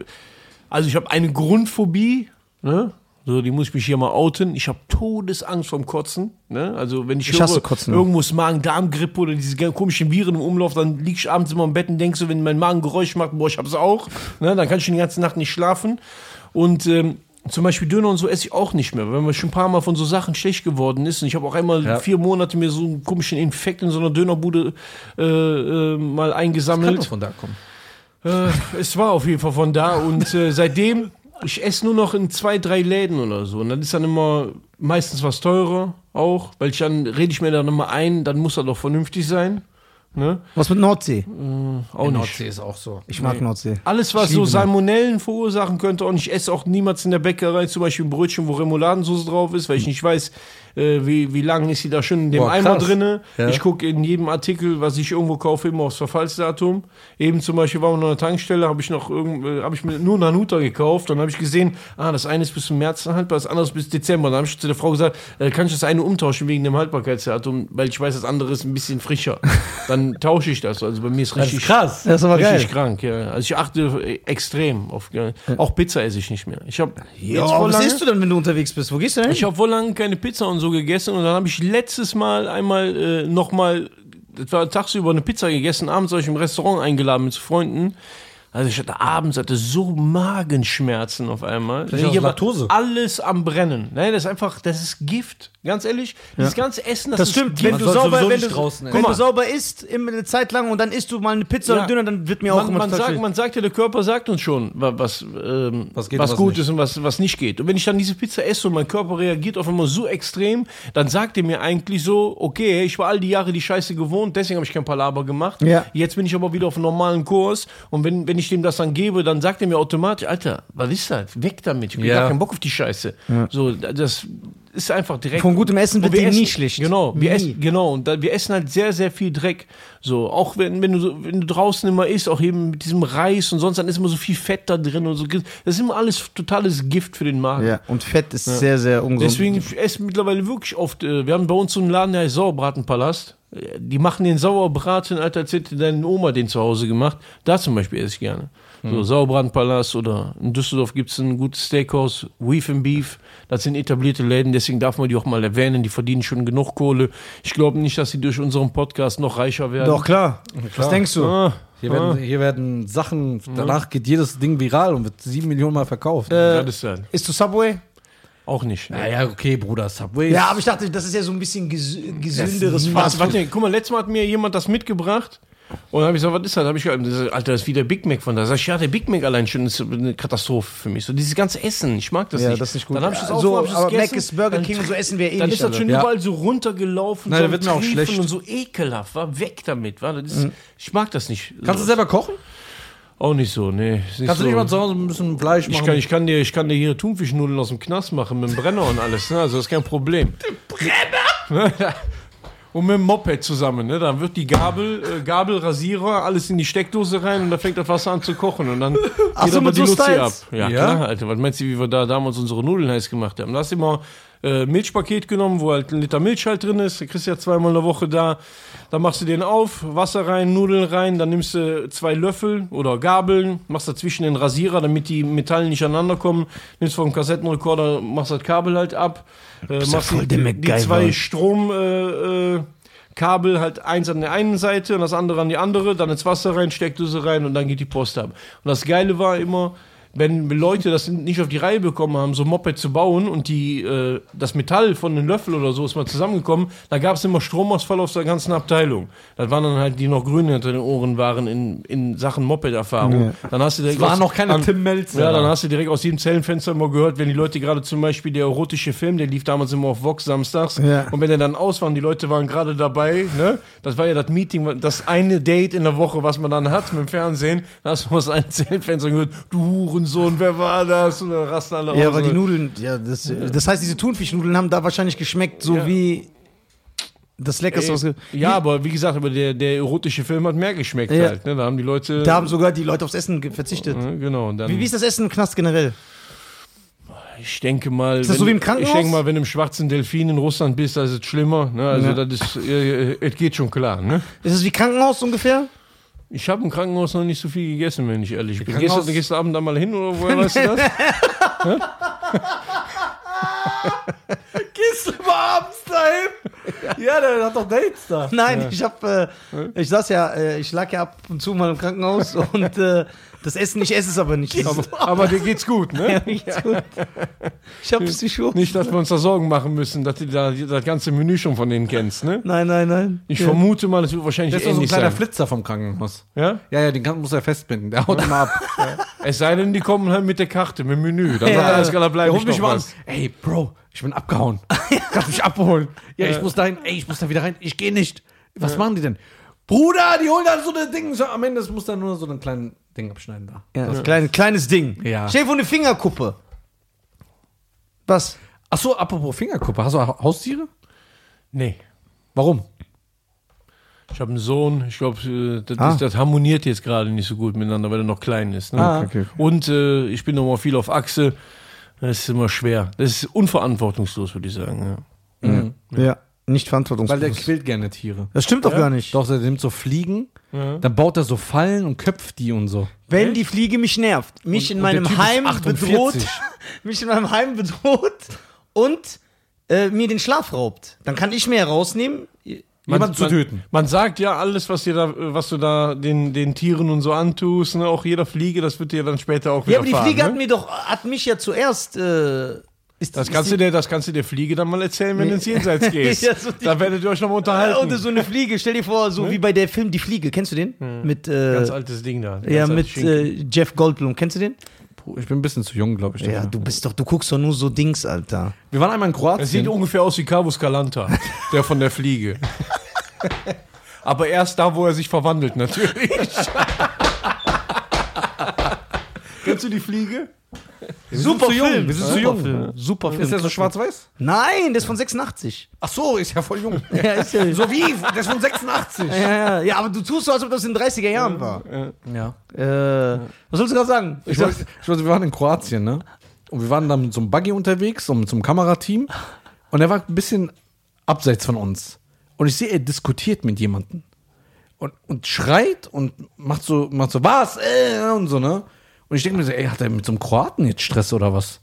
C: also ich habe eine Grundphobie, ne? So, die muss ich mich hier mal outen. Ich habe Todesangst vom Kotzen. Ne? Also wenn ich,
A: Ich hasse Kotzen.
C: irgendwo ist Magen-Darm-Grippe oder diese ganz komischen Viren im Umlauf, dann lieg ich abends immer im Bett und denk so, wenn mein Magen Geräusch macht, boah, ich hab's auch. Ne? Dann kann ich die ganze Nacht nicht schlafen. Und ähm, zum Beispiel Döner und so esse ich auch nicht mehr, weil man schon ein paar Mal von so Sachen schlecht geworden ist. Und ich habe auch einmal
B: Ja.
C: vier Monate mir so einen komischen Infekt in so einer Dönerbude äh, äh, mal
B: kann doch
C: eingesammelt.
B: von da kommen.
C: Äh, es war auf jeden Fall von da und äh, seitdem, ich esse nur noch in zwei, drei Läden oder so. Und dann ist dann immer meistens was teurer auch, weil ich dann rede ich mir dann immer ein, dann muss er doch vernünftig sein. Ne?
A: Was mit Nordsee?
C: Auch nicht.
B: ist auch so.
A: Ich mag Nordsee.
C: Alles, was so Salmonellen verursachen könnte, und ich esse auch niemals in der Bäckerei zum Beispiel ein Brötchen, wo Remouladensoße drauf ist, weil ich nicht weiß, äh, wie, wie lang ist sie da schon in dem
B: Hm. Boah,
C: Eimer
B: krass.
C: drinne.
B: Ja.
C: Ich gucke in jedem Artikel, was ich irgendwo kaufe, immer aufs Verfallsdatum. Eben zum Beispiel war man an der Tankstelle, habe ich noch irgend, äh, habe ich mir nur Nanuta gekauft, dann habe ich gesehen, ah, das eine ist bis zum März haltbar, das andere ist bis Dezember. Dann habe ich zu der Frau gesagt, äh, kann ich das eine umtauschen wegen dem Haltbarkeitsdatum, weil ich weiß, das andere ist ein bisschen frischer. dann tausche ich das. Also bei mir ist
B: Das
C: richtig
B: ist krass.
A: Das ist aber geil.
C: richtig krank, ja. Also ich achte äh, extrem auf. Ja. Auch Pizza esse ich nicht mehr. Ich habe
A: Ja,
C: jetzt
A: aber
C: vor
A: was
C: lange,
A: isst du denn, wenn du unterwegs bist? Wo gehst du denn
C: ich
A: hin?
C: habe vor lange keine Pizza und so gegessen und dann habe ich letztes Mal einmal äh, nochmal, das war tagsüber eine Pizza gegessen, abends war ich im Restaurant eingeladen mit Freunden. Also ich hatte abends hatte so Magenschmerzen auf einmal.
B: Vielleicht aus
C: Hier war
B: Laktose.
C: Alles am brennen. Nein, das ist einfach, das ist Gift. Ganz ehrlich, dieses ganze Essen, das,
A: Das
C: ist
A: stimmt,
C: Gift.
A: wenn du
B: soll
A: sauber,
B: sowieso
A: wenn
B: nicht
A: du,
B: draußen essen.
A: wenn
C: Guck
A: du
C: mal.
A: sauber isst, immer eine Zeit lang und dann isst du mal eine Pizza
C: Ja.
A: oder Döner, dann wird mir auch
C: man,
A: immer
C: man, sagt,
A: schlecht.
C: man sagt ja, der Körper sagt uns schon, wa- was, ähm, was,
B: Was geht und was
C: gut
B: nicht.
C: ist und was, was nicht geht. Und wenn ich dann diese Pizza esse und mein Körper reagiert auf einmal so extrem, dann sagt er mir eigentlich so, okay, ich war all die Jahre die Scheiße gewohnt, deswegen habe ich kein Palaber gemacht.
A: Ja.
C: Jetzt bin ich aber wieder auf einem normalen Kurs. Und wenn, wenn ich ich dem das dann gebe, dann sagt er mir automatisch, Alter, was ist das? Weg damit. Ich hab
B: Ja.
C: gar keinen Bock auf die Scheiße. So, das ist einfach direkt.
A: Von gutem Essen
C: Und
A: wird dir
C: wir
A: nie
C: essen-
A: schlecht.
C: Genau, wir
A: Nie.
C: essen, genau. Und da, wir essen halt sehr, sehr viel Dreck. So, auch wenn, wenn du, so- wenn du draußen immer isst, auch eben mit diesem Reis und sonst, dann ist immer so viel Fett da drin und so. Das ist immer alles totales Gift für den Magen.
A: Ja, und Fett ist sehr, sehr ungesund.
C: Deswegen ich esse mittlerweile wirklich oft. äh, Wir haben bei uns so einen Laden, der heißt Sauerbratenpalast. Äh, Die machen den Sauerbraten, Alter, als hätte deine Oma den zu Hause gemacht. Da zum Beispiel esse ich gerne. So Sauerbratenpalast oder in Düsseldorf gibt es ein gutes Steakhouse, Beef and Beef. Das sind etablierte Läden, deswegen darf man die auch mal erwähnen. Die verdienen schon genug Kohle. Ich glaube nicht, dass sie durch unseren Podcast noch reicher werden.
A: Doch, klar. Was denkst du?
C: Ah,
B: Hier werden, hier werden Sachen, danach geht jedes Ding viral und wird sieben Millionen Mal verkauft.
C: das ist dann
A: Ist du Subway?
C: auch nicht. Ne?
B: naja, okay, Bruder, Subway.
A: Ja,
B: Ja,
A: aber ich dachte, das ist ja so ein bisschen ges gesünderes
C: Was,
A: Fast.
C: warte, guck mal, letztes Mal hat mir jemand das mitgebracht. Und dann habe ich gesagt, was ist das? Hab ich gesagt, das ist- Alter, das ist wie der Big Mac von da. Sag ich, ja, der Big Mac allein schon ist eine Katastrophe für mich. So dieses ganze Essen, ich mag das
A: Ja,
C: nicht.
A: das ist nicht gut.
C: Dann habe ich das
A: Ja,
C: auch
A: so,
C: hab ich das
A: aber Mac
C: gegessen.
A: ist Burger
C: Dann-
A: King, so essen wir eh
C: Dann
A: nicht
C: ist das
A: alle.
C: schon
B: Ja.
C: überall so runtergelaufen.
B: Nein,
C: so
B: da wird mir auch
C: Triefen
B: schlecht.
C: Und so ekelhaft, war weg damit. War, das ist,
A: Mhm.
C: Ich mag das nicht.
B: Kannst du
C: so,
B: selber kochen?
C: auch nicht so, nee. ist
B: Kannst
C: so.
B: du nicht mal zu Hause ein bisschen Fleisch machen?
C: ich kann, ich, kann dir, ich kann dir hier Thunfischnudeln aus dem Knast machen mit dem Brenner und alles. Ne? Also das ist kein Problem. Und mit dem Moped zusammen, ne? Dann wird die Gabel, äh, Gabelrasierer, alles in die Steckdose rein und da fängt das Wasser an zu kochen und dann geht
A: so, mit so Styles?
B: Ja?
C: Ja, klar, Alter. Was meinst du, wie wir da damals unsere Nudeln heiß gemacht haben? Da hast du immer äh, Milchpaket genommen, wo halt ein Liter Milch halt drin ist. Da kriegst du ja zweimal in der Woche da. Dann machst du den auf, Wasser rein, Nudeln rein, dann nimmst du zwei Löffel oder Gabeln, machst dazwischen den Rasierer, damit die Metalle nicht aneinander kommen, nimmst vom Kassettenrekorder, machst das Kabel halt ab, äh,
A: ja
C: machst
A: voll der
C: die, die
A: MacGyver.
C: zwei Strom, äh, äh, Kabel halt eins an der einen Seite und das andere an die andere, dann ins Wasser rein, Steckdose rein und dann geht die Post ab. Und das Geile war immer, wenn Leute das nicht auf die Reihe bekommen haben, so ein Moped zu bauen und die, äh, das Metall von den Löffel oder so ist mal zusammengekommen, da gab es immer Stromausfall auf der ganzen Abteilung. Das waren dann halt die noch grün hinter den Ohren waren in, in Sachen Moped-Erfahrung. Dann hast du direkt
B: War
C: aus-
B: noch keine
C: an-
B: Tim Melzer.
C: ja, dann
A: Genau.
C: hast du direkt aus jedem Zellenfenster immer gehört, wenn die Leute gerade zum Beispiel der erotische Film, der lief damals immer auf Vox samstags,
A: Ja.
C: und wenn er dann aus war und die Leute waren gerade dabei, ne, das war ja das Meeting, das eine Date in der Woche, was man dann hat mit dem Fernsehen, da hast du aus einem Zellenfenster gehört, du Hurensohn, wer war das? Und dann rasten alle
A: Ja,
C: aus.
A: aber die
C: Und-
A: Nudeln, ja, das, das heißt, diese Thunfischnudeln haben da wahrscheinlich geschmeckt, so
C: Ja.
A: wie das Leckerste. was ge-
C: ja, aber wie gesagt, aber der, der erotische Film hat mehr geschmeckt
A: Ja.
C: halt, ne? Da haben die Leute.
A: Da haben sogar die Leute aufs Essen ge- verzichtet.
C: ne, genau, und dann,
A: Wie, wie ist das Essen im Knast generell?
C: Ich denke mal,
A: das so wie im Krankenhaus?
C: ich denke mal, wenn du im schwarzen Delfin in Russland bist, da ist es schlimmer. Ne? Also
A: Ja.
C: das ist, äh, äh, es geht schon klar. Ne?
A: Ist es wie Krankenhaus ungefähr?
C: Ich habe im Krankenhaus noch nicht so viel gegessen, wenn ich ehrlich bin. Gehst
B: Krankenhaus-
C: du, gehst du Abend da mal hin oder woher weißt du das?
B: Gehst du mal abends dahin? Ja, der hat doch Dates da.
A: Nein, ich hab, äh, ich saß ja, äh, ich lag ja ab und zu mal im Krankenhaus und äh, das Essen, ich esse es aber nicht.
C: Aber, aber dir geht's gut, ne?
A: Nichts gut. Ich hab Psycho.
C: Nicht, dass wir uns da Sorgen machen müssen, dass du da das ganze Menü schon von denen kennst, ne?
A: Nein, nein, nein.
C: Ich vermute mal, es wird wahrscheinlich
B: Das ist doch so ein
C: ähnlich
B: kleiner
C: eh sein.
B: Flitzer vom Krankenhaus.
C: Ja?
B: Ja, ja, den kann, muss er festbinden. Der haut immer ab.
C: Es sei denn, die kommen halt mit der Karte, mit dem Menü. Dann
A: Ja.
C: sagt alles klar, da
B: Der
C: bleibe ich
B: ruft mich
C: noch
B: mal an.
C: was.
B: Ey, Bro, ich bin abgehauen. Kannst mich abholen. Ja, ich muss dahin. Ey, ich muss da wieder rein. Ich gehe nicht. Was machen die denn? Bruder, die holen dann so ein Ding. So, am Ende muss dann nur so ein kleines Ding abschneiden da.
A: Ja, das kleine, kleines Ding.
B: Ja.
A: Stell dir vor, eine Fingerkuppe. Was?
B: Achso, apropos Fingerkuppe. Hast du Ha- Haustiere?
C: Nee.
B: Warum?
C: Ich habe einen Sohn, ich glaube, das,
A: Ah.
C: ist- das harmoniert jetzt gerade nicht so gut miteinander, weil er noch klein ist. Ne?
B: Ah. Okay, okay,
C: Und äh, ich bin noch mal viel auf Achse. Das ist immer schwer. Das ist unverantwortungslos, würde ich sagen. Ja.
A: Ja, nicht
B: Mhm. Weil der
A: verantwortungslos.
B: quält gerne Tiere.
A: Das stimmt doch gar nicht.
B: Doch, der nimmt so Fliegen, dann baut er so Fallen und köpft die und so.
A: Wenn die Fliege mich nervt, mich in
B: und der
A: meinem
B: Typ ist
A: Heim
B: 48.
A: bedroht, mich in meinem Heim bedroht und äh, mir den Schlaf raubt, dann kann ich mir herausnehmen.
B: Jemanden zu töten.
C: Man sagt ja, alles, was, dir da, was du da den, den Tieren und so antust, ne? auch jeder Fliege, das wird dir dann später auch wieder
A: Ja, aber die
C: fahren,
A: Fliege
C: ne?
A: hat mir doch, hat mich ja zuerst. Äh, ist,
C: das kannst, du
A: ist
C: der, das kannst du der Fliege dann mal erzählen, wenn
A: Nee.
C: du ins Jenseits gehst.
A: Ja, so die-
C: da werdet ihr euch nochmal unterhalten.
A: oder so eine Fliege, stell dir vor,
B: Ne?
A: so wie bei der Film Die Fliege, kennst du den?
B: Hm.
A: Mit,
C: Ganz
A: äh,
C: altes Ding da.
A: ja,
C: Ganz
A: mit
C: altes Schinken.
A: äh, Jeff Goldblum, kennst du den?
B: Ich bin ein bisschen zu jung, glaube ich.
A: Ja,
B: dafür.
A: du bist doch, du guckst doch nur so Dings, Alter.
B: Wir waren einmal in
C: Das sieht
B: Kroatien.
C: ungefähr aus wie Carvus Calanta, der von der Fliege. Aber erst da, wo er sich verwandelt, natürlich. Kennst du die Fliege?
A: Super
B: zu jung,
A: Film.
B: wir sind zu
A: Super
B: jung.
A: Film. Super Film.
B: Ist der so schwarz-weiß?
A: Nein, der ist von 86.
B: Ach so, ist ja voll jung.
A: Ja, ist ja.
B: so wie? Der ist von 86.
A: Ja, ja, ja, aber du tust so, als ob das in den 30er Jahren war.
B: Ja.
A: Äh, was sollst du gerade sagen?
B: Ich weiß, ich weiß, wir waren in Kroatien, ne? Und wir waren dann mit so einem Buggy unterwegs und mit so einem Kamerateam. Und er war ein bisschen abseits von uns. Und ich sehe, er diskutiert mit jemandem. Und, und schreit und macht so, macht so, was? Äh, und so, ne? Und ich denke mir so, ey, hat er mit so einem Kroaten jetzt Stress oder was?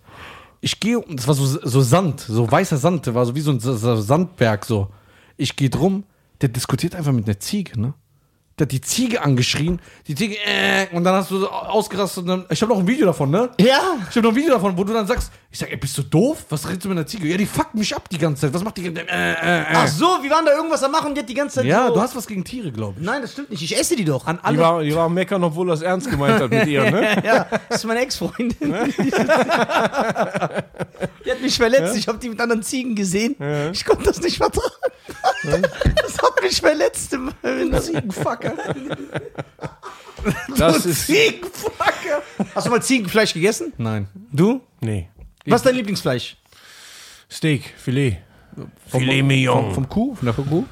B: Ich gehe, und es war so, so Sand, so weißer Sand, der war so wie so ein Sa- Sa- Sandberg, so. Ich gehe drum, der diskutiert einfach mit einer Ziege, ne? Der hat die Ziege angeschrien, die Ziege, äh, und dann hast du so ausgerastet. Und dann, ich habe noch ein Video davon, ne?
A: Ja.
B: Ich habe noch ein Video davon, wo du dann sagst, ich sag, ey, bist du doof? Was redest du mit einer Ziege? Ja, die fuckt mich ab die ganze Zeit. Was macht die? Äh, äh, äh.
A: Ach so, wir waren da irgendwas am machen und die hat die ganze Zeit
B: Ja,
A: so.
B: du hast was gegen Tiere, glaube ich.
A: Nein, das stimmt nicht. Ich esse die doch.
B: An
C: Die
B: alle.
C: war, die war am meckern, obwohl er es ernst gemeint hat mit ihr, ne?
A: Ja, das ist meine Ex-Freundin.
B: Ne?
A: Die hat mich verletzt. Ich habe die mit anderen Ziegen gesehen. Ich konnte das nicht vertragen. Das hat mich verletzt. im-
B: Ziegenfucker.
C: Das ist.
B: Ziegenfucker.
A: Hast du mal Ziegenfleisch gegessen?
B: Nein.
A: Du?
C: Nee.
A: Was ist dein Lieblingsfleisch?
C: Steak, Filet. Filet Mignon.
B: Vom Kuh? Von der Kuh?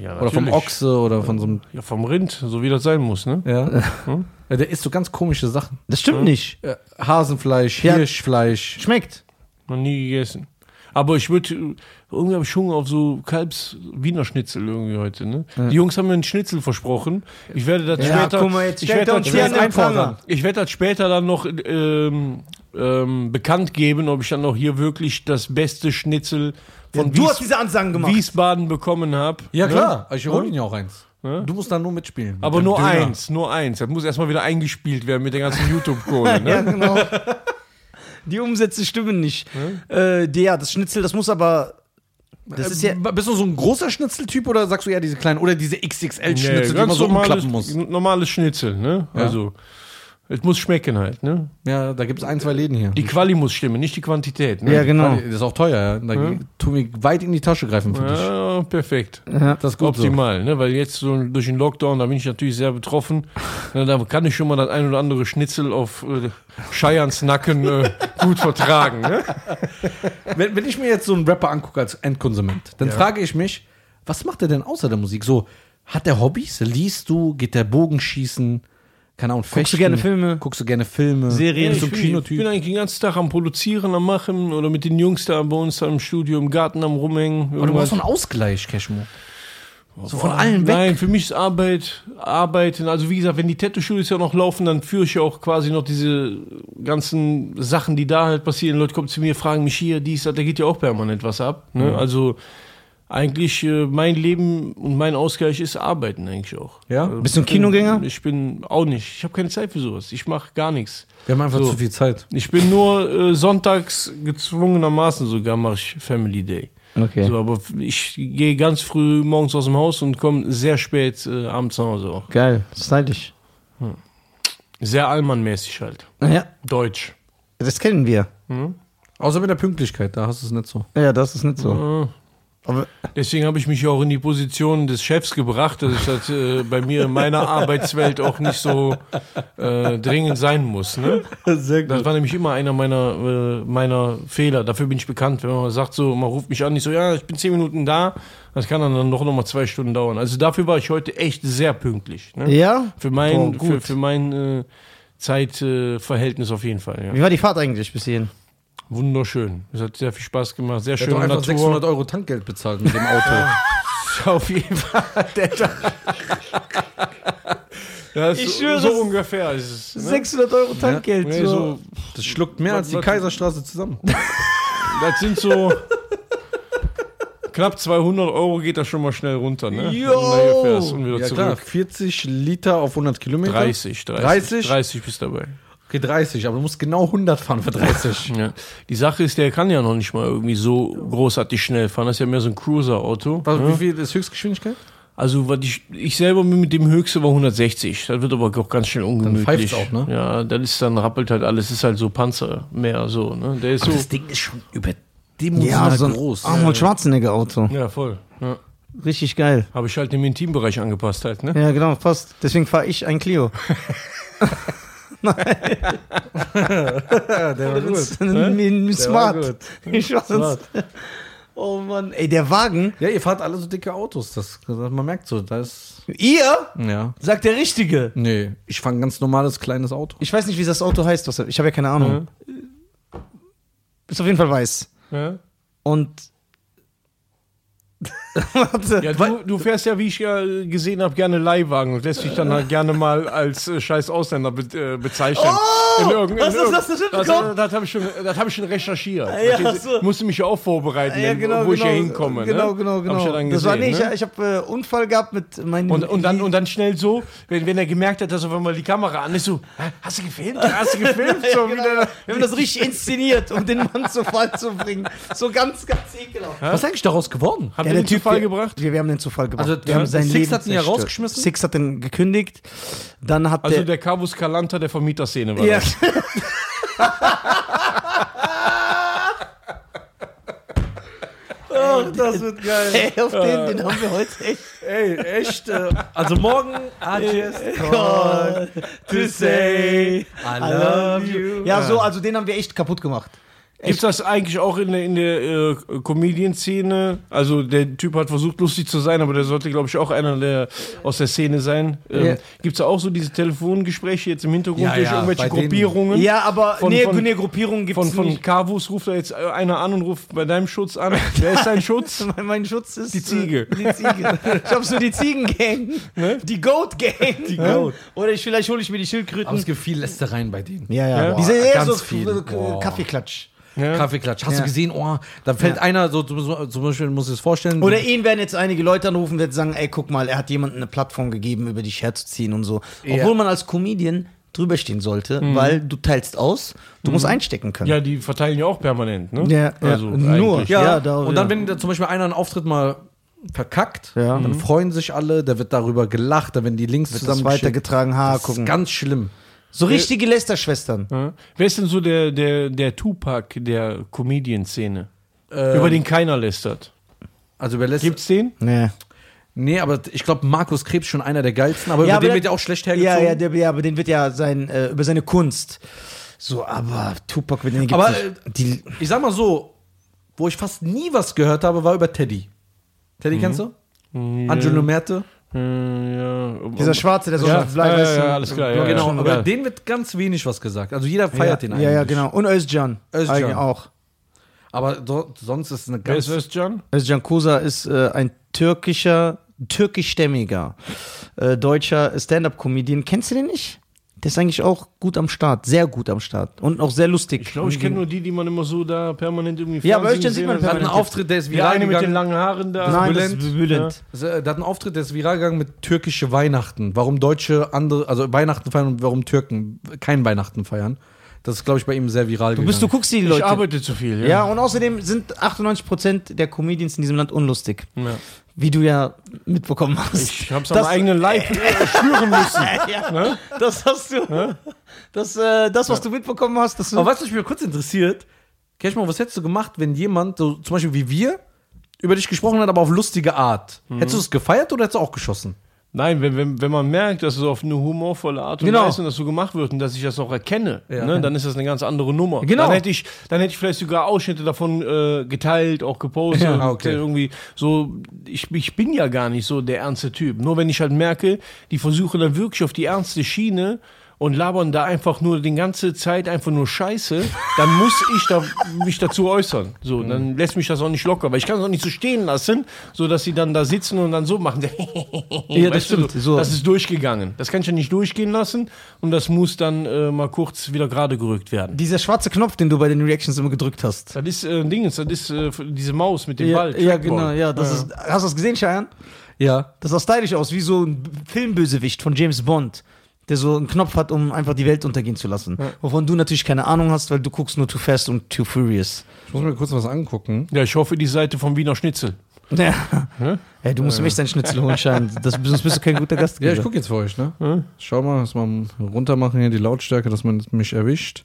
C: ja,
B: Oder vom
C: natürlich.
B: Ochse oder von so einem.
C: Ja, vom Rind, so wie das sein muss, ne?
B: Ja. ja. Der isst so ganz komische Sachen.
A: Das
C: Hm?
A: stimmt nicht.
B: Äh, Hasenfleisch,
A: Ja.
B: Hirschfleisch.
A: Schmeckt.
C: Noch nie gegessen. Aber ich würde, irgendwie habe ich Hunger auf so Kalbs-Wiener Schnitzel irgendwie heute, ne? Die Jungs haben mir einen Schnitzel versprochen. Ich werde das
A: Ja,
C: später.
A: guck mal, jetzt
C: ich
A: stellt
C: werde
A: er
C: das,
A: uns
C: ich
A: hier
C: werde
A: an den Pranger.
C: das, ich werde das später dann noch ähm, ähm, bekannt geben, ob ich dann noch hier wirklich das beste Schnitzel von
A: Du
C: Wies-
A: hast diese Ansagen gemacht.
C: Wiesbaden bekommen habe.
B: Ja, klar. Ne? Ich hole ihn ja auch eins. Du musst da nur mitspielen. Mit
C: Aber
B: dem
C: nur
B: Döner.
C: eins, nur eins. Das muss erstmal wieder eingespielt werden mit der ganzen YouTube-Kohle. Ne?
A: Ja, genau. Die Umsätze stimmen nicht. Äh, die- ja, das Schnitzel, das muss aber. Das ist ja.
B: B- Bist du so ein großer Schnitzeltyp oder sagst du eher diese kleinen oder diese
C: Nee,
B: XXL-Schnitzel, die man
C: ganz
B: so
C: normales,
B: umklappen muss?
C: normales Schnitzel, ne? Also, es muss schmecken halt, ne?
B: Ja, da gibt es ein, zwei Läden hier.
C: Die Quali muss stimmen, nicht die Quantität, ne?
A: Ja, genau.
B: Das ist auch teuer, ja. Da tun wir weit in die Tasche greifen für dich.
C: Ja, perfekt.
B: Das ist gut so.
C: Optimal, ne? Weil jetzt so durch den Lockdown, da bin ich natürlich sehr betroffen. Ne, Da kann ich schon mal das ein oder andere Schnitzel auf äh, Scheierns Nacken äh, gut vertragen, ne?
B: Wenn, wenn ich mir jetzt so einen Rapper angucke als Endkonsument, dann frage ich mich, was macht er denn außer der Musik? So, hat er Hobbys? Liest du? Geht der Bogenschießen? Keine Ahnung, fechten?
A: du gerne Filme?
B: Guckst du gerne Filme?
A: Serien?
B: Bist du
C: ich,
B: ein
C: bin, ich bin
B: Kinotyp?
C: eigentlich den ganzen Tag am Produzieren, am Machen oder mit den Jungs da bei uns da im Studio, im Garten am Rumhängen.
B: Aber du brauchst
C: irgendwas.
B: so einen Ausgleich, Cashmo. So von allen weg.
C: Nein, für mich ist Arbeit, Arbeiten. Also wie gesagt, wenn die Tattoo-Studios ja noch laufen, dann führe ich ja auch quasi noch diese ganzen Sachen, die da halt passieren. Leute kommen zu mir, fragen mich hier, dies, das, da geht ja auch permanent was ab. Ne? Also eigentlich äh, mein Leben und mein Ausgleich ist Arbeiten eigentlich auch.
B: Ja?
C: Also,
A: Bist du ein
C: ich bin-
A: Kinogänger?
C: Ich bin auch nicht. Ich habe keine Zeit für sowas. Ich mache gar nichts.
B: Wir haben einfach
C: So.
B: zu viel Zeit.
C: Ich bin nur äh, sonntags gezwungenermaßen sogar mache ich Family Day.
A: Okay.
C: So, aber ich gehe ganz früh morgens aus dem Haus und komme sehr spät äh, abends nach Hause auch.
A: Geil, stylisch.
C: Sehr allmannmäßig halt.
A: Ja,
C: Deutsch.
A: das kennen wir.
B: Außer mit der Pünktlichkeit, da hast du es nicht so.
A: Ja, das ist nicht so.
C: Äh,
A: Aber
C: Deswegen habe ich mich ja auch in die Position des Chefs gebracht, dass ich das äh, bei mir in meiner Arbeitswelt auch nicht so äh, dringend sein muss. Ne?
B: Sehr
C: Das war nämlich immer einer meiner, äh, meiner Fehler. Dafür bin ich bekannt. Wenn man sagt, so, man ruft mich an, ich so, ja, ich bin zehn Minuten da, das kann dann noch, noch mal zwei Stunden dauern. Also dafür war ich heute echt sehr pünktlich. Ne?
A: ja,
C: Für mein,
A: Boah, gut.
C: für, für mein äh, Zeitverhältnis äh, Verhältnis auf jeden Fall. Ja.
A: wie war die Fahrt eigentlich bis hierhin?
C: Wunderschön. Es hat sehr viel Spaß gemacht. Sehr
B: Ich
C: schöne
B: habe einfach
C: Natur.
B: 600 Euro Tankgeld bezahlt mit dem Auto.
C: Auf jeden Fall. Der ich
A: Ich schwöre,
C: so
A: es-
C: ungefähr ist es. Ne?
A: 600 Euro Tankgeld.
C: Nee, so,
B: Das schluckt mehr als die
C: Was- was-
B: Kaiserstraße zusammen.
C: das sind so knapp 200 Euro geht das schon mal schnell runter.
A: Jo!
C: Ne? Wenn du nachher fährst und wieder
B: Ja klar,
C: zurück.
B: 40 Liter auf 100 Kilometer.
C: 30, 30,
B: 30?
C: 30 bist dabei.
B: Okay, 30, aber du musst genau 100 fahren für 30.
C: Ja. Die Sache ist, der kann ja noch nicht mal irgendwie so großartig schnell fahren. Das ist ja mehr so ein Cruiser-Auto.
B: Was,
C: ne?
B: Wie viel ist Höchstgeschwindigkeit?
C: Also, was ich, ich selber bin mit dem höchste war 160. Das wird aber auch ganz schnell ungemütlich.
B: pfeift's auch, ne?
C: Ja, dann ist dann rappelt halt alles. Ist halt so Panzer mehr so, ne? Der ist so.
B: Ding ist schon über
A: Ja, so ein
B: groß.
A: Arnold Schwarzenegger Auto.
C: Ja, voll. Ja.
A: Richtig geil.
C: Habe ich halt im Intimbereich angepasst halt, ne?
A: Ja, genau, passt. Deswegen fahre ich ein Clio.
B: der war gut.
A: Smart.
B: gut.
A: Ich weiß.
B: Smart.
A: Oh Mann, ey, der Wagen.
B: Ja, ihr fahrt alle so dicke Autos. Das, man merkt so, da ist.
A: Ihr?
B: Ja.
A: Sagt der Richtige.
B: Nee, ich fahre ein ganz normales kleines Auto.
A: Ich weiß nicht, wie das Auto heißt. Was, ich habe ja keine Ahnung. Ist auf jeden Fall weiß.
C: Ja,
A: Und. Warte.
C: ja du, du fährst ja, wie ich ja gesehen habe, gerne Leihwagen und lässt dich dann halt gerne mal als äh, scheiß Ausländer be äh, bezeichnen.
A: Oh!
C: irgend-
A: Hast du das-
C: irgend-
A: hast du das
C: das,
A: mitbekommen?
C: das, habe ich schon, das habe ich schon recherchiert.
A: Ja,
C: Verstehst du?
A: so.
C: Musste mich ja auch vorbereiten,
A: Ja,
C: denn, wo ich ja hinkomme.
A: Genau,
C: ne?
A: genau, genau.
C: Hab ich ja dann
A: das war
C: gesehen,
A: nicht,
C: ne?
A: ich habe äh, Unfall gehabt mit meinem.
C: Und, und, dann, und dann schnell so, wenn, wenn er gemerkt hat, dass auf einmal die Kamera an ist, so, "Hä, hast du gefilmt? Hast du gefilmt? so,
A: Ja,
C: wie
A: genau.
C: der-
A: Wir haben das richtig inszeniert, um den Mann zu Fall zu bringen. So ganz, ganz ekelhaft.
B: Was ist eigentlich daraus geworden?
C: Habt ihr den Typ Fall
A: wir-
C: gebracht?
A: Wir, wir haben den zu Fall gebracht.
B: Also,
A: wir haben
B: ja, Six hat ihn ja
A: zerstört.
B: rausgeschmissen?
A: Six hat den gekündigt. Dann hat
C: Also
A: der.
C: der Cavus Calanta der Vermieterszene war.
A: Ja.
C: das.
B: Ach, das wird geil.
A: Ey, auf den, den haben wir heute echt.
B: Ey, echt. äh, Also morgen, I just called to say I love you.
A: Ja, so, also den haben wir echt kaputt gemacht.
C: Gibt das eigentlich auch in der, in der äh, Comedian-Szene? Also der Typ hat versucht, lustig zu sein, aber der sollte, glaube ich, auch einer der, aus der Szene sein. Ähm,
A: Ja.
C: Gibt es da auch so diese Telefongespräche jetzt im Hintergrund
B: Ja,
C: durch
B: ja,
C: irgendwelche
B: bei denen.
C: Gruppierungen?
A: Ja, aber
C: Von-
A: nee,
C: von-
A: nee, Gruppierung gibt
C: Von,
A: es
C: von
A: nicht.
C: Cavus ruft da jetzt äh, einer an und ruft bei deinem Schutz an. Wer ist dein Schutz?
A: Mein, mein Schutz ist.
C: Die Ziege.
A: äh, Die Ziege. Ich hab so die Ziegengang. Die Goat Gang. Die
B: Goat.
A: Oder ich, vielleicht hole ich mir die
B: Aber
A: Schildkröten.
B: es gibt viel Lästereien bei denen.
A: Ja,
C: Ja.
A: ja.
B: Boah,
A: Die sind eher
B: ganz
A: so
B: viel.
A: so
B: Boah.
A: Kaffeeklatsch.
B: Kaffeeklatsch. Hast
A: Ja.
B: du gesehen, oh, da fällt
A: Ja.
B: einer, so zum, so- zum Beispiel, muss ich es vorstellen.
A: Oder ihn werden jetzt einige Leute anrufen, werden sagen, ey, guck mal, er hat jemandem eine Plattform gegeben, über dich herzuziehen und so.
B: Ja.
A: Obwohl man als Comedian drüberstehen sollte, weil du teilst aus, du musst einstecken können.
C: Ja, die verteilen ja auch permanent, ne?
A: Ja, ja.
C: also
A: Nur.
C: eigentlich.
B: ja,
A: Ja, da-
B: und dann,
A: ja.
B: wenn da zum Beispiel einer einen Auftritt mal verkackt,
A: Ja. Mhm.
B: dann freuen sich alle, da wird darüber gelacht, da werden die Links
A: Das
B: zusammen
A: weitergetragen, ha,
B: Das ist
A: gucken.
B: ganz schlimm.
A: So richtige Lästerschwestern.
C: Ja. Wer ist denn so der, der, der Tupac der Comedian-Szene?
B: Ähm.
C: Über den keiner lästert.
B: Also überlässt.
C: Gibt's den?
A: Nee.
B: nee, aber ich glaube, Markus Krebs schon einer der geilsten, aber
A: Ja,
B: über
A: aber
B: den
A: der-
B: wird ja auch schlecht
A: Ja,
B: hergezogen.
A: ja, der, ja, aber den wird ja sein, äh, über seine Kunst. So, aber Tupac, den gibt's
B: Aber,
A: nicht.
C: äh,
A: Die,
B: ich sag mal so, wo ich fast nie was gehört habe, war über Teddy. Teddy
A: Mhm.
B: kennst du? Angelo Merte. Hm,
C: Äh, ja.
A: dieser Schwarze, der so
C: ja,
A: auf
C: ja,
A: Blei-
C: ja,
A: weißt du?
C: ja, alles klar. Ja,
B: genau,
C: ja.
B: aber
C: Ja.
B: denen wird ganz wenig was gesagt. Also jeder feiert den
A: ja,
B: eigentlich.
A: ja, genau. Und Özcan.
B: Özcan.
A: Eigentlich Auch.
B: Aber so, sonst ist eine
C: Wer
B: ganz.
C: ist das, John?
A: Özcan Kosa ist äh, ein türkischer, türkischstämmiger, äh, deutscher Stand-Up-Comedian. Kennst du den nicht? Der ist eigentlich auch gut am Start, sehr gut am Start und auch sehr lustig.
C: Ich glaube, ich kenne nur die, die man immer so da permanent irgendwie
A: Ja, aber
C: Fernsehen
A: Özcan sieht
C: sehen
A: man
C: und
B: hat einen
A: permanent.
C: dann-
B: Auftritt, der ist
C: Der
B: viral
C: eine mit den
B: gegangen.
C: langen Haaren da.
A: Nein, das ist
C: Bülent.
A: wühlend.
B: Der Also, äh, hat einen Auftritt, der ist viral gegangen mit türkische Weihnachten. Warum Deutsche andere, also Weihnachten feiern und warum Türken kein Weihnachten feiern. Das ist, glaube ich, bei ihm sehr viral
A: Du bist, du
B: gegangen.
A: guckst die
C: Ja. Ich
A: Leute.
C: arbeite zu viel.
A: ja, und außerdem sind 98% der Comedians in diesem Land unlustig.
C: Ja.
A: Wie du ja mitbekommen hast.
C: Ich hab's am
A: Das-
C: eigenen Leib äh, spüren müssen.
A: ja, Das hast du. Das, äh, das, was du mitbekommen hast, das
B: Aber was mich mir kurz interessiert, Cashman, was hättest du gemacht, wenn jemand, so zum Beispiel wie wir, über dich gesprochen hat, aber auf lustige Art?
A: Mhm.
B: Hättest du es gefeiert oder hättest du auch geschossen?
C: Nein, wenn, wenn, wenn man merkt, dass es auf eine humorvolle Art und
A: Genau.
C: Weise und das so gemacht wird und dass ich das auch erkenne,
B: Ja.
C: ne, dann ist das eine ganz andere Nummer.
A: Genau.
C: Dann hätte ich, dann hätte ich vielleicht sogar Ausschnitte davon äh, geteilt, auch gepostet.
B: Ja,
C: und,
B: okay.
C: äh, irgendwie so, ich, ich bin ja gar nicht so der ernste Typ. Nur wenn ich halt merke, die versuchen dann wirklich auf die ernste Schiene und labern da einfach nur die ganze Zeit einfach nur Scheiße, dann muss ich da, mich dazu äußern. So,
B: Mhm.
C: dann lässt mich das auch nicht locker, weil ich kann es auch nicht so stehen lassen, so dass sie dann da sitzen und dann so machen.
A: Ja, das
C: Weißt du,
A: stimmt, so.
C: Das ist durchgegangen. Das kann ich ja nicht durchgehen lassen und das muss dann äh, mal kurz wieder gerade gerückt werden.
A: dieser schwarze Knopf, den du bei den Reactions immer gedrückt hast.
C: Das ist äh, ein Ding, das ist äh, diese Maus mit dem
A: ja,
C: Ball.
A: ja,
C: Trackball.
A: genau, ja, das ist. Hast du das gesehen, Cheyenne?
B: Ja.
A: Das sah stylisch aus, wie so ein B- Filmbösewicht von James Bond, der so einen Knopf hat, um einfach die Welt untergehen zu lassen. Wovon du natürlich keine Ahnung hast, weil du guckst nur Too Fast und Too Furious.
B: Ich muss mir kurz was angucken.
A: genau.
C: Ja, ich hoffe, die Seite vom Wiener Schnitzel.
A: Ja. Ey, du musst
C: Äh.
A: mir echt deinen Schnitzel holen, Schein. Das, sonst bist du kein guter Gastgeber.
B: Ja, ich gucke jetzt für euch, ne? Schau mal, dass man runter machen hier die Lautstärke, dass man mich erwischt.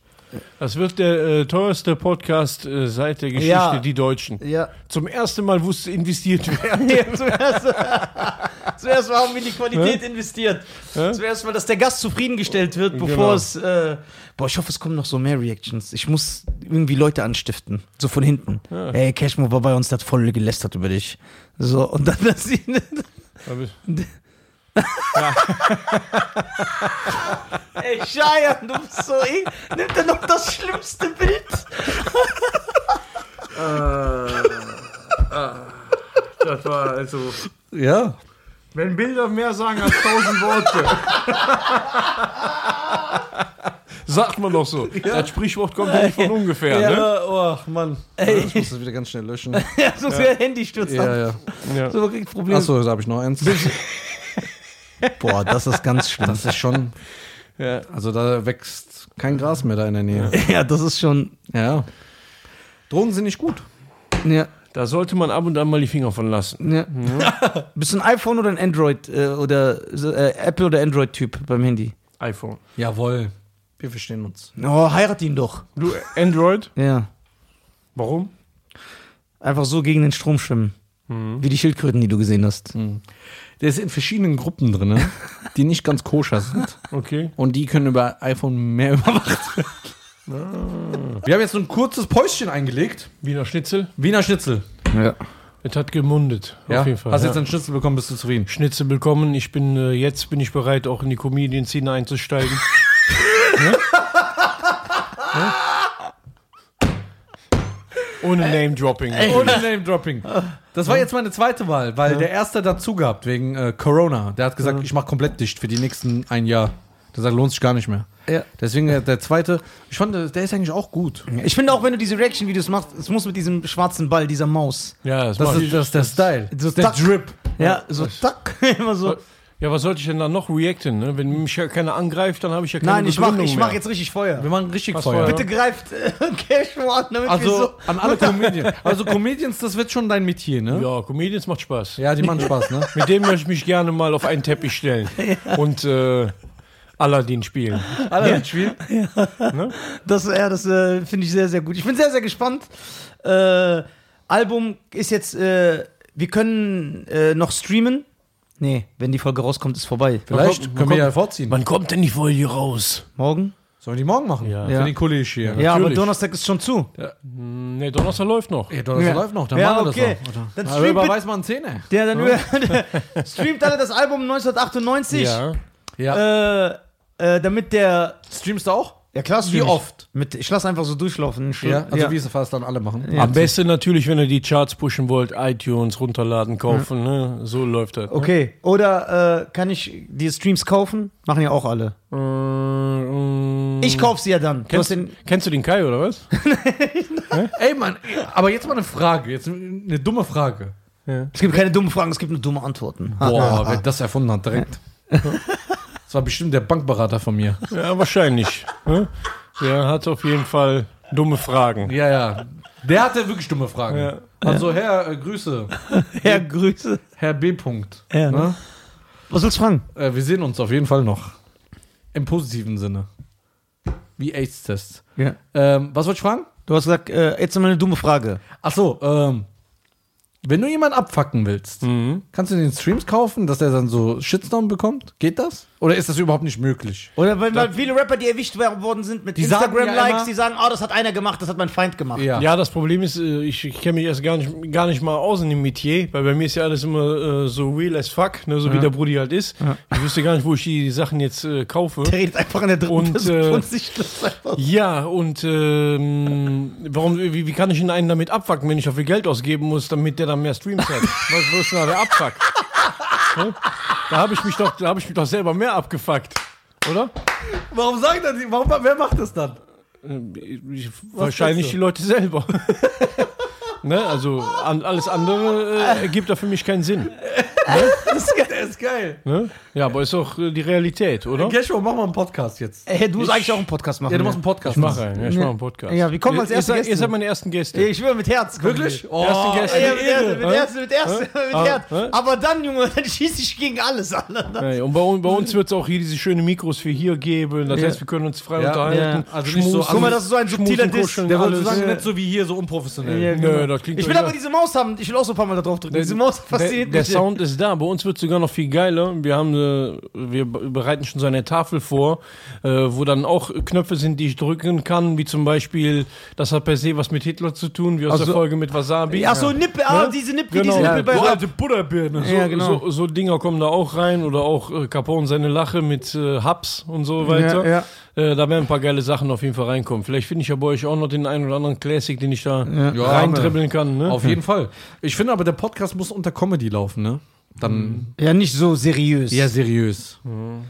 C: Das wird der äh, teuerste Podcast äh, seit der Geschichte,
A: Ja.
C: die Deutschen.
A: Ja.
C: Zum ersten Mal wusste investiert werden.
A: Ja, zuerst, zuerst mal haben wir in die Qualität investiert. Zuerst mal, dass der Gast zufriedengestellt wird, bevor
C: Genau.
A: es. Äh, boah, ich hoffe, es kommen noch so mehr Reactions. Ich muss irgendwie Leute anstiften. So von hinten. Ey, Cashmo war bei uns, der hat voll gelästert über dich. So, und dann, dass sie. Ey, Cheyenne, du bist so. eh- Nimmt er noch das schlimmste Bild?
C: Das war also.
B: Ja.
C: Wenn Bilder mehr sagen als tausend Worte. Sagt man doch so. Das Sprichwort kommt ja nicht von ungefähr, ne?
B: oh, Mann. Ich muss das wieder ganz schnell löschen.
A: Ja, sonst wäre Handy stürzt ab.
B: ja, ja.
C: Ja.
A: So kriegt Problem.
B: Achso, da habe ich noch eins.
A: Boah, das ist ganz schlimm.
B: Das ist schon.
C: Ja.
B: Also da wächst kein Gras mehr da in der Nähe.
A: ja, das ist schon.
B: Ja. Drogen sind nicht gut.
A: Ja.
C: Da sollte man ab und an mal die Finger von lassen.
A: Ja. Bist du ein iPhone oder ein Android äh, oder so, äh, Apple oder Android Typ beim Handy?
C: iPhone.
B: Jawohl. Wir verstehen uns.
A: Oh, heirat ihn doch.
C: Du, Android?
A: Ja.
C: Warum?
A: Einfach so gegen den Strom schwimmen.
C: Mhm.
A: Wie die Schildkröten, die du gesehen hast.
B: Der ist in verschiedenen Gruppen drin, ne? die nicht ganz koscher sind.
C: Okay.
B: Und die können über iPhone mehr überwacht werden. Wir haben jetzt so ein kurzes Päuschen eingelegt.
C: Wiener Schnitzel?
B: Wiener Schnitzel.
A: Ja.
C: Es hat gemundet.
B: Ja?
C: Auf jeden Fall.
B: Hast
C: ja.
B: jetzt einen Schnitzel bekommen, bist du zufrieden.
C: Schnitzel bekommen. Ich bin äh, jetzt bin ich bereit, auch in die Comedian-Szene einzusteigen. ne? Ne? Ohne Name-Dropping.
B: Ohne Name-Dropping. Das war jetzt meine zweite Wahl, weil der erste hat dazu gehabt, wegen äh, Corona. Der hat gesagt, ich mache komplett dicht für die nächsten ein Jahr. Der sagt, lohnt sich gar nicht mehr.
A: Ja.
B: Deswegen äh, der, der zweite, ich fand, äh, der ist eigentlich auch gut.
A: Ich finde auch, wenn du diese Reaction-Videos machst, es muss mit diesem schwarzen Ball, dieser Maus.
C: Ja, das,
B: Das
C: mach
B: ist,
C: ich.
B: das ist der Style.
A: So
B: der
A: tack.
B: Drip.
A: Ja, so tack, immer so.
C: Ja, was sollte ich denn da noch reacten? Ne? Wenn mich ja keiner angreift, dann habe ich ja keine
A: Nein, ich mach,
C: Begründung
A: ich mach
C: mehr.
A: jetzt richtig Feuer.
B: Wir machen richtig
C: Was
B: Feuer.
C: war-
A: Bitte greift äh, Cashmo an, damit wir
B: Also
A: so.
B: an alle Comedians. Also Comedians, das wird schon dein Metier, ne?
C: Ja, Comedians macht Spaß.
B: Ja, die machen Spaß, ne?
C: Mit dem möchte ich mich gerne mal auf einen Teppich stellen und äh, Aladdin spielen.
B: Alle mitspielen.
A: Das, ja, das äh, finde ich sehr, sehr gut. Ich bin sehr, sehr gespannt. Äh, Album ist jetzt, äh, wir können äh, noch streamen. Nee, wenn die Folge rauskommt, ist vorbei.
B: Vielleicht
C: Wo
B: können wir
C: kommt-
B: ja vorziehen.
C: Wann kommt denn die Folge raus?
A: Morgen?
B: Sollen wir die morgen machen?
C: Ja.
B: Für
A: Ja.
B: die Kollege hier.
A: Ja, aber
C: natürlich.
A: Donnerstag ist schon zu.
C: Ne, Donnerstag läuft noch.
B: Ey, Donnerstag
A: Ja.
B: läuft noch, dann
A: Ja,
B: machen wir
A: okay.
B: das noch.
A: Dann
B: Dann
A: streamt
B: überweist man 10, ey.
A: Der dann streamt alle das Album 1998,
C: Ja.
B: Ja.
A: äh, äh, damit der.
B: Streamst du auch?
A: Ja klar,
B: Wie oft?
A: Mit, ich lasse einfach so durchlaufen.
B: Ja, also
A: ja.
B: wie es fast dann alle machen.
C: Am besten natürlich, wenn ihr die Charts pushen wollt, iTunes runterladen, kaufen. Ne? So läuft das.
A: Okay, oder äh, kann ich die Streams kaufen? Machen ja auch alle.
C: Ne?
A: Ich kaufe sie ja dann. Mhm. Du hast
C: Äh, Kennst,
A: den,
C: kennst du den Kai oder was?
B: Ey, Mann, aber jetzt mal eine Frage, jetzt eine dumme Frage.
A: es gibt keine dummen Fragen, es gibt nur dumme Antworten.
B: Boah, wer das erfunden hat, direkt. Das war bestimmt der Bankberater von mir.
C: Ja, wahrscheinlich. ne? Der hat auf jeden Fall dumme Fragen.
B: Ja, ja. Der hatte wirklich dumme Fragen.
C: Ja.
B: Also, Herr, äh, Grüße.
A: Ja, Grüße.
B: Herr B. Punkt.
A: Ja.
B: Ne?
A: Was willst du fragen?
B: Äh, wir sehen uns auf jeden Fall noch. Im positiven Sinne. Wie AIDS-Test.
A: Ja.
B: Ähm, was wollte ich fragen?
A: Du hast gesagt, äh, jetzt mal eine dumme Frage.
B: Achso, ähm, wenn du jemanden abfacken willst,
C: Mhm.
B: kannst du den Streams kaufen, dass der dann so Shitstorm bekommt? Geht das? Oder ist das überhaupt nicht möglich?
A: Oder wenn weil viele Rapper, die erwischt worden sind mit
B: Die sagen ja
A: Instagram-Likes,
B: immer-
A: die sagen, oh, das hat einer gemacht, das hat mein Feind gemacht.
C: Ja, das Problem ist, äh, ich ich kenne mich erst gar nicht, gar nicht mal aus in dem Metier, weil bei mir ist ja alles immer äh, so real as fuck, ne, so wie der Brudi halt ist. Ich wüsste gar nicht, wo ich die Sachen jetzt äh, kaufe.
A: Der redet einfach in der dritten
C: Und,
A: Person
C: äh,
A: von sich. Das ist einfach-
C: Ja, und ähm, warum, wie, wie kann ich denn einen damit abfacken, wenn ich dafür Geld ausgeben muss, damit der dann mehr Streams hat? Was wo ist denn da der Abfuck? Ne? Da habe ich mich doch, da habe ich mich doch selber mehr abgefuckt, oder?
B: Warum sagen das die? Warum, wer macht das dann?
C: Ich- Wahrscheinlich
B: denkst
C: die
B: du?
C: Leute selber. ne? Also an, alles andere äh, ergibt da für mich keinen Sinn.
A: Das ist geil.
B: ist geil.
C: Ne? Ja, aber ist doch äh, die Realität, oder?
B: Cashmo, mach mal einen Podcast jetzt.
A: Hey, du musst eigentlich auch einen Podcast machen.
B: Ja, du machst
A: ne?
B: einen Podcast.
C: Ich mache einen, ja, ich mache einen Podcast.
A: Ja, wir kommen als
C: Ihr- ihr
A: erste
C: seid- Ihr
A: Gäste.
C: seid meine ersten Gäste.
A: Ich will mit Herz. kommen
B: Wirklich?
A: wir.
B: Oh,
C: Ersten Gäste.
A: Ja, mit Herz, mit
C: Hä?
A: Herz, mit Herz, mit Herz.
C: Hä?
A: Aber dann, Junge, dann schieße ich gegen alles an.
C: Ey, und bei, un- bei uns wird es auch hier diese schönen Mikros für hier geben. Das heißt, wir können uns frei
B: Ja,
C: unterhalten.
B: ja. Also nicht so-
C: schmusen,
B: Guck mal,
A: das ist so ein subtiler
C: schmusen,
A: Diss.
C: kuscheln,
B: Der wollte
C: alles.
B: sagen,
C: Ja.
B: nicht so wie hier, so unprofessionell.
C: Nö, das
A: genau. Ich
C: klingt doch
A: will aber
C: egal.
A: diese Maus haben. Ich will auch so ein paar Mal da drauf drücken. Diese Maus
C: der,
A: fasziniert
C: der
A: mich.
C: Sound ist da. Bei uns wird sogar noch viel geiler. Wir haben, äh, wir b- bereiten schon so eine Tafel vor, äh, wo dann auch Knöpfe sind, die ich drücken kann, wie zum Beispiel, das hat per se was mit Hitler zu tun, wie aus
B: Also-
C: der Folge mit Wasabi.
A: Ach so, Nippel, ah,
C: Ne?
A: diese Nippel,
C: Genau.
A: diese
C: Ja,
A: Nippel bei Rap.
B: Butterbirne.
A: Ja, genau.
C: so, so Dinger kommen da auch rein oder auch äh, Capone seine Lache mit äh, Hubs und so weiter.
A: Ja,
C: Äh, da werden ein paar geile Sachen auf jeden Fall reinkommen. Vielleicht finde ich ja bei euch auch noch den einen oder anderen Classic, den ich da
B: Ja,
C: reindribbeln kann. Ne?
B: Auf jeden Fall. Ich finde aber, der Podcast muss unter Comedy laufen, ne? Dann
A: Ja, nicht so seriös.
B: eher seriös.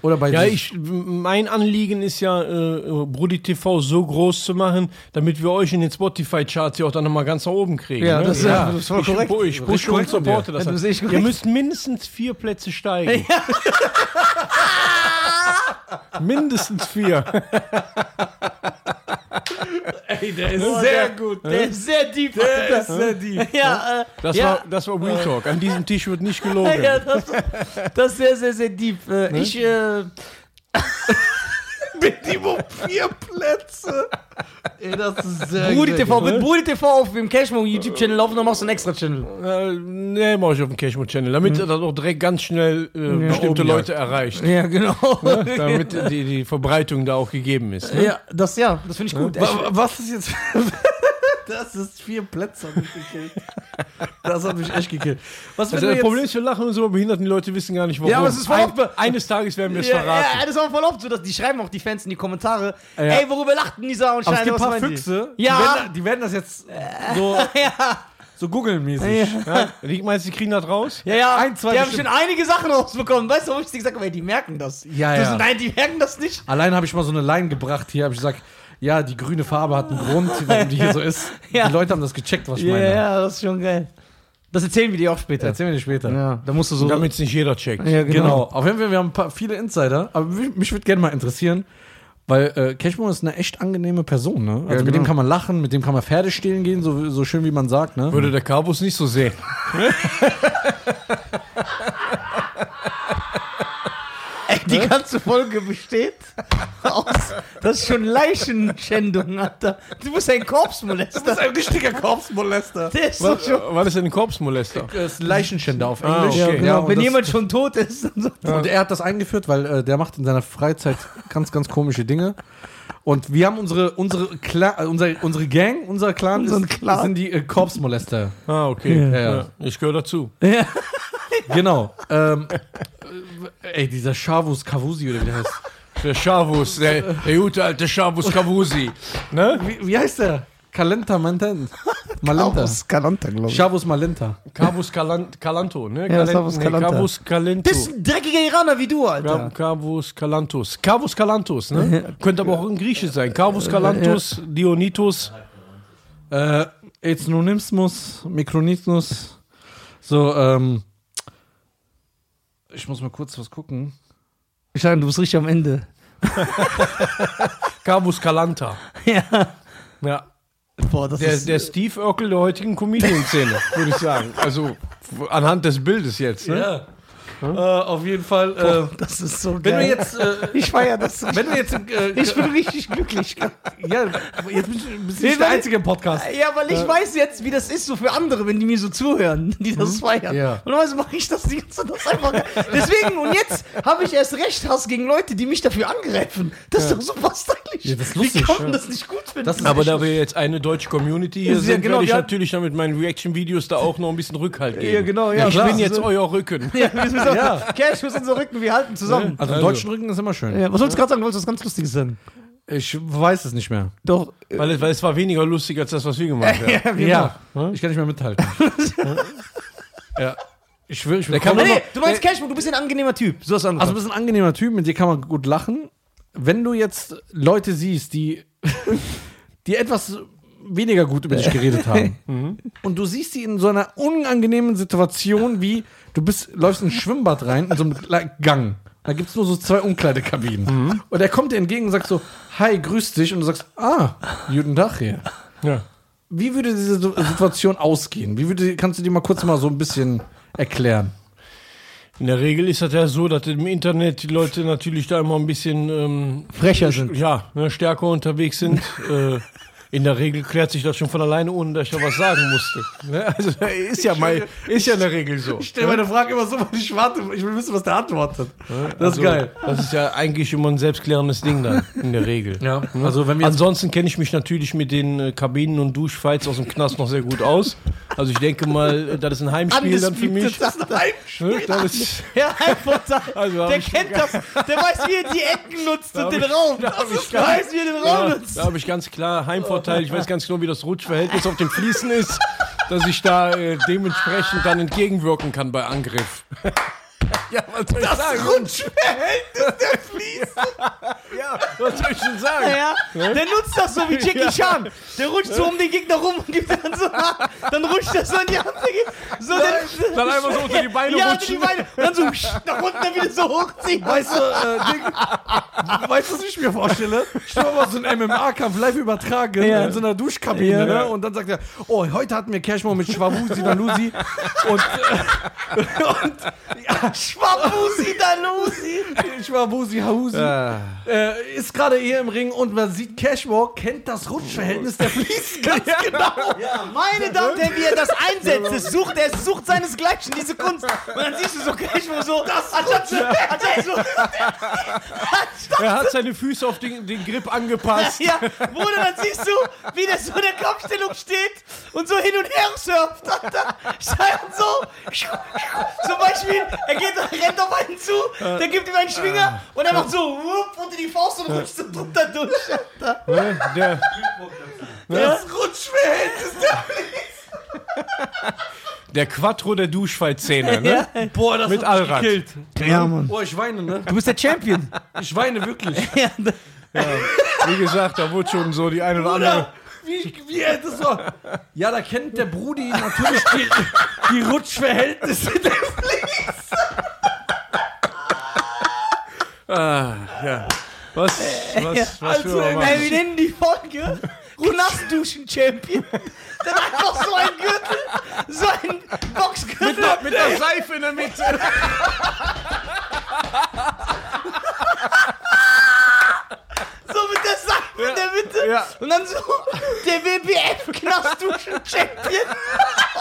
B: Oder bei
C: Mhm. Ja,
B: diesem-
C: ich, Also mein Anliegen ist ja, äh, Brudi TV so groß zu machen, damit wir euch in den Spotify-Charts ja auch dann nochmal ganz nach oben kriegen.
A: Ja,
C: ne?
A: das, Ist,
B: Ja.
A: das ist voll
C: ich,
A: korrekt.
C: pu- ich pushe und
B: korrekt von dir.
C: supporte das.
A: Ja, das ist echt
C: Ihr
A: korrekt.
C: müsst mindestens vier Plätze steigen. mindestens vier.
B: der ist
A: sehr gut. Oh, Der ist sehr deep.
B: Der
A: Alter.
B: ist sehr deep.
A: Ja, äh,
C: Das,
A: ja.
C: war, das war Real Talk. An diesem Tisch wird nicht gelogen.
A: ja, das, das ist sehr, sehr, sehr deep. Äh, Ich, äh,
B: Minimum vier Plätze. Ey, das ist sehr
A: Brudi TV, mit Brudi TV auf dem Cashmo YouTube-Channel laufen, dann machst du einen extra Channel.
C: Äh, nee, mach ich auf dem Cashmo-Channel, damit er dann auch direkt ganz schnell äh, bestimmte
B: oben
C: Leute erreicht.
A: Mhm. Oh, Ja, genau.
B: Ne,
C: Damit die, die Verbreitung da auch gegeben ist. Ne?
A: Ja, das, ja, das finde ich
B: Ne?
A: gut. Ich,
B: Wa- wa- Was ist jetzt? das ist vier Plätze hat mich gekillt. Das hat mich echt gekillt. Was
C: Also Das,
B: wenn wir
C: Problem
B: jetzt,
C: ist, wir lachen uns über behindert, die Leute wissen gar nicht, warum.
B: Ja, aber es ist voll
C: Ein,
B: offen.
C: eines Tages werden wir es
A: ja,
C: verraten.
A: ja, das war voll oft so, dass die schreiben auch die Fans in die Kommentare, ey, worüber lachten Nisa und
B: aber es
A: Steiner,
B: gibt
A: was
B: ein paar
A: meinen die?
B: Füchse,
A: Ja.
B: die, werden, die werden das jetzt so, so googeln-mäßig.
C: Ja. Die- Meinst du, die kriegen das raus?
A: Ja, ja,
B: Ein, zwei
A: die haben schon
B: bestimmt.
A: einige Sachen rausbekommen. Weißt du, warum ich dir gesagt habe, ey, die merken das.
B: Ja,
A: du
B: ja.
A: So, nein, die merken das nicht.
B: Allein habe ich mal so eine Line gebracht hier, habe ich gesagt, ja, die grüne Farbe hat einen Grund, warum die hier so ist.
A: Ja.
B: Die Leute haben das gecheckt, was ich
A: Ja,
B: meine.
A: ja, das ist schon geil. Das erzählen wir dir auch später.
B: Erzählen wir dir später.
A: Ja, da musst du so.
C: Damit es nicht jeder checkt.
A: ja,
B: Genau. Auf jeden Fall, wir haben ein paar, viele Insider, aber mich, mich würde gerne mal interessieren, weil äh, Cashmo ist eine echt angenehme Person, ne? Also
A: Ja,
B: mit dem
A: genau.
B: kann man lachen, mit dem kann man Pferde stehlen gehen, so, so schön wie man sagt, ne?
C: Würde der Carbus nicht so sehen.
A: Ey, die
B: Ne?
A: ganze Folge besteht aus. Das ist schon Leichenschändung, Alter. Du bist ein Korpsmolester.
B: ein richtiger Korpsmolester.
A: Der ist doch
C: Was,
A: schon.
C: was ist denn ein Korpsmolester?
B: Das Äh, ist ein Leichenschänder auf
C: Ah,
B: Englisch.
C: okay. Ja,
A: Genau,
B: und
A: wenn
B: das-
A: jemand schon tot ist, dann so.
B: Und er hat das eingeführt, weil äh, der macht in seiner Freizeit ganz, ganz komische Dinge. Und wir haben unsere, unsere, Cla äh, unser, unsere Gang, unser Clan,
A: Unseren
B: ist,
A: Clan.
B: sind die äh, Korpsmolester.
C: Ah, okay.
B: Ja, ja.
C: Ich gehöre dazu.
A: Ja.
B: genau. Ähm, äh, ey, dieser Shavus Kavusi oder wie der heißt.
C: Der Schavus, der, der gute alte Schavus Kavusi. Ne?
B: Wie, wie heißt der? Kalenta Manten. Malenta.
A: Galanta, glaube
B: Shavus Malenta.
C: Carbus Calan Calanto, ne?
A: Ja, Carbus Calanta.
C: Carbus Calento.
A: Das ist ein dreckiger Iraner wie du,
C: Wir
A: Alter.
C: haben Carvus Calantus. Carvus Calantus, ne? Könnte aber auch ein Grieche sein. Carvus Calantus, Dionytus.
B: Äh, Eznonismus, Mikronismus. So, ähm. Ich muss mal kurz was gucken.
A: Schein, du bist richtig am Ende.
C: Carvus Calanta.
A: Ja.
C: Ja.
A: Boah, das
C: Der,
A: ist.
C: der Steve Urkel der heutigen Comedian-Szene, würde ich sagen. Also f- anhand des Bildes jetzt, ne?
B: Ja. Äh, auf jeden Fall. Äh,
A: Oh, das ist so
B: wenn wir
A: geil.
B: jetzt. Äh,
A: ich feier das.
B: wenn wir jetzt. Äh,
A: Ich bin richtig glücklich.
B: ja, jetzt bist du bist du
A: Nee,
B: nicht der
A: weil-
B: Einzige im Podcast.
A: Ja, weil ich weiß jetzt, wie das ist so für andere, wenn die mir so zuhören, die das feiern.
B: Mhm. Ja.
A: Und also mache ich das die ganze Zeit das einfach. Deswegen, und jetzt habe ich erst recht Hass gegen Leute, die mich dafür angreifen. Das ist doch super stylisch.
B: Ja, das ist
A: wie
B: lustig,
A: kann man
B: ja.
A: das nicht gut finden?
B: Das ist-
C: Aber da wir jetzt eine deutsche Community hier
A: Ja,
C: sind,
A: genau,
C: werde ich
A: wir-
C: natürlich dann mit meinen Reaction-Videos da auch noch ein bisschen Rückhalt geben.
A: Ja, genau, ja,
C: ich
A: klar.
C: bin jetzt euer Rücken.
A: ja, wir müssen auch,
B: Ja.
A: Cash muss unser Rücken, wir halten zusammen.
B: Also,
C: Also.
B: deutschen Rücken ist immer schön.
A: Ja, was sollst du gerade sagen? Du wolltest was ganz Lustiges sagen.
B: Ich weiß es nicht mehr.
A: Doch.
C: Weil, es- weil es war weniger lustig als das, was wir gemacht haben.
A: genau.
B: Ich kann nicht mehr mithalten. ja. Ich schwöre, ich will.
C: kann
A: Nee,
C: man-
A: nee, du meinst
B: Äh,
A: Cash, du bist ein angenehmer Typ. So hast du
B: Also, du
A: angefangen.
B: bist ein angenehmer Typ, mit dir kann man gut lachen. Wenn du jetzt Leute siehst, die, die etwas weniger gut über dich geredet haben.
A: Mhm.
B: Und du siehst sie in so einer unangenehmen Situation, wie du bist, läufst in ein Schwimmbad rein, in so einem kleinen Gang. Da gibt es nur so zwei Umkleidekabinen.
A: Mhm.
B: Und er kommt dir entgegen und sagt so, hi, grüß dich. Und du sagst, ah, guten Tag hier.
C: Ja.
B: Wie würde diese Su- Situation ausgehen? Wie würde, kannst du dir mal kurz mal so ein bisschen erklären?
C: In der Regel ist das ja so, dass im Internet die Leute natürlich da immer ein bisschen ähm,
A: Frecher sind.
C: ja, ne, stärker unterwegs sind. äh, in der Regel klärt sich das schon von alleine, ohne dass ich da was sagen musste. Ne? Also ist ja mal, ist ja in der Regel so.
B: stelle meine Frage immer so, weil ich warte, ich will wissen, was der antwortet. Das ist
C: Also,
B: geil.
C: Das ist ja eigentlich immer ein selbstklärendes Ding dann, in der Regel.
B: Ja, also wenn wir jetzt
C: Ansonsten kenne ich mich natürlich mit den äh, Kabinen und Duschfights aus dem Knast noch sehr gut aus. Also ich denke mal, äh, das ist ein Heimspiel dann für mich.
A: Das Heimspiel.
C: Ne? Das ist,
A: Herr Heimvorteil,
C: Also hab
A: der
C: ich-
A: kennt das. Der weiß, wie er die Ecken nutzt und
C: hab
A: den
C: ich-
A: Raum.
C: da
A: Das
C: hab ich
A: ist,
C: gar-
A: weiß, wie er den Raum
C: Ja,
A: nutzt.
C: da habe ich ganz klar Heimvorteil. Ich weiß ganz genau, wie das Rutschverhältnis auf den Fliesen ist, dass ich da äh, dementsprechend dann entgegenwirken kann bei Angriff. ja, was soll ich
A: Das
C: sagen?
A: Rutschverhältnis der Fliesen.
C: Ja, was soll ich denn sagen?
A: Ja, der nutzt das so wie Jackie
C: Ja.
A: Chan. Der rutscht so um den Gegner rum und gibt dann so nach. Dann rutscht er so in die Hand. der gibt- So dann,
C: Dann einfach so unter die Beine
A: ja, die
C: rutschen.
A: Beine. Dann so nach unten dann wieder so hochziehen. Weißt du,
B: äh, Ding, weißt du, was ich mir vorstelle? Ich stelle mal so einen MMA-Kampf live übertragen
A: Ja.
B: in so einer Duschkabine,
A: Ja.
B: ne? Und dann sagt er, oh, heute hatten wir Cashmo mit Schwabusi, Danusi und, äh,
A: Schwabusi, Danusi.
B: äh, Schwabusi, Hausi. Äh, ist gerade hier im Ring und man sieht Cashmo kennt das Rutschverhältnis der Fliesen ganz genau.
A: Meine Damen und Herren, wie er das einsetzt, es sucht, er sucht seinesgleichen, diese Kunst. Und dann siehst du so Cashmo so, das anstatt zu, anstatt zu, anstatt,
C: Er hat seine Füße auf den, den Grip angepasst.
A: ja, Bruder, dann siehst du, wie der so in der Kopfstellung steht und so hin und her surft. Und dann scheint so, zum Beispiel, er geht, rennt auf einen zu, der gibt ihm einen Schwinger und er macht so, wupp, unter die Faust und rutscht so drunter durch. Alter.
C: Ne? Der,
A: Das Rutschverhältnis
C: der Quattro der Duschfight-Szene. Ne?
A: Ja.
B: Boah, das
C: Mit
B: hat mich
C: Allrad.
B: gekillt.
A: Ja, Mann.
B: Boah, ich weine, ne?
A: Du bist der Champion.
B: Ich weine wirklich.
A: Ja,
C: Wie gesagt, da wurde schon so die eine oder andere.
B: Bruder, wie, wie hätte es so? Ja, da kennt der Brudi natürlich die, die Rutschverhältnisse der
C: Was, was, was
A: Also,
C: wir mal
A: ey,
C: machen.
A: wir nennen die Folge Knastduschen-Champion. Dann einfach so ein Gürtel, so ein Boxgürtel.
C: mit der Seife in der Mitte.
A: So mit der Seife in der Mitte.
C: Ja.
A: Und dann so der WBF Knastduschen Champion.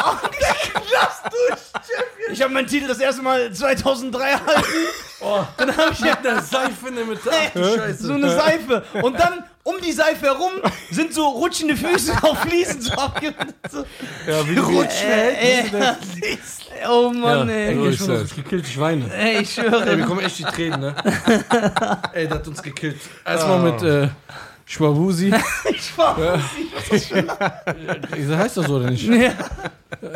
A: Und der Knastduschen Champion. Ich habe meinen Titel das erste Mal 2003 erhalten. Dann habe ich halt ja
B: Der Seife in der Mitte.
A: Oh. so eine Seife. Und dann um die Seife herum sind so rutschende Füße auf Fliesen so abgebildet. So.
C: Ja, wie
A: Rutschverhältnisse. oh Mann, ey.
C: so
B: Ey, ich
C: ist
B: schwöre,
C: das.
B: uns gekillt, ich weine.
A: Ey, ich schwöre.
B: Ey, wir kommen echt die Tränen, ne? Ey, der hat uns gekillt. Erstmal mit äh, Schwabusi.
A: Ich war
B: Wieso heißt das so oder nicht?
A: Ja.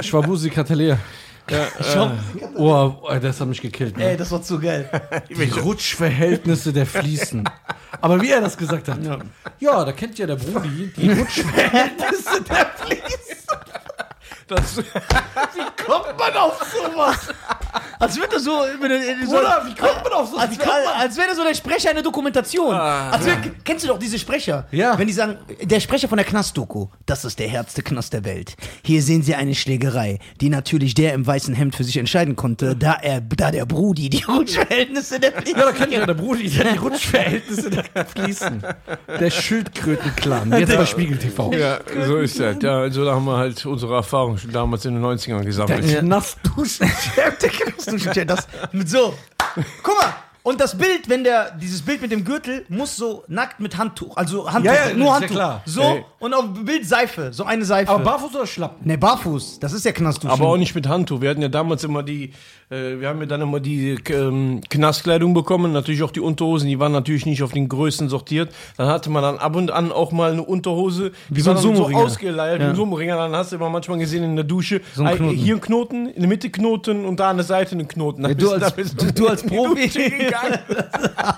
B: Schwabusi Katalea.
A: Shop.
B: Oh, ey, das hat mich gekillt, ne?
A: Ey, das war zu geil.
B: Die Rutschverhältnisse der Fließen. Aber wie er das gesagt hat. Ja, da kennt ja der Brudi die Rutschverhältnisse der
C: Das,
A: Kommt man auf sowas? Als wird das so. wenn du- so
B: Bruder, wie kommt man auf so
A: als, als, als wäre so der Sprecher eine Dokumentation. als wär, Kennst du doch diese Sprecher?
B: Ja.
A: Wenn die sagen, der Sprecher von der Knast-Doku, das ist der härteste Knast der Welt. Hier sehen Sie eine Schlägerei, die natürlich der im weißen Hemd für sich entscheiden konnte, da er, da der Brudi die Rutschverhältnisse der Pflicht.
B: Ja, da kennt ja der Brudi, der die Rutschverhältnisse der Fließen. Der Schildkrötenclan, jetzt bei Spiegel TV.
C: ja, so ist das. Ja, also da haben wir halt unsere Erfahrung schon damals in den 90ern gesammelt.
B: Der Nassduschen.
A: Der Knastduschenchef, das mit so. Guck mal. Und das Bild, wenn der, dieses Bild mit dem Gürtel, muss so nackt mit Handtuch, also Handtuch,
B: Ja, ja, ist
A: nur
B: ja
A: Handtuch.
B: klar.
A: So,
C: Ey.
A: und auf dem Bild Seife, so eine Seife.
B: Aber barfuß oder schlapp?
A: ne, barfuß, das ist ja Knastduschen.
C: Aber auch nicht mit Handtuch. Wir hatten ja damals immer die, äh, wir haben ja dann immer die äh, ähm, Knastkleidung bekommen, natürlich auch die Unterhosen, die waren natürlich nicht auf den Größen sortiert. Dann hatte man dann ab und an auch mal eine Unterhose, die
A: so
C: war
A: ein
C: dann so
A: Sumo-Ringer.
C: ausgeleiert,
A: Ja.
C: ein Sumo-Ringer. Dann hast du immer manchmal gesehen in der Dusche, äh,
A: So ein
C: ein-
A: Knoten.
C: hier ein Knoten, in der Mitte Knoten und da an der Seite einen Knoten. Dann
A: du
C: bist
A: als-
C: da bist
A: du als
C: in die
A: Profi.
C: Dusche gegangen. gegangen.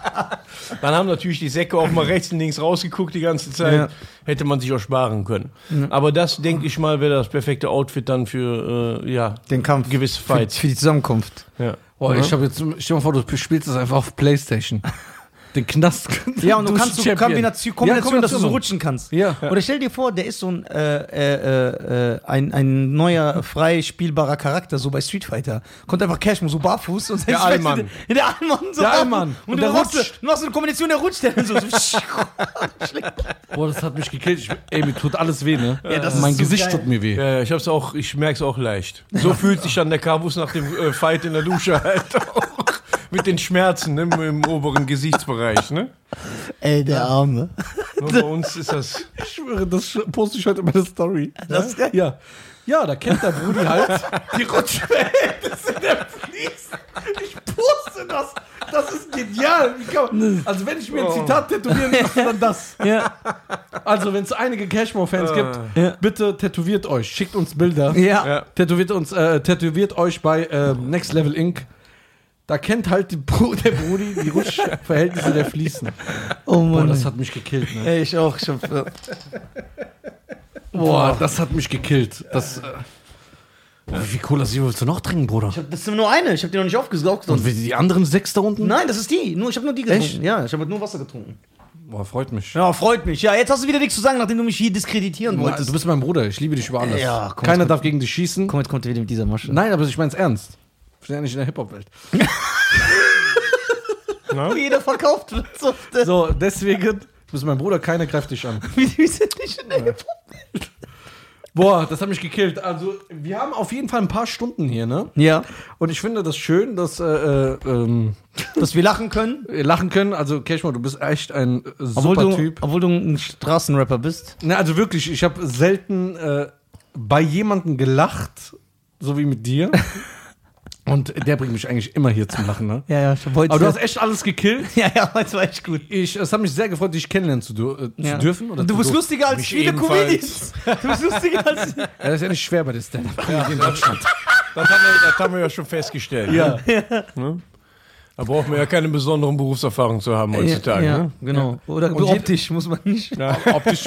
C: Dann haben natürlich die Säcke auch mal rechts und links rausgeguckt die ganze Zeit.
B: Ja.
C: Hätte man sich auch sparen können. Aber das, denke ich mal, wäre das perfekte Outfit dann für äh, ja,
A: Den Kampf.
C: gewisse
A: Für,
C: Fights.
A: für die Zusammenkunft.
C: Ja.
B: Boah, ich habe jetzt, stell dir mal vor, du spielst das einfach auf Playstation. Den Knast.
A: Ja, und du kannst
B: bist
A: so
B: Champion.
A: Kombination, Kombination dass du so rutschen kannst.
B: Ja.
A: Oder stell dir vor, der ist so ein, äh, äh, äh, ein, ein neuer, frei spielbarer Charakter, so bei Street Fighter. Kommt einfach Cash so barfuß und setzt sich
C: Allmann.
A: vielleicht in den- Der Allmann. So
B: Der
A: barfuß.
B: Allmann.
A: Und,
B: Und
A: du
B: der
A: machst,
B: rutscht.
A: du machst so eine Kombination, der rutscht dann so. so
B: Boah, das hat mich gekillt. Ich, ey, mir tut alles weh, ne?
A: Ja, das ist
B: mein
A: so
B: Gesicht
A: geil.
B: tut mir weh.
C: Ja, ja, ich hab's auch, ich merk's auch leicht. So fühlt sich dann der Kabus nach dem äh, Fight in der Dusche halt auch. Mit den Schmerzen ne, im, im oberen Gesichtsbereich, ne?
A: Ey, der Arme.
C: Nur bei uns ist das.
B: Ich schwöre, das poste ich heute in meiner Story.
A: Das ist geil.
B: Ja. Ja, da kennt der Brudi halt.
A: Die rutscht weg. Das ist der Fließ. Ich poste das. Das ist genial. Wie kann man- also wenn ich mir ein Zitat tätowieren lasse, dann das.
B: Ja. Also, wenn es einige
A: Äh.
B: Cashmore-Fans gibt, bitte tätowiert euch. Schickt uns Bilder.
C: Ja.
B: Tätowiert, uns, äh, tätowiert euch bei äh, Next Level Inc. Da kennt halt die Bru der Brudi die Rutschverhältnisse der Fließen.
A: Oh
B: Boah,
A: Mann.
B: das hat mich gekillt, ne?
A: Ey, ich auch schon.
B: Boah, das hat mich gekillt. Das, äh, Boah, wie viel Cola Zero willst du noch trinken, Bruder?
A: Das ist nur eine. Ich habe die noch nicht aufgesaugt.
B: Und wie die anderen sechs da unten?
A: Nein, das ist die. Nur, ich habe nur die getrunken. Ja, ich habe nur Wasser getrunken.
B: Boah, freut mich.
A: Ja, freut mich. Ja, jetzt hast du wieder nichts zu sagen, nachdem du mich hier diskreditieren
B: Boah, Du
A: wolltest.
B: bist mein Bruder, ich liebe dich über alles.
A: Ja, komm,
B: Keiner
A: komm.
B: darf gegen dich schießen.
A: Komm, jetzt kommt er wieder mit dieser Masche.
B: Nein, aber ich mein's ernst. Wir sind ja nicht in der Hip-Hop-Welt.
A: Wo jeder verkauft wird. So, das-
B: So, deswegen, du bist mein Bruder, keiner greift dich an.
A: Wir wir sind nicht in der Hip-Hop-Welt.
B: Boah, das hat mich gekillt. Also, wir haben auf jeden Fall ein paar Stunden hier, ne?
A: Ja,
B: Und ich finde das schön, dass äh, äh, ähm,
A: dass wir lachen können.
B: wir lachen können. Also, Cashmo, du bist echt ein äh,
A: Obwohl
B: super
A: du,
B: Typ.
A: obwohl du ein Straßenrapper bist.
B: Ne, also wirklich, ich habe selten äh, bei jemandem gelacht, so wie mit dir. Und der bringt mich eigentlich immer hier zum Lachen, ne?
A: Ja, ja, ich wollte.
B: Aber du hast echt alles gekillt.
A: ja, ja, heute war echt gut.
B: Ich, es hat mich sehr gefreut, dich kennenlernen zu, dür- äh,
A: Ja.
B: zu dürfen. Oder
A: du
B: zu
A: bist
B: dürfen.
A: lustiger als
C: Mich
A: viele Comedians.
C: ebenfalls.
A: Du bist lustiger als.
B: Ja, das Äh, ist ja nicht schwer bei der stand up in Deutschland.
C: Das haben, wir, das haben wir ja schon festgestellt. ne?
B: Ja.
C: Da braucht man ja keine besonderen Berufserfahrung zu haben heutzutage.
A: ja,
C: Ne?
A: genau. Oder
B: Und jed-
A: optisch muss man nicht.
B: Optisch,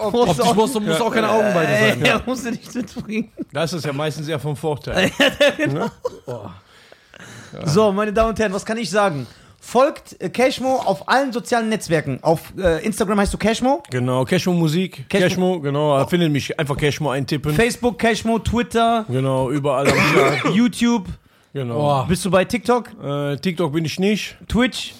B: optisch musst du musst auch keine Augen bei dir sein.
A: Ja, musst du nicht mitbringen.
C: Das ist ja meistens eher vom Vorteil.
A: So, meine Damen und Herren, was kann ich sagen? Folgt äh, Cashmo auf allen sozialen Netzwerken. Auf äh, Instagram heißt du Cashmo,
C: Genau, Cashmo Musik.
A: Cashmo-
C: Cashmo, genau. da Findet mich einfach Cashmo eintippen.
A: Facebook Cashmo, Twitter,
C: Genau, überall am Start.
A: YouTube.
C: Genau.
A: Bist du bei TikTok,
C: Äh, TikTok bin ich nicht.
A: Twitch?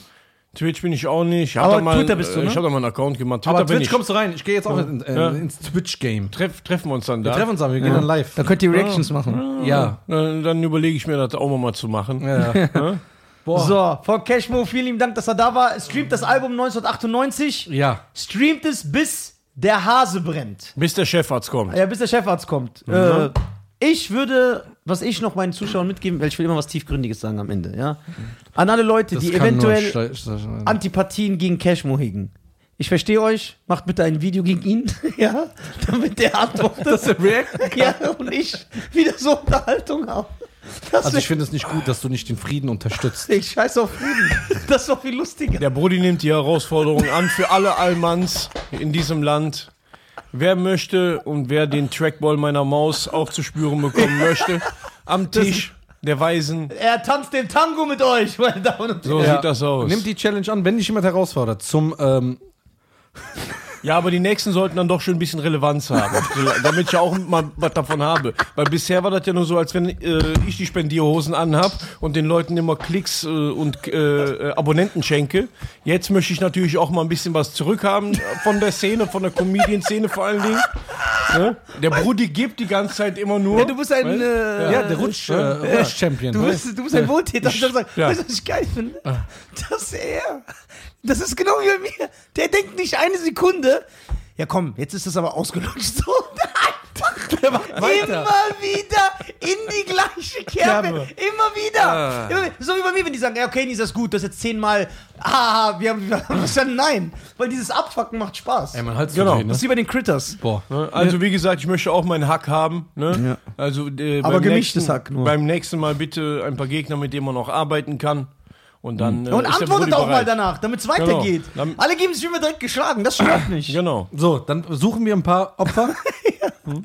C: Twitch bin ich auch nicht. Ich hab
A: Aber
C: da mal,
A: Twitter bist du,
C: äh,
A: ne?
C: Ich habe da mal einen Account gemacht. Twitter
B: Aber
C: bin
B: Twitch
C: ich.
B: kommst du rein. Ich gehe jetzt auch in, äh,
C: Ja.
B: ins Twitch-Game.
C: Treff, treffen wir uns dann da.
B: Treffen uns aber, wir gehen dann live.
A: Da könnt ihr Reactions machen.
B: Ja. Äh,
C: Dann, dann überlege ich mir das auch mal zu machen.
B: ja. Boah.
A: Oh, So, folgt Cashmo, vielen lieben Dank, dass er da war. Streamt das Album 1998.
B: Ja.
A: Streamt es, bis der Hase brennt.
C: Bis der Chefarzt kommt.
A: Ja, bis der Chefarzt kommt. Äh, ich würde, was ich noch meinen Zuschauern mitgeben, weil ich will immer was Tiefgründiges sagen am Ende, ja. An alle Leute, die eventuell Antipathien gegen Cashmo hegen. Ich verstehe euch, macht bitte ein Video gegen ihn, ja, damit der antwortet
B: das React.
A: ja, und ich wieder so Unterhaltung habe. Das
B: Also ich
A: ich,
B: finde es nicht gut, dass du nicht den Frieden unterstützt.
A: ich scheiß auf Frieden. Das ist doch viel lustiger.
C: Der Brudi nimmt die Herausforderung an für alle Allmanns in diesem Land. Wer möchte und wer den Trackball meiner Maus auch zu spüren bekommen möchte, am Tisch der Weisen.
A: Er tanzt den Tango mit euch, meine Damen und Herren.
C: So sieht das aus.
B: Nimm die Challenge an, wenn dich jemand herausfordert. Zum, ähm,
C: Ja, aber die nächsten sollten dann doch schon ein bisschen Relevanz haben, damit ich auch mal was davon habe. Weil bisher war das ja nur so, als wenn äh, ich die Spendierhosen anhab und den Leuten immer Klicks äh, und äh, äh, Abonnenten schenke. Jetzt möchte ich natürlich auch mal ein bisschen was zurückhaben von der Szene, von der Comedian-Szene vor allen Dingen. Ne? Der Brudi gibt die ganze Zeit immer nur.
A: Ja, du bist ein, äh,
B: ja, der Rutsch, äh, Rutsch-Champion.
A: du bist, du bist ein Wohltäter. Ich, sag,
C: ja. Ah.
A: Weißt du, was ich geil finde? Dass er, das ist genau wie bei mir, der denkt nicht eine Sekunde, ja komm, jetzt ist das aber ausgelutscht. So, einfach der macht
B: weiter.
A: immer wieder in die gleiche Kerbe.
B: Kerbe.
A: Immer wieder.
C: Ah.
A: Immer wieder. so wie bei mir, wenn die sagen, ja okay, Nisa, ist gut, das ist jetzt zehnmal, ah, wir haben, wir haben verstanden, nein. Weil dieses Abfucken macht Spaß.
B: ey, mein Hals
C: Genau.
B: verdrehen,
A: das ist wie bei den Critters.
B: ne? Boah.
C: Ne? Also wie gesagt, ich möchte auch meinen Hack haben. Ne?
A: Ja.
C: Also, äh,
A: Aber
C: beim
A: gemischtes
C: nächsten,
A: Hack nur.
C: Beim nächsten Mal bitte ein paar Gegner, mit denen man auch arbeiten kann. Und dann. äh,
A: Und
C: ist der
A: antwortet
C: Brudi
A: auch mal
C: bereit.
A: danach, damit es weitergeht.
C: Genau. Dann-
A: Alle geben sich immer direkt geschlagen, das stört mich.
C: Genau.
B: So, dann suchen wir ein paar Opfer,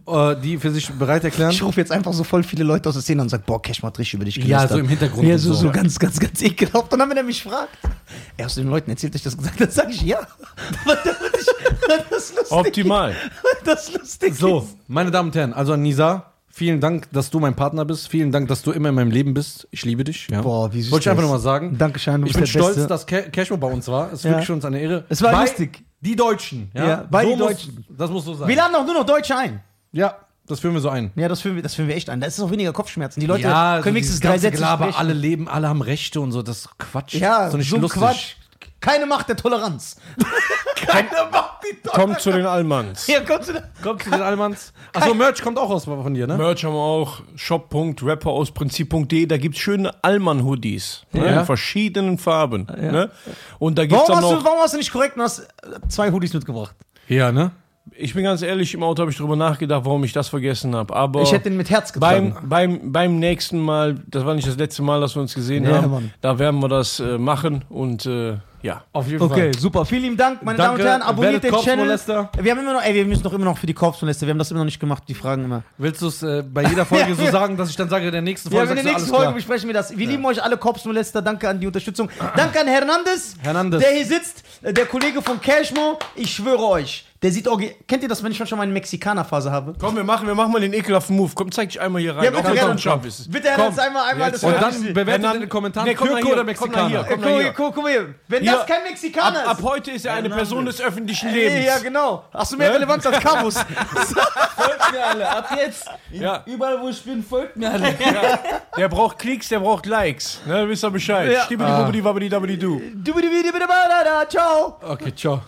B: äh, die für sich bereit erklären.
A: Ich rufe jetzt einfach so voll viele Leute aus der Szene an und sage, boah, Cash hat richtig über dich
B: Ja,
A: gelästert.
B: so im Hintergrund
A: Ja,
B: und
A: so,
B: so.
A: so ganz, ganz, ganz ekelhaft. Und dann, wenn er mich fragt, ey, hast du den Leuten erzählt, dass ich das gesagt habe? Dann sage ich, ja. Weil das- weil das lustig,
C: Optimal.
A: weil das lustig
B: So,
A: ist.
B: meine Damen und Herren, also an Nisa, vielen Dank, dass du mein Partner bist. Vielen Dank, dass du immer in meinem Leben bist. Ich liebe dich. Ja.
A: Boah, wie süß
B: Wollte ich einfach
A: das.
B: nochmal sagen.
A: Dankeschön, du bist
B: Ich bin
A: der
B: stolz,
A: Beste.
B: dass Ca- Cashmo bei uns war. Es ist
A: Ja.
B: wirklich uns eine Ehre.
A: Es war
B: bei
A: lustig.
B: Die Deutschen. Ja,
A: Ja, bei
B: so
A: die
B: muss,
A: Deutschen.
B: Das muss so sein.
A: Wir laden auch nur noch Deutsche ein.
B: Ja, das führen wir so ein.
A: Ja, das fühlen wir, das fühlen wir echt ein. Da ist auch weniger Kopfschmerzen. Die Leute
B: ja,
A: können
B: dieses
A: wenigstens drei
B: ganze
A: Sätze
B: Gelaber,
A: sprechen.
B: alle leben, alle haben Rechte und so, das ist Quatsch.
A: Ja,
B: so
A: so,
B: nicht lustig.
A: Quatsch. Keine Macht der Toleranz. Keine Macht die
C: Kommt zu den Allmanns.
A: Hier, kommst du da?
B: Kommt zu den Allmanns. Achso, Merch kommt auch aus von dir, ne?
C: Merch haben wir auch, shop.rapperausprinzip.de, da gibt es schöne Allmann-Hoodies ne,
B: Ja.
C: in verschiedenen Farben. Ne? Und da gibt es
A: Warum
C: dann
A: hast, du,
C: noch,
A: warum hast du nicht korrekt und hast äh, zwei Hoodies mitgebracht?
B: Ja, ne?
C: ich bin ganz ehrlich, im Auto habe ich drüber nachgedacht, warum ich das vergessen habe. Aber
B: Oh.
A: Ich hätte den mit Herz getragen.
C: beim, beim, beim nächsten Mal, das war nicht das letzte Mal, dass wir uns gesehen
A: Ja,
C: haben,
A: Mann.
C: da werden wir das äh, machen und äh, ja.
B: Auf jeden
A: Okay, super. Vielen lieben Dank, meine
B: Danke.
A: Damen und Herren. Abonniert
B: Werdet
A: den Channel.
B: Korpsmolester.
A: Wir haben immer noch, ey, wir müssen doch immer noch für die Korpsmolester. Wir haben das immer noch nicht gemacht. Die fragen immer.
B: Willst du es äh, bei jeder Folge
A: Ja,
B: so
A: ja.
B: sagen, dass ich dann sage, in der nächsten
A: Ja,
B: Folge
A: in der
B: sagst du,
A: nächsten
B: alles
A: Folge besprechen wir das. Wir lieben euch alle Korpsmolester. Danke an die Unterstützung. Danke an Hernandez,
B: Hernandez.
A: der hier sitzt, äh, der Kollege von Cashmo. Ich schwöre euch, der sieht orgi- Kennt ihr das, wenn ich schon mal eine Mexikanerphase habe?
C: Komm, wir machen, wir machen mal den ekelhaften Move. Komm, zeig dich einmal hier rein.
A: Ja, bitte,
C: Auch wenn
A: gerne.
C: du ein Schaf bist.
A: Bitte, Hernandez, einmal, einmal das
C: Jetzt.
B: klar. Und
A: Wort.
B: dann bewertet
C: Hernan-
B: in den Kommentaren
C: Nee, komm mal
B: Türke
C: hier,
B: oder
C: komm mal hier,
B: Mexikaner.
A: Äh,
C: komm mal hier.
A: Guck, guck mal hier. Wenn
C: Hier,
A: das kein Mexikaner
C: Ab, ab
A: ist.
C: heute ist er eine Person des öffentlichen
A: Ey,
C: Lebens.
A: ja, genau. Hast du mehr Relevanz als Kabus?
D: Ne? Folgt mir alle, ab jetzt.
C: Ja.
D: Überall, wo ich bin, folgt mir alle.
C: Der braucht Klicks, der braucht Likes. Ne, wisst ihr Bescheid.
A: Ja.
C: Ja. Stibbidi, bubbidi, wabbidi, dabbidi, du.
A: Ciao.
B: Okay, ciao.